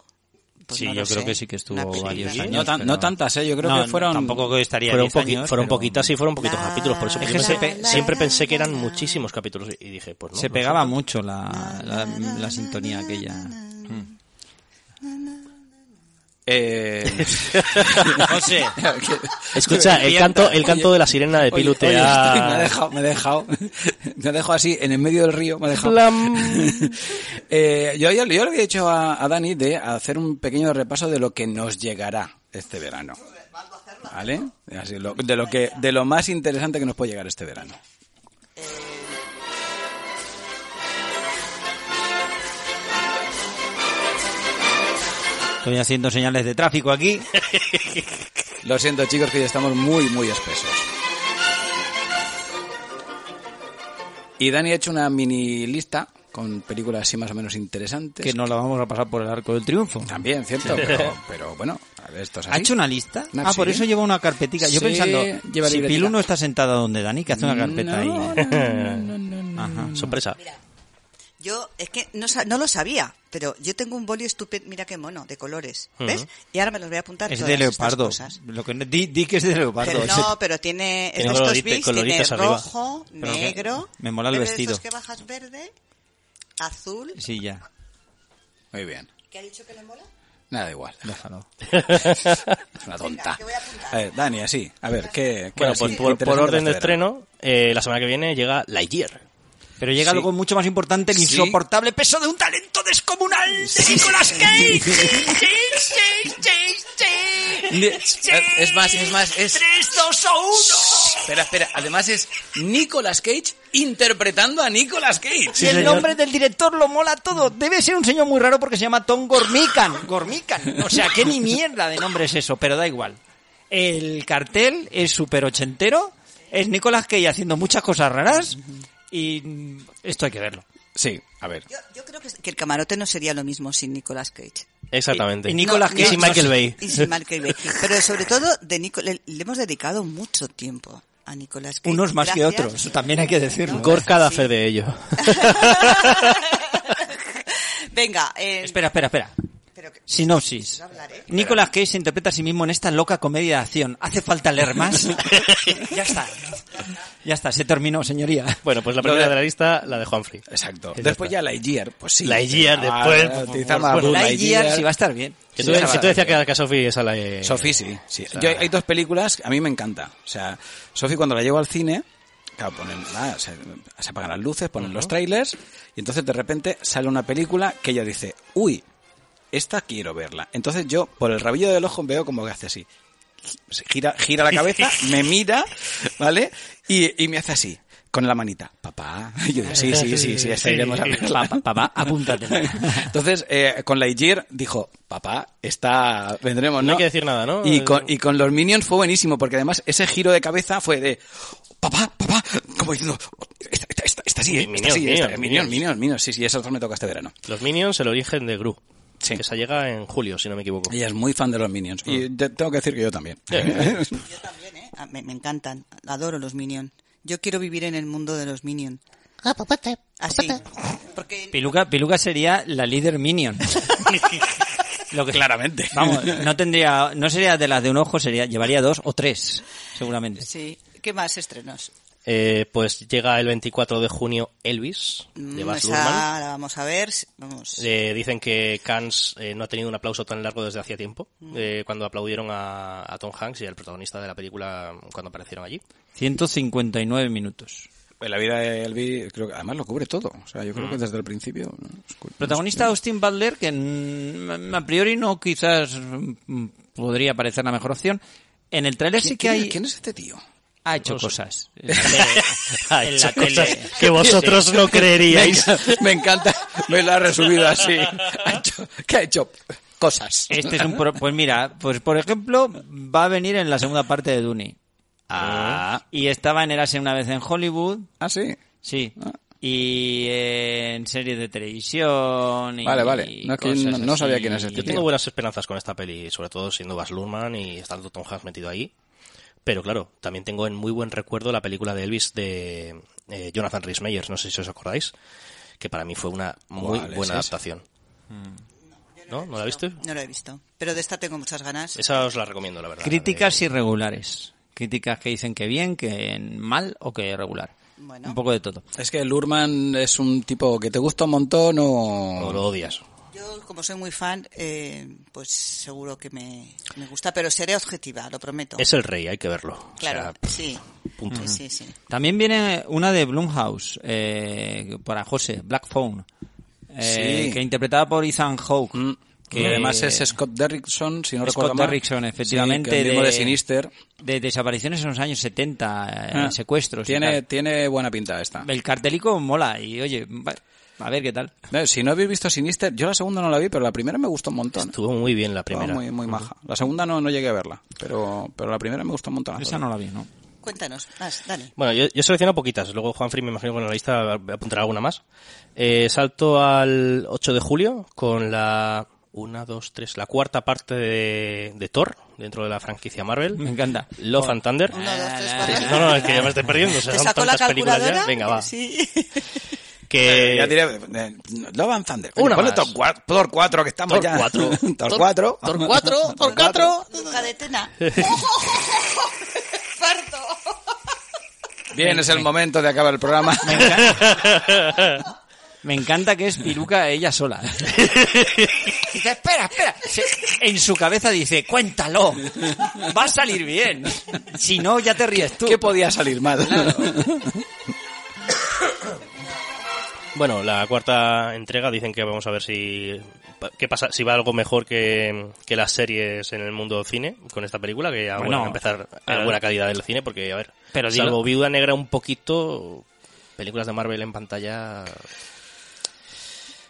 Speaker 4: Pues
Speaker 1: Sí,
Speaker 4: no lo
Speaker 1: yo creo
Speaker 4: sé.
Speaker 1: que sí que estuvo
Speaker 4: Una película.
Speaker 1: varios
Speaker 2: Sí,
Speaker 1: años.
Speaker 3: No, tan-
Speaker 1: pero-
Speaker 3: no tantas, ¿eh? Yo creo
Speaker 1: No,
Speaker 3: que fueron...
Speaker 1: tampoco que estaría
Speaker 2: Fueron,
Speaker 1: 10
Speaker 2: poqui-
Speaker 1: años,
Speaker 2: fueron
Speaker 1: pero
Speaker 2: poquitas y fueron poquitos
Speaker 4: La,
Speaker 2: capítulos, por eso
Speaker 4: la,
Speaker 2: yo pensé-
Speaker 4: la,
Speaker 2: siempre
Speaker 4: la,
Speaker 2: pensé que eran
Speaker 4: la.
Speaker 2: muchísimos capítulos y y dije, pues no.
Speaker 1: Se
Speaker 2: no
Speaker 1: pegaba
Speaker 2: sé.
Speaker 1: mucho la, la, la sintonía aquella. Hmm. *laughs*
Speaker 3: Eh,
Speaker 1: José,
Speaker 2: *laughs* Escucha, el canto, el canto de la sirena de Pilu
Speaker 3: Oye,
Speaker 2: te
Speaker 3: oye,
Speaker 2: ha-
Speaker 3: estoy- me ha dejado, me ha dejado. *laughs* Me ha dejado así, en el medio del río, me ha dejado. *laughs* Eh, yo, yo, yo le había dicho a, a Dani de hacer un pequeño repaso de lo que nos llegará este verano. ¿Vale? Así, lo- de, lo que, de lo más interesante que nos puede llegar este verano.
Speaker 1: estoy haciendo señales de tráfico aquí.
Speaker 3: Lo siento, chicos, que ya estamos muy, muy espesos. Y Dani ha hecho una mini lista con películas así más o menos interesantes.
Speaker 1: Que no la vamos a pasar por el arco del triunfo.
Speaker 3: También, cierto, pero, pero bueno, a ver, esto es así.
Speaker 1: ¿Ha hecho una lista?
Speaker 3: No,
Speaker 1: ah, por
Speaker 3: sí.
Speaker 1: eso lleva una carpetica. Yo
Speaker 3: Sí,
Speaker 1: pensando,
Speaker 3: lleva
Speaker 1: si
Speaker 3: libretica.
Speaker 1: Pilu no está sentada donde Dani, que hace una carpeta ahí. *laughs*
Speaker 3: No, no, no, no, no.
Speaker 1: Ajá.
Speaker 2: Sorpresa.
Speaker 4: Yo, es que no, sa- no lo sabía, pero yo tengo un boli estupendo, mira qué mono, de colores, ¿ves?
Speaker 2: Ujú.
Speaker 4: Y ahora me los voy a apuntar
Speaker 1: Es
Speaker 4: todas
Speaker 1: de
Speaker 4: estas
Speaker 1: leopardo.
Speaker 4: cosas.
Speaker 1: Lo que, no- di, di que es de leopardo.
Speaker 4: Pero
Speaker 1: Ese-
Speaker 4: no, pero tiene,
Speaker 2: Tiene
Speaker 4: estos
Speaker 2: colorite-
Speaker 4: bits, tiene
Speaker 2: coloritas arriba.
Speaker 4: rojo,
Speaker 1: Pero que-
Speaker 4: negro.
Speaker 1: me mola el
Speaker 4: pero de estos
Speaker 1: vestido.
Speaker 4: que bajas verde, azul.
Speaker 1: Sí, ya.
Speaker 3: Muy bien.
Speaker 4: ¿Qué ha dicho que le mola?
Speaker 3: Nada, igual.
Speaker 1: Déjalo.
Speaker 3: *laughs* Es una tonta.
Speaker 4: que voy a apuntar.
Speaker 3: A ver, Dani, así. A ver, ¿qué, qué
Speaker 2: Bueno,
Speaker 3: así
Speaker 2: pues por, por
Speaker 3: interesante
Speaker 2: orden de
Speaker 3: vas a ver?
Speaker 2: estreno, eh, la semana que viene llega Lightyear.
Speaker 1: Pero llega
Speaker 3: Sí.
Speaker 1: algo mucho más importante, el
Speaker 3: Sí.
Speaker 1: insoportable peso de un talento descomunal de Nicolas Cage.
Speaker 5: Es, es más, es más, es...
Speaker 1: ¡Tres, dos o uno!
Speaker 5: Espera, espera. Además es Nicolas Cage interpretando a Nicolas Cage.
Speaker 1: Y el nombre del director lo mola todo. Debe ser un señor muy raro porque se llama Tom Gormican. Gormican. O sea, qué ni mierda de nombre es eso, pero da igual. El cartel es súper ochentero. Es Nicolas Cage haciendo muchas cosas raras. Y mm, esto hay que verlo.
Speaker 3: Sí, a ver.
Speaker 4: Yo, yo creo que, que el camarote no sería lo mismo sin Nicolas Cage.
Speaker 2: Exactamente.
Speaker 1: Y- y Nicolas
Speaker 4: No,
Speaker 1: Cage
Speaker 4: no,
Speaker 2: y Michael
Speaker 4: no,
Speaker 2: Bay.
Speaker 4: Y sin Michael Bay. Pero sobre todo, de Nico- le, le hemos dedicado mucho tiempo a Nicolas Cage.
Speaker 1: Unos más que
Speaker 4: Gracias.
Speaker 1: otros, también hay que decirlo.
Speaker 2: Gorka da fe
Speaker 4: *laughs*
Speaker 2: de ello.
Speaker 4: Venga, eh,
Speaker 1: Espera, espera, espera.
Speaker 4: pero que-
Speaker 1: Sinopsis. Nicolas Cage se interpreta a sí mismo en esta loca comedia de acción. ¿Hace falta leer más? ya está. Ya está, se terminó, señoría.
Speaker 2: *laughs* Bueno, pues la
Speaker 3: Lo de-
Speaker 2: primera de la lista, la de Juanfrey.
Speaker 3: Exacto. Después ya Lightyear, pues sí.
Speaker 2: Lightyear,
Speaker 3: Ah,
Speaker 2: después, por
Speaker 3: utilizamos
Speaker 2: favor.
Speaker 3: Blue
Speaker 1: Lightyear sí va a estar bien.
Speaker 2: Que
Speaker 3: Sí,
Speaker 2: tú,
Speaker 3: esa
Speaker 2: si
Speaker 3: va
Speaker 2: tú
Speaker 3: a
Speaker 2: decías
Speaker 3: ser.
Speaker 2: que, que a Sophie esa la... eh,
Speaker 3: Sophie sí, sí.
Speaker 2: o sea,
Speaker 3: Yo- hay dos películas que a mí me encanta. O sea, Sophie cuando la llevo al cine, claro, ponen, nada, se, se apagan las luces, ponen los trailers y entonces de repente sale una película que ella dice, uy, esta quiero verla. Entonces yo por el rabillo del ojo veo como que hace así. Se Gira, gira la
Speaker 2: *laughs*
Speaker 3: cabeza, me mira, ¿vale? Y, y me hace así, con la manita. Papá. *laughs* Y yo digo, sí, sí, sí, sí, esta
Speaker 2: Sí.
Speaker 3: iremos a verla.
Speaker 2: *laughs*
Speaker 1: Papá, papá, apúntatela.
Speaker 3: Entonces, eh, con Lightyear dijo, papá, está, vendremos, ¿no?
Speaker 2: No hay que decir nada, ¿no? Eh,
Speaker 3: Y con, y con los Minions fue buenísimo, porque además ese giro de cabeza fue de, papá, papá, como diciendo, esta, esta, esta, esta sí, eh,
Speaker 2: Minions,
Speaker 3: esta sí, esta,
Speaker 2: Minions,
Speaker 3: Minions, Minions, Minions, sí, sí, esa otra me toca este verano.
Speaker 2: Los Minions, el origen de Gru.
Speaker 3: Sí.
Speaker 2: Que esa llega en julio, si no me equivoco.
Speaker 3: Ella es muy fan de los Minions, y te- tengo que decir que yo también. *laughs*
Speaker 4: Yo también, ¿eh? Ah, Me, me encantan. Adoro los Minions. Yo quiero vivir en el mundo de los Minions. Así. Porque
Speaker 1: Piluca, Piluca sería la líder
Speaker 3: *laughs*
Speaker 1: minion. Lo que-
Speaker 3: Claramente.
Speaker 1: Vamos, no tendría, no sería de las de un ojo, sería, llevaría dos o tres, seguramente.
Speaker 4: sí. ¿Qué más estrenos?
Speaker 2: Eh, pues llega el 24 de junio Elvis, de
Speaker 4: Mm,
Speaker 2: Baz
Speaker 4: esa
Speaker 2: Luhrmann.
Speaker 4: la vamos a ver. Vamos.
Speaker 2: Eh, dicen que Cannes eh, no ha tenido un aplauso tan largo desde hacía tiempo, eh, cuando aplaudieron a, a Tom Hanks y al protagonista de la película cuando aparecieron allí.
Speaker 1: 159 minutos.
Speaker 3: En la vida de Elvi, creo que además lo cubre todo. O sea, yo creo que desde el principio... ¿no? Es cool.
Speaker 1: Protagonista Austin Butler, que mm, a priori no quizás mm, podría parecer la mejor opción. En el trailer sí que
Speaker 3: ¿Quién-
Speaker 1: hay,
Speaker 3: ¿Quién es este tío?
Speaker 1: ha hecho cosas. Este,
Speaker 2: *laughs* Ha
Speaker 1: En
Speaker 2: hecho
Speaker 1: la tele.
Speaker 2: cosas que vosotros no creeríais.
Speaker 3: Me encanta, me lo ha resumido así. Ha hecho- que ha hecho cosas.
Speaker 1: Este es un, pro- pues mira, pues por ejemplo, va a venir en la segunda parte de Dune. ¿eh?
Speaker 3: Ah,
Speaker 1: Y estaba en Erase una vez en Hollywood,
Speaker 3: ah, sí.
Speaker 1: Sí.
Speaker 3: Ah.
Speaker 1: Y eh, en series de televisión. y
Speaker 3: Vale, vale. No, es que yo
Speaker 1: cosas
Speaker 3: no- no sabía
Speaker 1: así.
Speaker 3: quién es este
Speaker 2: Yo tengo buenas esperanzas con esta peli, sobre todo siendo Baz Luhrmann y estando Tom Hanks metido ahí. Pero claro, también tengo en muy buen recuerdo la película de Elvis de eh, Jonathan Rhys Meyers, no sé si os acordáis, que para mí fue una muy
Speaker 3: ¿Cuál es
Speaker 2: buena
Speaker 3: esa?
Speaker 2: adaptación. ¿No? ¿No la viste?
Speaker 4: No lo he visto. Pero de esta tengo muchas ganas.
Speaker 2: Esa os la recomiendo, la verdad.
Speaker 1: Críticas irregulares. Críticas que dicen que bien, que mal o que regular.
Speaker 4: Bueno.
Speaker 1: Un poco de todo.
Speaker 3: Es que el Urman es un tipo que te gusta un montón
Speaker 2: O
Speaker 3: o...
Speaker 2: lo odias.
Speaker 4: Yo, como soy muy fan, eh, pues seguro que me, me gusta. Pero seré objetiva, lo prometo.
Speaker 2: Es el rey, hay que verlo. O
Speaker 4: claro,
Speaker 2: sea,
Speaker 4: sí.
Speaker 2: punto.
Speaker 4: Sí, sí.
Speaker 1: También viene una de Blumhouse eh, para José, Black Phone. eh,
Speaker 3: Sí.
Speaker 1: Que interpretada por Ethan Hawke.
Speaker 3: Que además es Scott Derrickson, si no
Speaker 1: Mm, Scott
Speaker 3: recuerdo mal.
Speaker 1: Derrickson,
Speaker 3: Sí,
Speaker 1: efectivamente,
Speaker 3: que el mismo de,
Speaker 1: de-
Speaker 3: Sinister.
Speaker 1: De desapariciones en los años 70, eh,
Speaker 3: Ah,
Speaker 1: secuestros. y
Speaker 3: Tiene, tiene buena pinta esta.
Speaker 1: tal. El cartelico mola y oye, va- a ver qué tal.
Speaker 3: Eh, Si no habéis visto Sinister, yo la segunda no la vi, pero la primera me gustó un montón.
Speaker 2: Estuvo muy bien la
Speaker 3: Estaba
Speaker 2: primera. Ah,
Speaker 3: Muy, muy maja. La segunda no, no llegué a verla, pero, pero la primera me gustó un montón.
Speaker 1: Esa no la vi, ¿no?
Speaker 4: Cuéntanos, más, Dani.
Speaker 2: Bueno, yo, yo he seleccionado poquitas. Luego Juanfrey, me imagino que en la lista apuntará alguna más. Eh, salto al 8 de julio con la... Una, dos, tres... La cuarta parte de, de Thor dentro de la franquicia Marvel.
Speaker 1: Me encanta.
Speaker 2: Love and Thunder.
Speaker 4: Uno, dos, tres,
Speaker 2: Sí,
Speaker 4: cuatro.
Speaker 2: sí, no, no, es que ya me estoy perdiendo. O sea,
Speaker 4: ¿Te
Speaker 2: son
Speaker 4: sacó la
Speaker 2: tantas películas
Speaker 4: calculadora?
Speaker 2: ya. Venga, va. *laughs*
Speaker 4: Sí.
Speaker 2: Que...
Speaker 3: ya diré, eh, Love and Thunder. Venga,
Speaker 2: Una
Speaker 3: ponle
Speaker 2: más.
Speaker 3: Thor 4, Thor 4, que estamos
Speaker 2: Thor
Speaker 3: ya.
Speaker 2: cuatro.
Speaker 3: *laughs* Thor 4.
Speaker 5: Thor
Speaker 3: *laughs*
Speaker 5: 4, Thor 4.
Speaker 4: Cadetena.
Speaker 2: *laughs*
Speaker 4: Parto.
Speaker 3: Bien, es el momento de acabar el programa.
Speaker 1: Me encanta que es Piluca ella sola. Dice, espera, espera. Se- En su cabeza dice, cuéntalo. Va a salir bien. Si no, ya te ríes tú.
Speaker 3: *laughs* ¿Qué podía salir mal? *laughs*
Speaker 2: Bueno, la cuarta entrega dicen que vamos a ver si pa- qué pasa, si va algo mejor que, que las series en el mundo del cine con esta película, que ya
Speaker 1: Bueno,
Speaker 2: bueno, a empezar
Speaker 1: pero-
Speaker 2: a buena calidad del cine, porque a ver,
Speaker 1: Pero digo-
Speaker 2: salvo Viuda Negra un poquito, películas de Marvel en pantalla,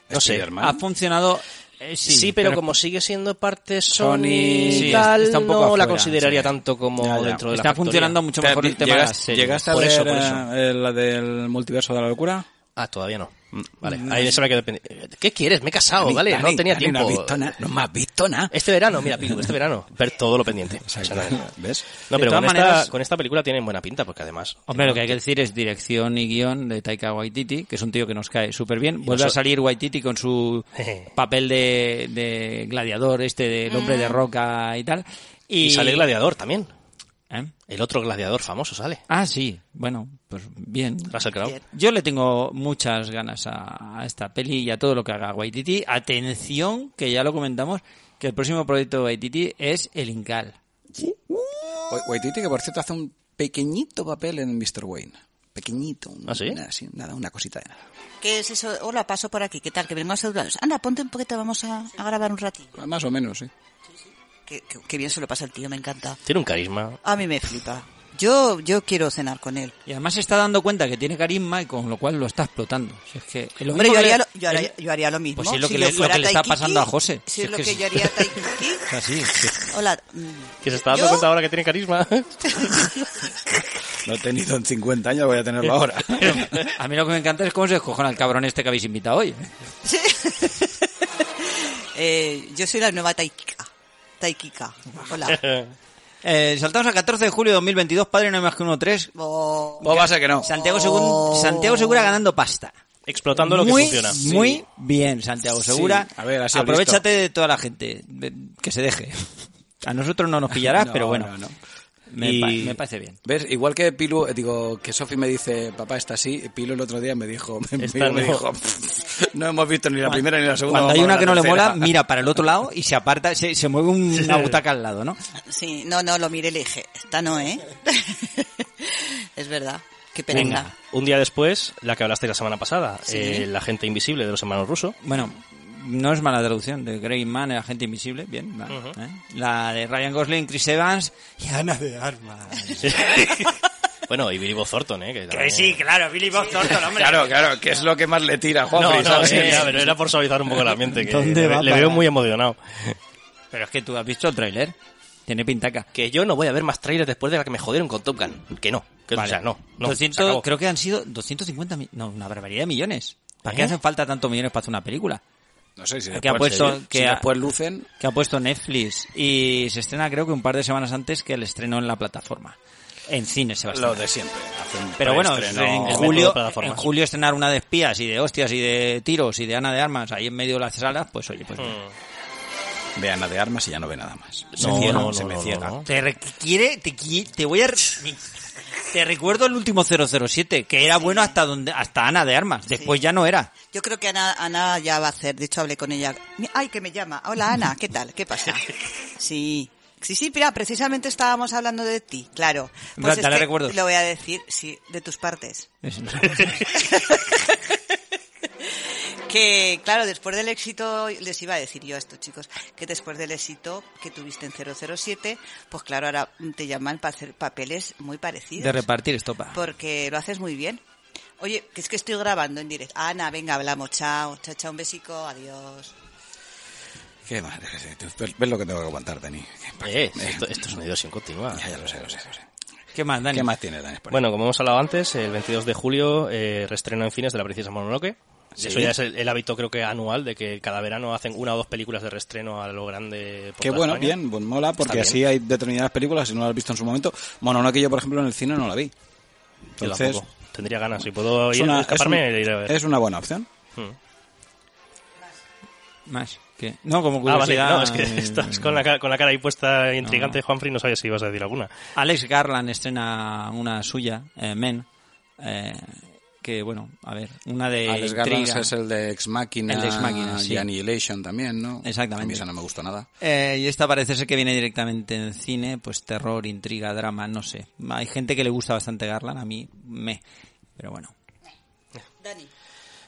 Speaker 2: no sé.
Speaker 3: Spider-Man.
Speaker 1: ha funcionado. eh, sí,
Speaker 2: Sí, pero, como sigue siendo parte Sony,
Speaker 1: Sí,
Speaker 2: tal,
Speaker 1: está un poco
Speaker 2: no la
Speaker 1: afuera,
Speaker 2: consideraría
Speaker 1: sí.
Speaker 2: tanto como
Speaker 3: Ya, ya.
Speaker 2: dentro de la
Speaker 1: está
Speaker 2: factoría.
Speaker 1: funcionando mucho mejor el tema de las
Speaker 3: ¿Llegaste,
Speaker 1: series.
Speaker 3: llegaste a
Speaker 2: Por
Speaker 3: ver
Speaker 2: eso, por eso.
Speaker 3: eh, la del multiverso de la locura?
Speaker 2: Ah, todavía no.
Speaker 1: Mm,
Speaker 2: Vale, ahí se me quedó pendiente. ¿Qué quieres? Me he
Speaker 1: Ah,
Speaker 2: casado, ¿vale? no tenía
Speaker 3: Dani,
Speaker 2: tiempo.
Speaker 3: No, has visto nada, no me has visto nada.
Speaker 1: Eh,
Speaker 2: Este verano, mira, Pitu, este verano, ver todo lo pendiente. Exactamente.
Speaker 3: *laughs* ¿Ves?
Speaker 2: No, pero
Speaker 1: todas
Speaker 2: con,
Speaker 1: maneras-
Speaker 2: esta, con esta película tienen buena pinta, porque además...
Speaker 1: Hombre, lo que hay que decir es dirección y guión de Taika Waititi, que es un tío que nos cae súper bien. Vuelve a
Speaker 2: noso-
Speaker 1: salir Waititi con
Speaker 2: *laughs*
Speaker 1: su papel de, de gladiador, este del hombre de roca y tal. Y,
Speaker 2: Y sale Gladiador también.
Speaker 1: ¿Eh?
Speaker 2: El otro Gladiador famoso sale.
Speaker 1: Ah, sí. Bueno, pues bien.
Speaker 2: Russell Crowe.
Speaker 1: Yo le tengo muchas ganas a, a esta peli y a todo lo que haga Waititi. Atención, que ya lo comentamos, que el próximo proyecto de Waititi es El Incal.
Speaker 3: Wa- Waititi, que por cierto hace un pequeñito papel en Mr. Wayne. Pequeñito. un-
Speaker 2: ¿Ah, sí?
Speaker 3: Nada, nada, una cosita de nada.
Speaker 4: ¿Qué es eso? Hola, paso por aquí. ¿Qué tal? Que vengo a saludaros. Anda, ponte un poquito, vamos a, a grabar un ratito.
Speaker 3: Más o menos, sí.
Speaker 4: Qué, qué- qué bien se lo pasa el tío, me encanta.
Speaker 2: Tiene un carisma.
Speaker 4: A mí me flipa. Yo, yo quiero cenar con él.
Speaker 1: Y además se está dando cuenta que tiene carisma y con lo cual lo está explotando. Si es que es lo
Speaker 4: Hombre,
Speaker 1: mismo
Speaker 4: yo
Speaker 1: que
Speaker 4: haría,
Speaker 1: le-
Speaker 4: lo, yo, haría,
Speaker 1: es-
Speaker 4: yo haría lo mismo.
Speaker 1: Pues sí, es lo
Speaker 4: Si
Speaker 1: que
Speaker 4: yo
Speaker 1: le- lo
Speaker 4: fuera
Speaker 1: que le está
Speaker 4: Taikiki,
Speaker 1: pasando a José.
Speaker 4: Si
Speaker 1: Si
Speaker 4: es
Speaker 1: es
Speaker 4: lo
Speaker 1: que
Speaker 4: que,
Speaker 1: es-
Speaker 4: yo haría
Speaker 1: *laughs*
Speaker 4: Taikiki.
Speaker 1: es así, es que-
Speaker 4: Hola. mm,
Speaker 2: Que se está dando
Speaker 4: ¿Yo?
Speaker 2: cuenta ahora que tiene carisma. *laughs*
Speaker 3: Lo he tenido en 50 años, voy a
Speaker 1: *laughs*
Speaker 3: tenerlo ahora. *laughs*
Speaker 1: A mí lo que me encanta es cómo se escojan al cabrón este que habéis invitado hoy.
Speaker 4: *laughs* Sí. *laughs* Eh, yo soy la nueva Taikika. Taikika.
Speaker 1: *laughs*
Speaker 4: Hola.
Speaker 1: Eh, saltamos al 14 de julio de 2022, Padre No hay más que uno 3.
Speaker 4: Oh,
Speaker 3: Pues va a ser que no.
Speaker 1: Santiago, Segun- Santiago Segura ganando pasta.
Speaker 2: Explotando lo que
Speaker 1: muy,
Speaker 2: funciona.
Speaker 1: Muy bien, Santiago Segura.
Speaker 3: Sí, a ver, ha sido
Speaker 1: Aprovechate de toda la gente. de- Que se deje. A nosotros no nos pillarás,
Speaker 3: *laughs* No,
Speaker 1: pero bueno.
Speaker 3: no, no.
Speaker 1: Me,
Speaker 3: Y-
Speaker 1: pa- me parece bien.
Speaker 3: ¿Ves? Igual que Pilu, eh, digo, que Sofi me dice, papá, está así. Pilu el otro día me dijo, *laughs* me,
Speaker 2: Esta
Speaker 3: me
Speaker 2: no.
Speaker 3: dijo, no hemos visto ni la primera ni la segunda.
Speaker 1: Cuando hay
Speaker 3: vamos a
Speaker 1: una
Speaker 3: la
Speaker 1: que no le
Speaker 3: tercera".
Speaker 1: mola, mira para el otro lado y se aparta, se, se mueve un- una butaca al lado, ¿no?
Speaker 4: sí, no, no, lo miré y le dije, esta no, ¿eh? *laughs* es verdad. Qué pereza.
Speaker 2: Un día después, la que hablaste la semana pasada,
Speaker 4: Sí.
Speaker 2: eh, La gente invisible de los hermanos rusos.
Speaker 1: Bueno, no es mala traducción. De Grey Man, el agente invisible, bien. La, ¿eh? La de Ryan Gosling, Chris Evans y Ana de
Speaker 3: *laughs*
Speaker 1: Armas.
Speaker 2: bueno, y Billy Bob Thornton, ¿eh? Que también-
Speaker 1: claro, Billy Bob Thornton, hombre.
Speaker 3: Claro, claro, que es lo que más le tira, Juan. ¿eh?
Speaker 2: No, no, sí, ya, pero era por suavizar un poco el ambiente. Que
Speaker 1: ¿Dónde
Speaker 2: le,
Speaker 1: va a
Speaker 2: le
Speaker 1: parar?
Speaker 2: veo muy emocionado.
Speaker 1: Pero es que tú has visto el tráiler. Tiene pintaca.
Speaker 2: Que yo no voy a ver más trailers después de la que me jodieron con Top Gun. Que no. Que,
Speaker 1: Vale.
Speaker 2: O sea, no. no
Speaker 1: 200,
Speaker 2: se acabó.
Speaker 1: creo que han sido 250 millones. No, una barbaridad de millones. ¿Para
Speaker 2: ¿Eh?
Speaker 1: qué hacen falta tantos millones para hacer una película?
Speaker 3: No sé si
Speaker 1: que ha
Speaker 3: después-
Speaker 1: puesto-
Speaker 3: si
Speaker 1: que ha-
Speaker 3: después lucen.
Speaker 1: Que ha puesto Netflix y se estrena creo que un par de semanas antes que el estreno en la plataforma. En cine se va a
Speaker 3: Lo
Speaker 1: estrenar.
Speaker 3: de siempre. hace un
Speaker 1: Pero bueno,
Speaker 3: preestreno.
Speaker 1: en
Speaker 2: el
Speaker 1: julio,
Speaker 2: método plataforma.
Speaker 1: en julio estrenar una de espías y de hostias y de tiros y de Ana de Armas ahí en medio de las salas, pues oye, pues
Speaker 2: Hmm.
Speaker 1: mira.
Speaker 3: Ve a Ana de Armas y ya no ve nada más. Se
Speaker 2: No,
Speaker 3: ciega,
Speaker 2: no,
Speaker 3: se
Speaker 2: no,
Speaker 3: me
Speaker 2: no,
Speaker 3: ciega.
Speaker 2: no.
Speaker 1: te requiere, te, qui- te voy a... re- Te recuerdo el último 007, que era bueno hasta donde hasta Ana de Armas, después ya no
Speaker 2: *laughs*
Speaker 1: era.
Speaker 4: Yo creo que Ana, Ana ya va a hacer. De hecho, hablé con ella. Mi- Ay, que me llama. Hola, Ana. ¿Qué tal? ¿Qué pasa? Sí. Sí, sí, mira, precisamente estábamos hablando de ti, claro. Pues
Speaker 1: Dale, dale
Speaker 4: que
Speaker 1: recuerdos.
Speaker 4: Lo voy a decir, sí, de tus partes. Que, claro, después del éxito, les iba a decir yo a estos chicos, que después del éxito que tuviste en 007, pues claro, ahora te llaman para hacer papeles muy parecidos.
Speaker 1: De repartir estopa.
Speaker 4: Porque lo haces muy bien. Oye, que es que estoy grabando en directo. Ana, venga, hablamos. Chao, chao, chao, un besico, adiós.
Speaker 3: Qué madre. Ves lo que tengo que aguantar, Dani.
Speaker 2: Eh, esto, esto es una idiosión continua.
Speaker 3: Ya, ya lo sé, lo sé, lo sé.
Speaker 1: ¿Qué más, Dani?
Speaker 3: ¿Qué más tiene Dani? Sport?
Speaker 2: Bueno, como hemos hablado antes, el 22 de julio eh, reestreno en fines de La Princesa Mononoke.
Speaker 3: Sí.
Speaker 2: Eso ya es el, el hábito, creo que anual, de que cada verano hacen una o dos películas de reestreno a lo grande. por
Speaker 3: que
Speaker 2: toda
Speaker 3: bueno,
Speaker 2: España.
Speaker 3: bien, pues mola, porque
Speaker 2: bien.
Speaker 3: así hay determinadas películas, si no las has visto en su momento. Mononoke yo, por ejemplo, en el cine no la vi.
Speaker 2: Yo
Speaker 3: Entonces,
Speaker 2: tampoco. Tendría ganas. Si puedo
Speaker 3: es
Speaker 2: ir,
Speaker 3: una, es
Speaker 2: escaparme,
Speaker 3: un-
Speaker 2: iré a ver.
Speaker 3: es una buena opción.
Speaker 2: Hmm.
Speaker 1: Más. ¿Qué? No, como
Speaker 2: Ah, vale,
Speaker 1: curiosidad. eh,
Speaker 2: no, es que *laughs* estás con la, ca- con la cara ahí puesta intrigante, Juanfrey, no sabía si ibas a decir alguna.
Speaker 1: Alex Garland estrena una suya, eh, Men. eh, que bueno, a ver, una de.
Speaker 3: Alex
Speaker 1: Eh, intriga.
Speaker 3: Garland es el de Ex Machina,
Speaker 1: El de Ex Machina, sí.
Speaker 3: y Annihilation también, ¿no?
Speaker 1: Exactamente.
Speaker 3: A mí esa no me gustó nada.
Speaker 1: Eh, y esta parece ser que viene directamente en cine, pues terror, intriga, drama, no sé. Hay gente que le gusta bastante Garland, a mí me. Pero bueno.
Speaker 4: Dani.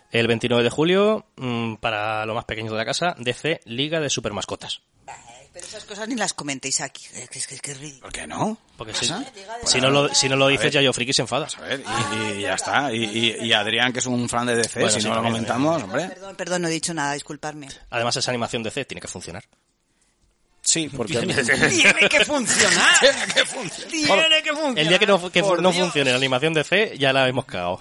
Speaker 2: El 29 de julio, mm, para lo más pequeño de la casa, DC Liga de Supermascotas.
Speaker 4: Ay, Eh, Pero esas cosas ni las comentéis aquí. Es que es, que, es, que es ridículo.
Speaker 3: ¿Por qué no?
Speaker 2: Porque si,
Speaker 3: ¿Pasa?
Speaker 2: si no lo, si no lo dices, ya yo friki se enfada.
Speaker 3: A ver, y, y ya está. Y, y- y Adrián, que es un fan de DC,
Speaker 2: Bueno,
Speaker 3: si
Speaker 2: sí,
Speaker 3: no lo
Speaker 2: también,
Speaker 3: comentamos, hombre.
Speaker 4: Perdón, perdón, no he dicho nada, disculparme.
Speaker 2: Además, esa animación DC tiene que funcionar.
Speaker 3: Sí, porque...
Speaker 1: Tiene que funcionar. Tiene que funcionar.
Speaker 2: El día que no, que no funcione la animación DC, ya la hemos cagado.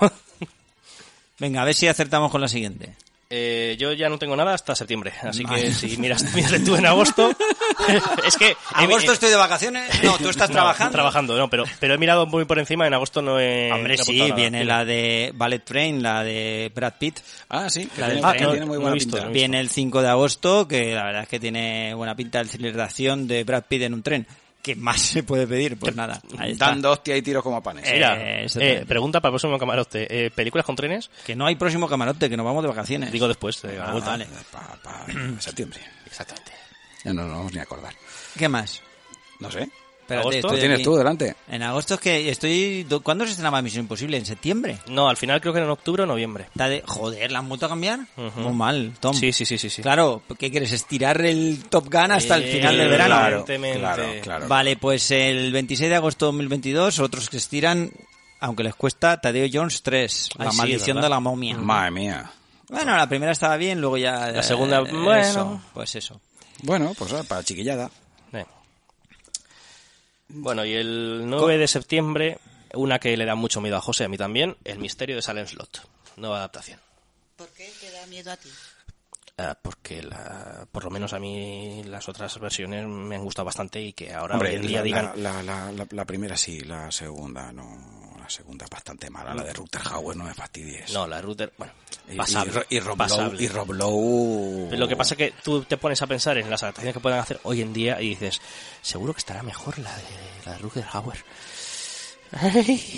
Speaker 2: *laughs*
Speaker 1: Venga, a ver si acertamos con la siguiente.
Speaker 2: Eh, yo ya no tengo nada hasta septiembre, así
Speaker 1: Vale.
Speaker 2: que si miras, *laughs* miras tú en agosto... *laughs* es que... he-
Speaker 1: Agosto
Speaker 2: he-
Speaker 1: estoy de vacaciones. Eh, *laughs* No, tú estás
Speaker 2: no,
Speaker 1: trabajando.
Speaker 2: Trabajando, no, pero, pero he mirado muy por encima, en agosto no he...
Speaker 1: Hombre,
Speaker 2: no he
Speaker 1: sí,
Speaker 2: apuntado nada.
Speaker 1: viene la de Ballet Train, la de Brad Pitt.
Speaker 3: Ah, sí, que
Speaker 2: La del
Speaker 3: tiene, que
Speaker 2: tren.
Speaker 3: tiene
Speaker 2: No
Speaker 3: muy
Speaker 2: he
Speaker 3: buena
Speaker 2: visto,
Speaker 3: pinta. ¿eh?
Speaker 2: no he visto.
Speaker 1: Viene el 5 de agosto, que la verdad es que tiene buena pinta el thriller de acción de Brad Pitt en un tren. ¿Qué más se puede pedir? Pues nada. ahí está.
Speaker 3: Dando hostia y tiros como panes.
Speaker 1: Eh,
Speaker 2: Mira,
Speaker 1: exactamente.
Speaker 2: eh, pregunta para el próximo camarote. Eh, ¿Películas con trenes?
Speaker 1: Que no hay próximo camarote, que nos vamos de vacaciones.
Speaker 2: Digo después, eh, a la
Speaker 1: Ah,
Speaker 2: vuelta.
Speaker 1: vale.
Speaker 3: Pa- pa- septiembre.
Speaker 2: Exactamente.
Speaker 3: Ya no nos vamos ni a acordar.
Speaker 1: ¿Qué más?
Speaker 3: No sé.
Speaker 1: Espérate,
Speaker 2: ¿Agosto?
Speaker 1: estoy
Speaker 3: Lo tienes
Speaker 1: aquí.
Speaker 3: tú delante.
Speaker 1: En agosto es que estoy... do- ¿Cuándo se estrenaba Misión Imposible? ¿En septiembre?
Speaker 2: No, al final creo que era en octubre o noviembre.
Speaker 1: Está de... Joder, ¿la han vuelto a cambiar?
Speaker 2: Ujú.
Speaker 1: Muy mal, Tom.
Speaker 2: Sí, sí, sí, sí. sí.
Speaker 1: Claro, ¿qué quieres? ¿Estirar el Top Gun hasta el
Speaker 2: Eh,
Speaker 1: final del verano?
Speaker 3: Claro,
Speaker 2: Evidentemente.
Speaker 3: claro, claro.
Speaker 1: Vale, pues el 26 de agosto de 2022, otros que estiran, aunque les cuesta, Tadeo Jones 3, La
Speaker 2: Ay, sí,
Speaker 1: maldición
Speaker 2: ¿verdad?
Speaker 1: de la momia.
Speaker 3: Madre mía.
Speaker 1: bueno, la primera estaba bien, luego ya... eh,
Speaker 2: La segunda,
Speaker 1: eso,
Speaker 2: bueno.
Speaker 1: Pues eso.
Speaker 3: Bueno, pues ah, para chiquillada.
Speaker 2: Eh. Bueno, y el 9 de septiembre, una que le da mucho miedo a José, a mí también, El misterio de Salem Slot. Nueva adaptación.
Speaker 4: ¿Por qué te da miedo a ti?
Speaker 2: Ah, porque la- por lo menos a mí las otras versiones me han gustado bastante y que ahora hoy
Speaker 3: Hombre,
Speaker 2: en día
Speaker 3: la,
Speaker 2: digan...
Speaker 3: la- la- la- la primera sí, la segunda no. La segunda es bastante mala, la de Rutherhauer, no me fastidies.
Speaker 2: No, la router... Bueno,
Speaker 3: Y- y-
Speaker 2: pasable.
Speaker 3: Y, Rob
Speaker 2: pasable.
Speaker 3: Lowe, y Rob Lowe-
Speaker 2: Pero Lo que pasa es que tú te pones a pensar en las adaptaciones que puedan hacer hoy en día y dices, seguro que estará mejor la de, la de Rutger Hauer.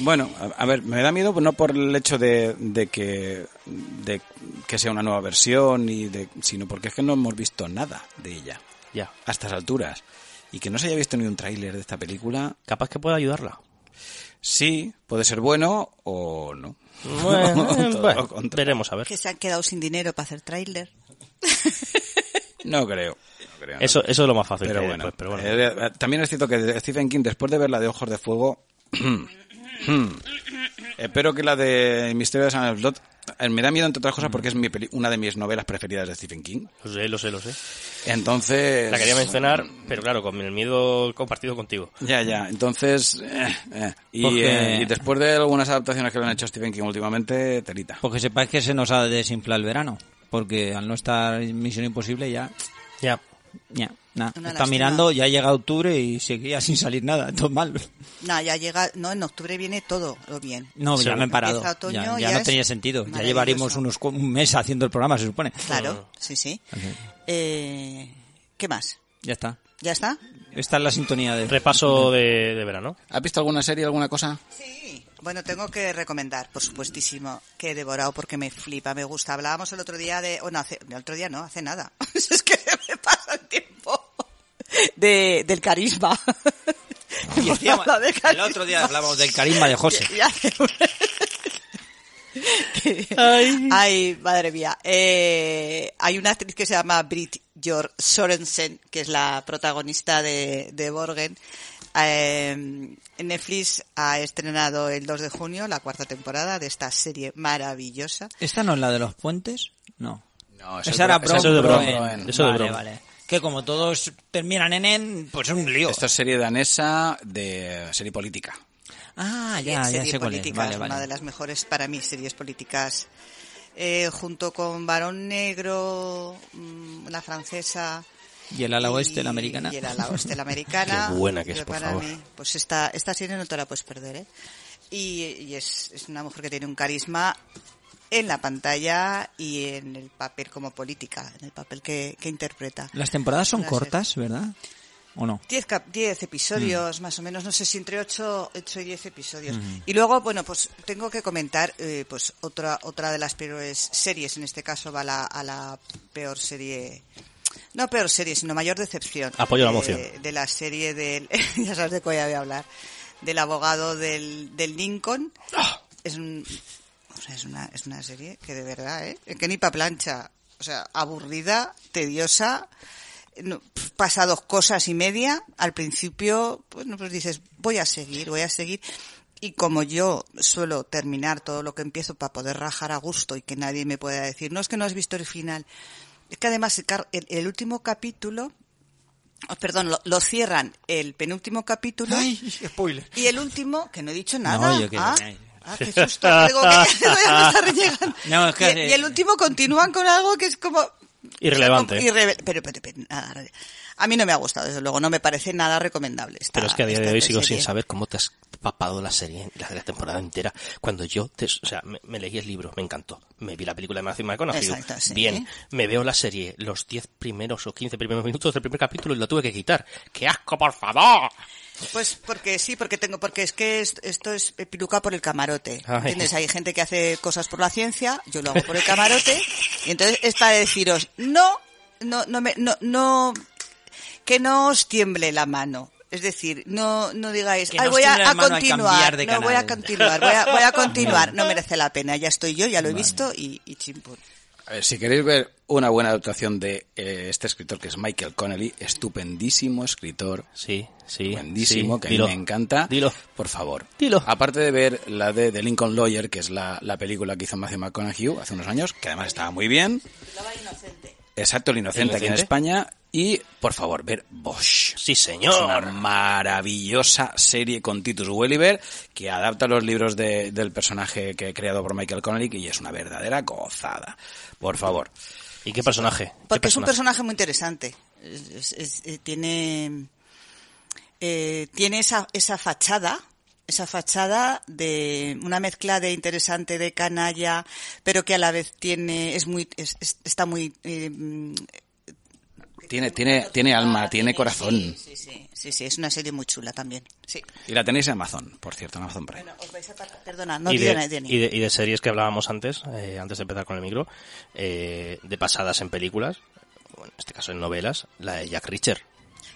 Speaker 3: Bueno, a, a ver, me da miedo pues, no por el hecho de, de que de que sea una nueva versión y de, sino porque es que no hemos visto nada de ella
Speaker 2: *laughs* Ya.
Speaker 3: a estas alturas y que no se haya visto ni un tráiler de esta película.
Speaker 2: Capaz que pueda ayudarla.
Speaker 3: Sí, puede ser bueno o no.
Speaker 2: Bueno,
Speaker 3: *laughs* *laughs* Todo
Speaker 2: bueno,
Speaker 3: lo contrario.
Speaker 2: veremos a ver.
Speaker 4: Que se han quedado sin dinero para hacer tráiler.
Speaker 3: No creo. No creo, no
Speaker 2: Eso, eso es lo más fácil.
Speaker 3: pero
Speaker 2: que-
Speaker 3: bueno,
Speaker 2: pues, pero bueno.
Speaker 3: eh, eh, también es cierto que Stephen King, después de ver la de Ojos de Fuego, *coughs* espero que la de Misterio de San Slot eh, me da miedo, entre otras cosas, porque es mi peli- una de mis novelas preferidas de Stephen King.
Speaker 2: Lo sé, lo sé, lo sé.
Speaker 3: Entonces...
Speaker 2: La quería mencionar, pero claro, con el miedo compartido contigo.
Speaker 3: Ya, ya. Entonces... eh, eh. Y,
Speaker 1: Porque-
Speaker 3: eh, y después de algunas adaptaciones que le han hecho a Stephen King últimamente, telita.
Speaker 1: Porque sepáis que se nos ha desinflado el verano, porque al no estar en Misión Imposible ya...
Speaker 2: Ya.
Speaker 1: ya, na,
Speaker 4: Una
Speaker 1: está
Speaker 4: lástima.
Speaker 1: mirando, ya llega octubre y seguía sin salir nada, *laughs* todo mal.
Speaker 4: No, ya llega, no, en octubre viene todo lo bien.
Speaker 1: No,
Speaker 2: Sí.
Speaker 1: ya me he parado.
Speaker 4: Empieza otoño,
Speaker 1: ya ya
Speaker 4: ya
Speaker 1: no
Speaker 4: es
Speaker 1: tenía sentido. Ya
Speaker 4: maravilloso.
Speaker 1: llevaremos unos, cu- un mes haciendo el programa, se supone.
Speaker 4: Claro, sí, sí. Eh, ¿Qué más?
Speaker 1: Ya está.
Speaker 4: ¿Ya está?
Speaker 1: Esta es la sintonía de...
Speaker 2: Repaso de, de verano.
Speaker 3: ¿Has visto alguna serie, alguna cosa?
Speaker 4: Sí. Bueno, tengo que recomendar, por supuestísimo, que he devorado porque me flipa, me gusta. Hablábamos el otro día de... Bueno, hace, el otro día no, hace nada. *laughs* es que se me pasa el tiempo de, del carisma. *laughs*
Speaker 1: Y
Speaker 4: Hemos
Speaker 1: decíamos-
Speaker 4: hablado del
Speaker 1: el
Speaker 4: carisma.
Speaker 1: otro día hablábamos del carisma de José.
Speaker 4: *laughs* Y hace un- que- Ay. madre mía. Eh, hay una actriz que se llama Britt Jor Sorensen, que es la protagonista de, de Borgen. Eh, Netflix ha estrenado el 2 de junio la cuarta temporada de esta serie maravillosa.
Speaker 1: ¿Esta no es la de los puentes? No.
Speaker 3: No,
Speaker 1: Esa era
Speaker 3: Bro-
Speaker 1: Brom.
Speaker 2: esa es de Brom,
Speaker 1: Broen.
Speaker 3: Broen.
Speaker 2: Eso de
Speaker 1: vale,
Speaker 2: Brom.
Speaker 1: vale. Que como todos terminan en en, pues es un lío.
Speaker 3: Esta es serie danesa de serie política.
Speaker 1: Ah, ya, ya
Speaker 4: serie
Speaker 1: sé cuál es.
Speaker 4: política,
Speaker 1: Vale,
Speaker 4: una
Speaker 1: vale.
Speaker 4: de las mejores para mí series políticas. Eh, junto con Barón Negro, mm, la francesa.
Speaker 1: Y el ala oeste, la americana.
Speaker 4: Y el ala oeste, la americana.
Speaker 2: Qué buena que es,
Speaker 4: Yo
Speaker 2: por
Speaker 4: para
Speaker 2: favor.
Speaker 4: mí, pues esta, esta serie no te la puedes perder, ¿eh? Y, y es, es una mujer que tiene un carisma en la pantalla y en el papel como política, en el papel que, que interpreta.
Speaker 1: *laughs* Las temporadas son
Speaker 4: Las-
Speaker 1: cortas, ¿verdad? ¿O no?
Speaker 4: 10, cap- 10
Speaker 2: Mm.
Speaker 4: episodios, más o menos, no sé si entre 8, y 10 episodios. Y luego, bueno, pues tengo que comentar eh, pues otra otra de las peores series, en este caso va la, a la peor serie, no peor serie, sino mayor decepción.
Speaker 2: Apoyo la
Speaker 4: Eh,
Speaker 2: moción.
Speaker 4: de la serie del, *laughs* ya sabes de cuál voy a hablar, del abogado del, del Lincoln.
Speaker 2: ¡Ah!
Speaker 4: Es un... o sea, es una, es una serie que de verdad, ¿eh? Que ni pa' plancha. O sea, aburrida, tediosa, no, pf, pasa dos cosas y media, al principio, pues, no, pues dices, voy a seguir, voy a seguir. Y como yo suelo terminar todo lo que empiezo para poder rajar a gusto y que nadie me pueda decir, no es que no has visto el final. Es que además el car- el, el último capítulo, oh, perdón, lo, lo cierran el penúltimo capítulo.
Speaker 1: spoiler!
Speaker 4: Y el último, que no he dicho nada.
Speaker 1: yo que-
Speaker 4: ah,
Speaker 1: ay.
Speaker 4: ah, qué susto. Digo, que *laughs* ya me está
Speaker 2: *laughs*
Speaker 4: rellegando.
Speaker 1: No, es que-
Speaker 4: y, y el último continúan con algo que es como...
Speaker 2: Irrelevante.
Speaker 4: como irreve- pero, pero, pero, nada, a mí no me ha gustado, desde luego. No me parece nada recomendable. esta-
Speaker 2: Pero es que a día de
Speaker 4: esta
Speaker 2: hoy sigo
Speaker 4: serie.
Speaker 2: sin saber cómo te has papado la serie, la, la temporada entera. Cuando yo, te, o sea, me, me leí el libro, me encantó. Me vi la película de Matthew McConaughey. digo,
Speaker 4: Exacto, sí.
Speaker 2: Bien, me veo la serie, los 10 primeros o 15 primeros minutos del primer capítulo y la tuve que quitar. ¡Qué asco, por favor!
Speaker 4: Pues porque sí, porque tengo, porque es que es- esto es piruca por el camarote.
Speaker 2: Ay.
Speaker 4: ¿Entiendes? Hay gente que hace cosas por la ciencia, yo lo hago por el camarote, y entonces es para deciros, no, no, no me, no, no, que no os tiemble la mano. Es decir, no, no digáis,
Speaker 1: Que no
Speaker 4: "Ay,
Speaker 1: os
Speaker 4: voy
Speaker 1: tiemble
Speaker 4: a,
Speaker 1: la
Speaker 4: a
Speaker 1: mano al cambiar
Speaker 4: continuar,
Speaker 1: de
Speaker 4: no voy a
Speaker 1: canal".
Speaker 4: continuar, voy a, voy
Speaker 1: *laughs*
Speaker 4: a continuar, no merece la pena, ya estoy yo, ya lo he visto y, y chimpún.
Speaker 3: A ver, si queréis ver una buena adaptación de eh, este escritor que es Michael Connelly, estupendísimo escritor,
Speaker 2: Sí, sí.
Speaker 3: estupendísimo,
Speaker 2: sí,
Speaker 3: que
Speaker 2: dilo,
Speaker 3: a mí me encanta.
Speaker 2: Dilo.
Speaker 3: Por favor.
Speaker 2: Dilo.
Speaker 3: Aparte de ver la de The Lincoln Lawyer, que es la, la película que hizo Matthew McConaughey hace unos años, que además estaba muy bien. Exacto, el inocente, aquí en
Speaker 2: Inocente.
Speaker 3: España. Y, por favor, ver Bosch.
Speaker 2: Sí,
Speaker 3: Es una
Speaker 2: señor.
Speaker 3: maravillosa serie con Titus Welliver que adapta los libros de- del personaje que creado por Michael Connelly y es una verdadera gozada. Por favor.
Speaker 2: ¿Y qué personaje? ¿Qué
Speaker 4: Porque es un personaje muy interesante. Es- es- es- eh, tiene eh, tiene esa, esa fachada, esa fachada de una mezcla de interesante, de canalla, pero que a la vez tiene es muy es- es- está muy eh, mm, Ah,
Speaker 3: Tiene, tiene, tiene alma, tiene corazón.
Speaker 4: Sí, sí, sí, sí, sí, es una serie muy chula también. Sí.
Speaker 3: Y la tenéis en Amazon, por cierto, en Amazon Prime.
Speaker 4: Bueno, os vais a par- perdona, no
Speaker 2: y,
Speaker 4: digo
Speaker 2: de,
Speaker 4: nada, Jenny.
Speaker 2: y de- y de series que hablábamos antes, eh, antes de empezar con el micro, eh, de pasadas en películas, bueno, en este caso en novelas, la de Jack Reacher,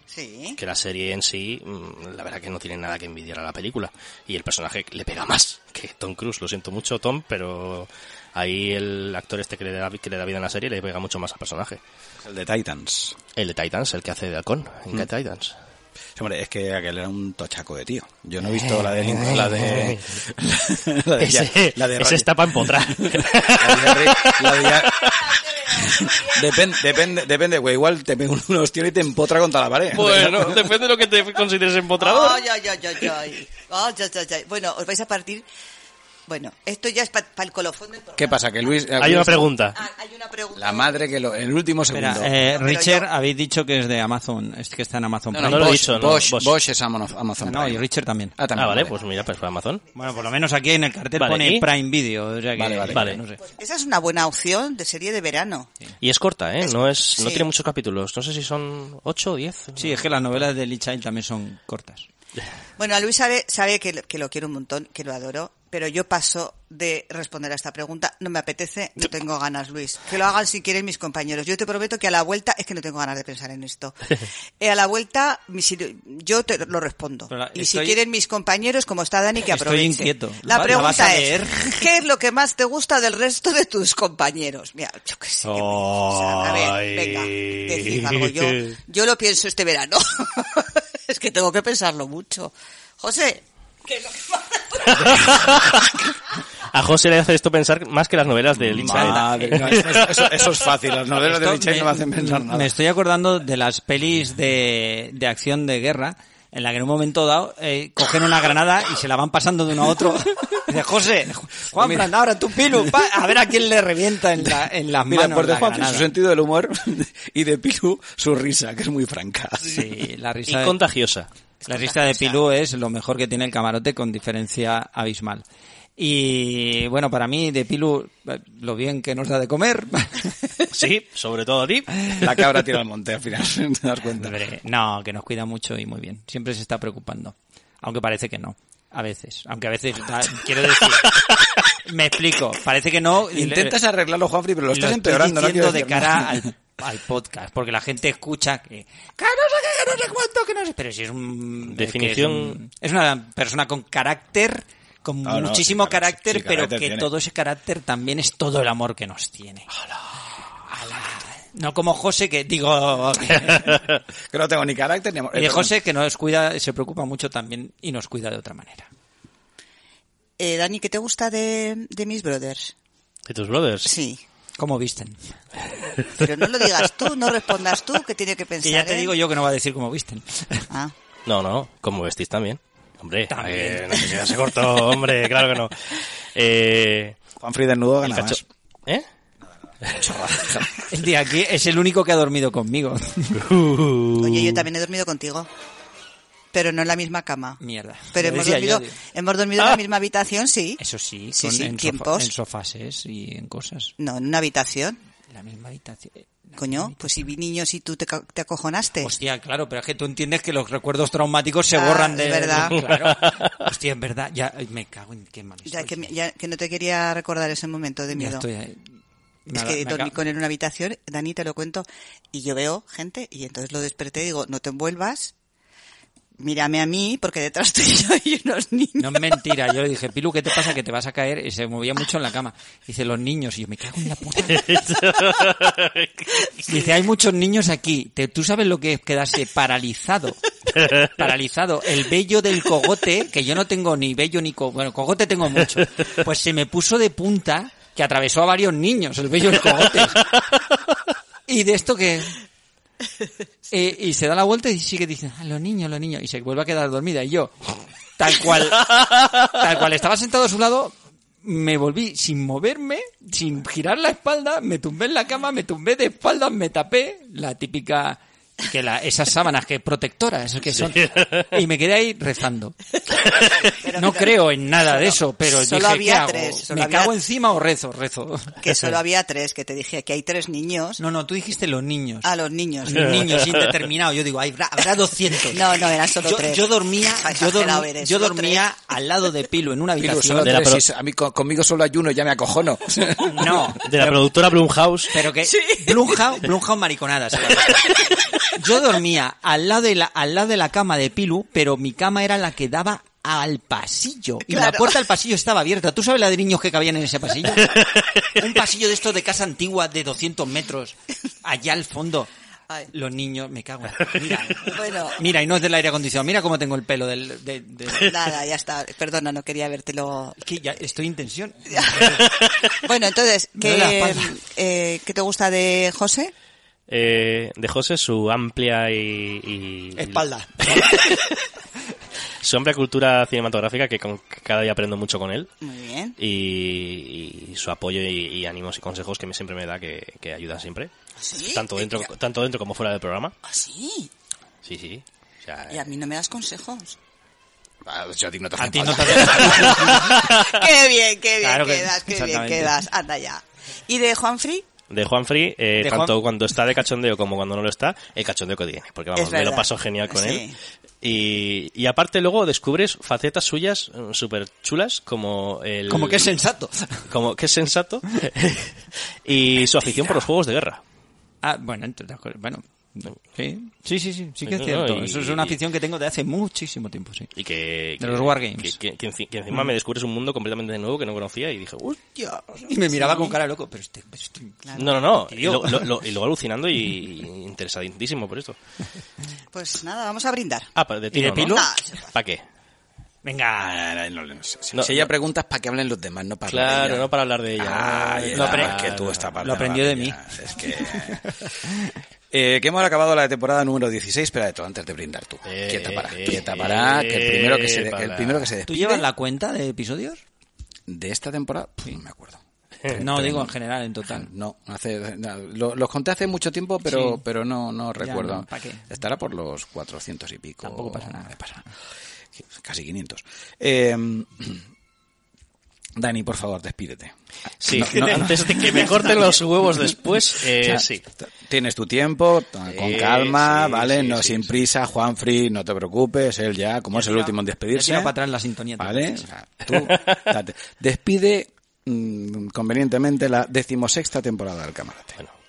Speaker 4: Sí.
Speaker 2: que la serie en sí, mm, la verdad que no tiene nada que envidiar a la película, y el personaje le pega más que Tom Cruise, lo siento mucho Tom, pero ahí el actor este que le da, que le da vida en la serie le pega mucho más al personaje.
Speaker 3: Es el de Titans.
Speaker 2: El de Titans, el que hace de Halcón, en Cat Titans.
Speaker 3: Sí, Hombre, es que aquel era un tochaco de tío. Yo no he visto la de Lincoln- la de *laughs* la de,
Speaker 2: Ese,
Speaker 3: la de
Speaker 2: ese
Speaker 3: Roger-
Speaker 2: está para empotrar.
Speaker 3: La de Rick- la de Jack- Depen- depende, depende, güey. Igual te pega un hostia y te empotra contra la pared.
Speaker 2: *laughs* bueno, depende de lo que te consideres empotrador.
Speaker 4: Ay, ay, ay, ay, ay. Ay, ay, ay, ay. Bueno, os vais a partir. Bueno, esto ya es para el colofón del programa.
Speaker 3: ¿Qué pasa? Que Luis.
Speaker 2: Hay una pregunta.
Speaker 4: Ah, hay una pregunta.
Speaker 3: La madre que lo. El último segundo.
Speaker 1: Espera, eh,
Speaker 4: pero
Speaker 1: Richard,
Speaker 4: yo-
Speaker 1: habéis dicho que es de Amazon, es que está en Amazon
Speaker 2: no
Speaker 1: Prime.
Speaker 2: lo he
Speaker 3: Bosch-
Speaker 2: dicho, no,
Speaker 3: Bosch,
Speaker 2: Bosch.
Speaker 3: Bosch es Amazon, Amazon
Speaker 1: No,
Speaker 3: Prime.
Speaker 1: y Richard también.
Speaker 3: Ah, también,
Speaker 2: ah, vale, pues mira, pues fue Amazon.
Speaker 1: Bueno, por lo menos aquí en el cartel
Speaker 2: Vale,
Speaker 1: pone
Speaker 2: ¿y?
Speaker 1: Prime Video, o sea que-
Speaker 3: Vale, vale.
Speaker 1: vale, no sé.
Speaker 4: Esa es una buena opción de serie de verano.
Speaker 2: Y es corta, ¿eh? No, es, no
Speaker 4: sí.
Speaker 2: tiene muchos capítulos. No sé si son 8 o 10.
Speaker 1: Sí, es que las novelas de Lee Child también son cortas.
Speaker 4: Bueno, a Luis sabe, sabe que, lo- que lo quiero un montón, que lo adoro, pero yo paso de responder a esta pregunta. No me apetece, no tengo ganas, Luis. Que lo hagan si quieren mis compañeros. Yo te prometo que a la vuelta, es que no tengo ganas de pensar en
Speaker 1: *laughs*
Speaker 4: esto. Eh, a la vuelta, mi sir- yo te lo respondo.
Speaker 1: Pero la-
Speaker 4: y
Speaker 1: estoy-
Speaker 4: si quieren mis compañeros, como está Dani, que
Speaker 1: Estoy
Speaker 4: aproveche.
Speaker 1: inquieto.
Speaker 4: La
Speaker 1: ¿La
Speaker 4: pregunta
Speaker 1: vas a
Speaker 4: es,
Speaker 1: leer?
Speaker 4: ¿qué es lo que más te gusta del resto de tus compañeros? Mira, yo qué sé. qué me- o sea, a ver, venga,
Speaker 2: Ay.
Speaker 4: decid algo yo. Yo lo pienso este verano. *laughs* es que tengo que pensarlo mucho. José, ¿qué es lo que más-
Speaker 2: A José le hace esto pensar más que las novelas de Lynch.
Speaker 3: Madre, no, eso, eso- eso es fácil. Las novelas de
Speaker 1: Esto
Speaker 3: Richard no me hacen pensar nada.
Speaker 1: me estoy acordando de las pelis de, de acción de guerra en la que en un momento dado eh, cogen una granada y se la van pasando de uno a
Speaker 3: *laughs*
Speaker 1: otro. Dice, José, Juan, ahora tú Pilu, pa", a ver a quién le revienta en, la, en las
Speaker 3: Mira,
Speaker 1: manos
Speaker 3: por de
Speaker 1: la
Speaker 3: Juan,
Speaker 1: granada.
Speaker 3: su sentido del humor *laughs* y de Pilu, su risa, que es muy franca. *laughs*
Speaker 1: Sí, la
Speaker 2: Y
Speaker 1: risa de-
Speaker 4: *laughs*
Speaker 2: contagiosa.
Speaker 1: La lista de Pilú es lo mejor que tiene el camarote con diferencia abismal. Y bueno, para mí de Pilú, eh, lo bien que nos da de comer. *laughs*
Speaker 2: Sí, sobre todo a ti.
Speaker 3: La cabra tira al monte al final, *laughs* te das cuenta.
Speaker 1: Hombre, no, que nos cuida mucho y muy bien. Siempre se está preocupando. Aunque parece que no. A veces. Aunque a veces,
Speaker 3: *laughs*
Speaker 1: ah, quiero decir, me explico. Parece que no. y le-
Speaker 3: Intentas arreglarlo, Juanfri, pero lo estás
Speaker 1: estoy
Speaker 3: empeorando. no
Speaker 1: diciendo
Speaker 3: quiero
Speaker 1: de
Speaker 3: decir
Speaker 1: cara
Speaker 3: nada.
Speaker 1: al, al podcast, porque la gente escucha que que no sé qué, que no sé cuánto, que no sé. Pero si es un
Speaker 2: Definición-
Speaker 1: que es, un- es una persona con carácter, con
Speaker 3: Ah, No, no,
Speaker 1: muchísimo
Speaker 3: sí, claro,
Speaker 1: carácter,
Speaker 3: sí,
Speaker 1: pero
Speaker 3: carácter
Speaker 1: que
Speaker 3: tiene.
Speaker 1: todo ese carácter también es todo el amor que nos tiene. Ala. No como José que
Speaker 3: *laughs*
Speaker 1: digo
Speaker 3: Que no tengo ni carácter ni amor.
Speaker 1: y
Speaker 3: Eh,
Speaker 1: de
Speaker 3: perdón.
Speaker 1: José que nos cuida, se preocupa mucho también y nos cuida de otra manera.
Speaker 4: Eh, Dani, ¿qué te gusta de, de mis brothers?
Speaker 2: De tus brothers.
Speaker 1: *laughs*
Speaker 4: Sí.
Speaker 1: ¿Cómo visten?
Speaker 4: Pero no lo digas tú, no respondas tú, que tiene que pensar.
Speaker 1: Que ya te
Speaker 4: él.
Speaker 1: digo yo que no va a decir cómo visten.
Speaker 4: Ah.
Speaker 2: No, no, como vestís también. Hombre,
Speaker 1: También.
Speaker 2: eh, no se queda ese corto, hombre, claro que no. Eh,
Speaker 3: Juanfri desnudo
Speaker 2: el
Speaker 3: gana
Speaker 2: cacho-
Speaker 3: más.
Speaker 2: ¿Eh?
Speaker 1: El de aquí es el único que ha dormido conmigo. *laughs*
Speaker 4: Oye, yo también he dormido contigo. Pero no en la misma cama.
Speaker 1: Mierda.
Speaker 4: Pero
Speaker 1: Lo
Speaker 4: hemos
Speaker 1: decía
Speaker 4: dormido,
Speaker 1: yo, digo.
Speaker 4: hemos dormido en la misma habitación, sí.
Speaker 1: Eso sí,
Speaker 4: Sí,
Speaker 1: con-
Speaker 4: sí,
Speaker 1: en,
Speaker 4: tiempos.
Speaker 1: en sofases y en cosas.
Speaker 4: No, en una habitación.
Speaker 1: En La misma habitación. La
Speaker 4: Coño,
Speaker 1: misma
Speaker 4: pues si vi niños y tú te, ca- te acojonaste.
Speaker 1: habitación. Hostia, claro, pero es que tú entiendes que los recuerdos traumáticos se
Speaker 4: Ah,
Speaker 1: borran de...
Speaker 4: es verdad. *laughs*
Speaker 1: Claro. Hostia, es verdad. Ya, ay, me cago en qué mal
Speaker 4: Ya
Speaker 1: estoy.
Speaker 4: que, me- ya que no te quería recordar ese momento de
Speaker 1: Ya
Speaker 4: miedo.
Speaker 1: estoy ahí.
Speaker 4: Es
Speaker 1: Nada,
Speaker 4: que
Speaker 1: me
Speaker 4: dormí
Speaker 1: acabo-
Speaker 4: con él en una habitación, Dani te lo cuento, y yo veo gente, y entonces lo desperté y digo, no te envuelvas, mírame a mí, porque detrás *laughs* tuyo hay unos niños.
Speaker 1: No es mentira. Yo le dije, Pilu, ¿qué te pasa? Que te vas a caer. Y se movía mucho en la cama. Dice, los niños. Y yo, me cago en la puta. *laughs* Dice, hay muchos niños aquí. Te- ¿Tú sabes lo que es quedarse paralizado? Paralizado. El vello del cogote, que yo no tengo ni vello ni cogote. Bueno, cogote tengo mucho. Pues se me puso de punta que atravesó a varios niños el vello del cogote. Y de esto que... Eh, y se da la vuelta y sigue diciendo, "Ah, los niños, los niños. Y se vuelve a quedar dormida. Y yo, tal cual, tal cual estaba sentado a su lado, me volví sin moverme, sin girar la espalda, me tumbé en la cama, me tumbé de espaldas, me tapé, la típica que la, esas sábanas que protectoras que son y me quedé ahí rezando no creo en nada de eso pero
Speaker 4: solo
Speaker 1: dije, ¿qué
Speaker 4: había
Speaker 1: hago?
Speaker 4: tres, solo
Speaker 1: me
Speaker 4: había-
Speaker 1: cago encima o rezo rezo
Speaker 4: Que solo había tres, que te dije, que hay tres niños.
Speaker 1: no no tú dijiste los niños
Speaker 4: A los
Speaker 1: *laughs*
Speaker 4: niños.
Speaker 1: niños indeterminados yo digo "Ay, habrá, habrá 200
Speaker 4: No, no, eran solo
Speaker 1: yo,
Speaker 4: tres.
Speaker 1: yo dormía yo, dormí-
Speaker 4: Exagerado eres,
Speaker 1: yo
Speaker 4: solo
Speaker 1: dormía al lado de Pilo en una
Speaker 3: Pilu,
Speaker 1: habitación
Speaker 3: solo
Speaker 2: De la
Speaker 3: tres,
Speaker 2: pro-
Speaker 3: si- a mí, con- conmigo solo hay uno, ya me acojono.
Speaker 1: *laughs* no
Speaker 2: De la productora Blumhouse.
Speaker 1: Pero que Blumhouse, Blumhouse mariconadas. Yo dormía al lado de la al lado de la cama de Pilu, pero mi cama era la que daba al pasillo y la
Speaker 4: Claro.
Speaker 1: puerta al pasillo estaba abierta. ¿Tú sabes la de niños que cabían en ese pasillo?
Speaker 4: *laughs*
Speaker 1: Un pasillo de estos de casa antigua de 200 metros allá al fondo.
Speaker 4: Ay.
Speaker 1: Los niños me cago.
Speaker 4: *laughs*
Speaker 1: en- Mira,
Speaker 4: Bueno.
Speaker 1: mira y no es del aire acondicionado. Mira cómo tengo el pelo del. de- de-
Speaker 4: Nada, ya está. Perdona, no quería vértelo.
Speaker 1: Es que ya estoy en tensión. *laughs*
Speaker 4: Bueno, entonces,
Speaker 1: Me duele la
Speaker 4: ¿qué,
Speaker 1: espalda.
Speaker 4: eh, ¿qué te gusta de José?
Speaker 2: Eh, de José, su amplia y, y-
Speaker 1: Espalda.
Speaker 2: Su amplia cultura cinematográfica, que, con- que cada día aprendo mucho con él.
Speaker 4: Muy bien.
Speaker 2: Y, y su apoyo y, y ánimos y consejos que me- siempre me da, que, que ayudan siempre.
Speaker 4: ¿Sí?
Speaker 2: Tanto dentro,
Speaker 4: Y-
Speaker 2: tanto dentro como fuera del programa.
Speaker 4: ¿Ah, sí?
Speaker 2: Sí, sí. O sea,
Speaker 4: Y a mí no me das consejos.
Speaker 3: Ah, yo a ti no te
Speaker 1: A
Speaker 3: hacen
Speaker 1: ti no
Speaker 3: falta.
Speaker 1: te hace
Speaker 4: qué bien, qué bien
Speaker 1: Claro que-
Speaker 4: quedas, qué bien
Speaker 1: exactamente.
Speaker 4: quedas. Anda ya. ¿Y de Juanfrey?
Speaker 2: De Juan Free,
Speaker 1: De
Speaker 2: tanto
Speaker 1: Juan-
Speaker 2: cuando está de cachondeo como cuando no lo está, el cachondeo que tiene. Porque vamos,
Speaker 4: Es
Speaker 2: me lo
Speaker 4: verdad.
Speaker 2: paso genial con
Speaker 4: Sí.
Speaker 2: él. Y, y aparte luego descubres facetas suyas mm, súper chulas como el...
Speaker 1: Como que es sensato.
Speaker 2: Como que es sensato. *laughs* y su afición por los juegos de guerra.
Speaker 1: Ah, bueno, entre otras cosas, bueno. Sí, sí, sí, sí, sí que es
Speaker 2: No,
Speaker 1: cierto.
Speaker 2: y-
Speaker 1: Eso es una afición que tengo de hace muchísimo tiempo, sí.
Speaker 2: Y que...
Speaker 1: De
Speaker 2: que-
Speaker 1: los wargames.
Speaker 2: Que, que- que enci- que encima me descubres un mundo completamente nuevo que no conocía y dije, "Uy".
Speaker 1: Y me miraba con cara de loco, pero este... pero este-
Speaker 2: No, no, no. Y,
Speaker 1: Tío.
Speaker 2: lo- lo- lo- y luego alucinando y, y interesadísimo por esto.
Speaker 4: Pues nada, vamos a brindar.
Speaker 2: Ah, pero de ti
Speaker 1: ¿Y de
Speaker 2: no,
Speaker 1: Pilo?
Speaker 2: ¿Para qué?
Speaker 1: Venga,
Speaker 3: Ah, no, no, no, sí, sí.
Speaker 2: No,
Speaker 3: si ella
Speaker 2: no.
Speaker 3: pregunta es para que hablen los demás, no para hablar
Speaker 2: Claro,
Speaker 3: ella.
Speaker 2: no para hablar de ella.
Speaker 3: Ah,
Speaker 2: Ay,
Speaker 3: ya,
Speaker 1: Lo apre-
Speaker 3: es que tú esta parte
Speaker 1: lo aprendió
Speaker 3: no la
Speaker 1: de mí.
Speaker 3: pillas. Es que *laughs* Eh, que hemos acabado la temporada número 16, pero de todo, antes de brindar tú.
Speaker 2: Eh,
Speaker 3: quieta para,
Speaker 2: eh,
Speaker 3: quieta para, que el primero que se,
Speaker 2: eh, para.
Speaker 3: el primero que se
Speaker 1: ¿Tú
Speaker 3: despide
Speaker 1: llevas la cuenta de episodios?
Speaker 3: de esta temporada, pf, no me acuerdo.
Speaker 2: Eh,
Speaker 1: No, digo en general, en total.
Speaker 3: No, hace, no, lo- los conté hace mucho tiempo, pero, pero no, no recuerdo.
Speaker 1: no, ¿pa' qué?
Speaker 3: Estará por los 400 y pico.
Speaker 1: Tampoco pasa nada.
Speaker 3: No pasa nada. Casi 500. Eh, *clears throat* Dani, por favor, despídete.
Speaker 2: Sí, *laughs*
Speaker 3: No, no, no.
Speaker 2: antes de que me corten los huevos *laughs* después, eh,
Speaker 3: O sea,
Speaker 2: sí.
Speaker 3: Tienes tu tiempo, t- con
Speaker 2: Sí,
Speaker 3: calma,
Speaker 2: sí,
Speaker 3: ¿vale?
Speaker 2: sí,
Speaker 3: no
Speaker 2: sí,
Speaker 3: sin
Speaker 2: sí.
Speaker 3: prisa, Juan Free, no te preocupes, él ya, como es el último en
Speaker 1: Ya
Speaker 3: despedirse.
Speaker 1: tira para atrás la sintonía.
Speaker 3: ¿Vale? O sea, tú, date. Despide mm, convenientemente la decimosexta temporada del camarote.
Speaker 2: Bueno.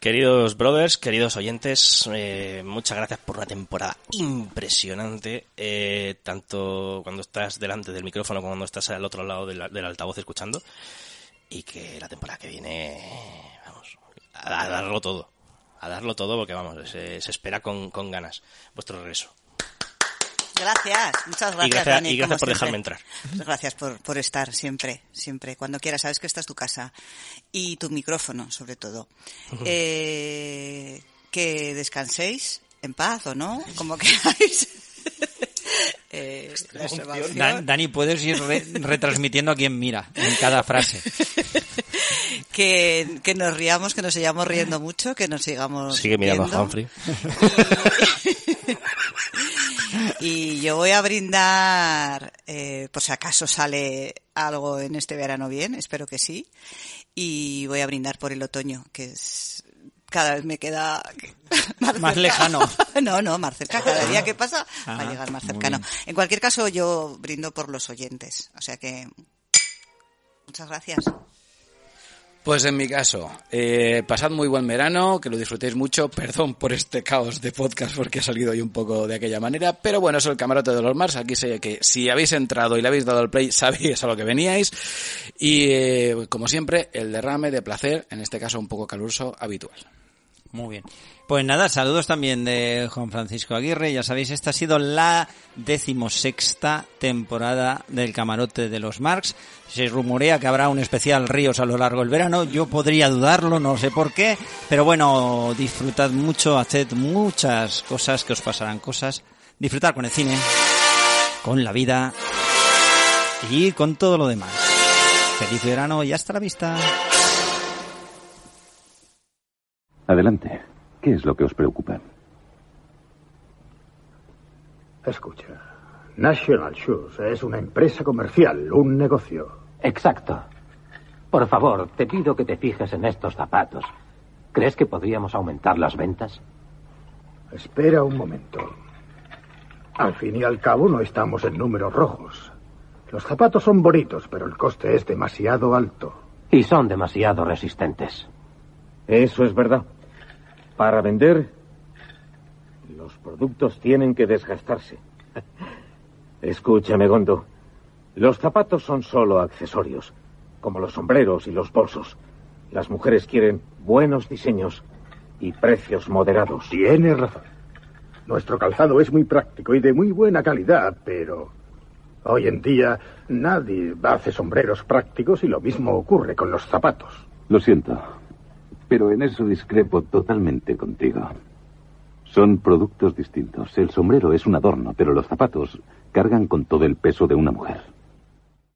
Speaker 2: Queridos brothers, queridos oyentes, eh, muchas gracias por una temporada impresionante, eh, tanto cuando estás delante del micrófono como cuando estás al otro lado del, del altavoz escuchando, y que la temporada que viene, vamos, a, a darlo todo, a darlo todo porque vamos, se, se espera con, con ganas vuestro regreso.
Speaker 4: Gracias, muchas gracias.
Speaker 2: Y gracias-
Speaker 4: Dani,
Speaker 2: y gracias
Speaker 4: como
Speaker 2: por dejarme
Speaker 4: siempre.
Speaker 2: entrar.
Speaker 4: Pues Gracias por, por estar siempre, siempre. Cuando quieras, sabes que esta es tu casa. Y tu micrófono, sobre todo. Eh, que descanséis en paz o no, como *laughs* queráis. Eh, la observación.
Speaker 1: Dan- Dani, puedes ir re- retransmitiendo a quien mira en cada frase.
Speaker 4: que, que nos riamos, que nos sigamos riendo mucho, que nos sigamos.
Speaker 2: Sigue mirando
Speaker 4: viendo.
Speaker 2: a Humphrey.
Speaker 4: *laughs* Y yo voy a brindar, eh, por si acaso sale algo en este verano bien, espero que sí. Y voy a brindar por el otoño, que es cada vez me queda *laughs*
Speaker 1: Más
Speaker 4: cerca.
Speaker 1: lejano.
Speaker 4: *laughs* No, no, más cerca. Cada día que pasa va
Speaker 1: Ah,
Speaker 4: a llegar más
Speaker 1: muy
Speaker 4: cercano.
Speaker 1: bien.
Speaker 4: En cualquier caso, yo brindo por los oyentes. O sea que. Muchas gracias.
Speaker 3: Pues en mi caso, eh, pasad muy buen verano, que lo disfrutéis mucho. Perdón por este caos de podcast porque ha salido hoy un poco de aquella manera, pero bueno, es el camarote de los Mars. Aquí sé que si habéis entrado y le habéis dado al play, *laughs* sabéis a lo que veníais. Y eh, como siempre, el derrame de placer, en este caso un poco caluroso, habitual.
Speaker 1: Muy bien. Pues nada, saludos también de Juan Francisco Aguirre. Ya sabéis, esta ha sido la decimosexta temporada del camarote de los Marx. Se rumorea que habrá un especial Ríos a lo largo del verano. Yo podría dudarlo, no sé por qué. Pero bueno, disfrutad mucho, haced muchas cosas, que os pasarán cosas. Disfrutar con el cine, con la vida y con todo lo demás. Feliz verano y hasta la vista.
Speaker 6: Adelante. ¿Qué es lo que os preocupa?
Speaker 7: Escucha, National Shoes es una empresa comercial, un negocio.
Speaker 8: Exacto. Por favor, te pido que te fijes en estos zapatos. ¿Crees que podríamos aumentar las ventas?
Speaker 7: Espera un momento. Al fin y al cabo no estamos en números rojos. Los zapatos son bonitos, pero el coste es demasiado alto.
Speaker 8: Y son demasiado resistentes.
Speaker 9: Eso es verdad. Para vender, los productos tienen que desgastarse. *laughs* Escúchame, Gondo. Los zapatos son solo accesorios, como los sombreros y los bolsos. Las mujeres quieren buenos diseños y precios moderados.
Speaker 7: Tienes razón. Nuestro calzado es muy práctico y de muy buena calidad, pero hoy en día nadie hace sombreros prácticos y lo mismo ocurre con los zapatos.
Speaker 6: Lo siento, pero en eso discrepo totalmente contigo. Son productos distintos. El sombrero es un adorno, pero los zapatos cargan con todo el peso de una mujer.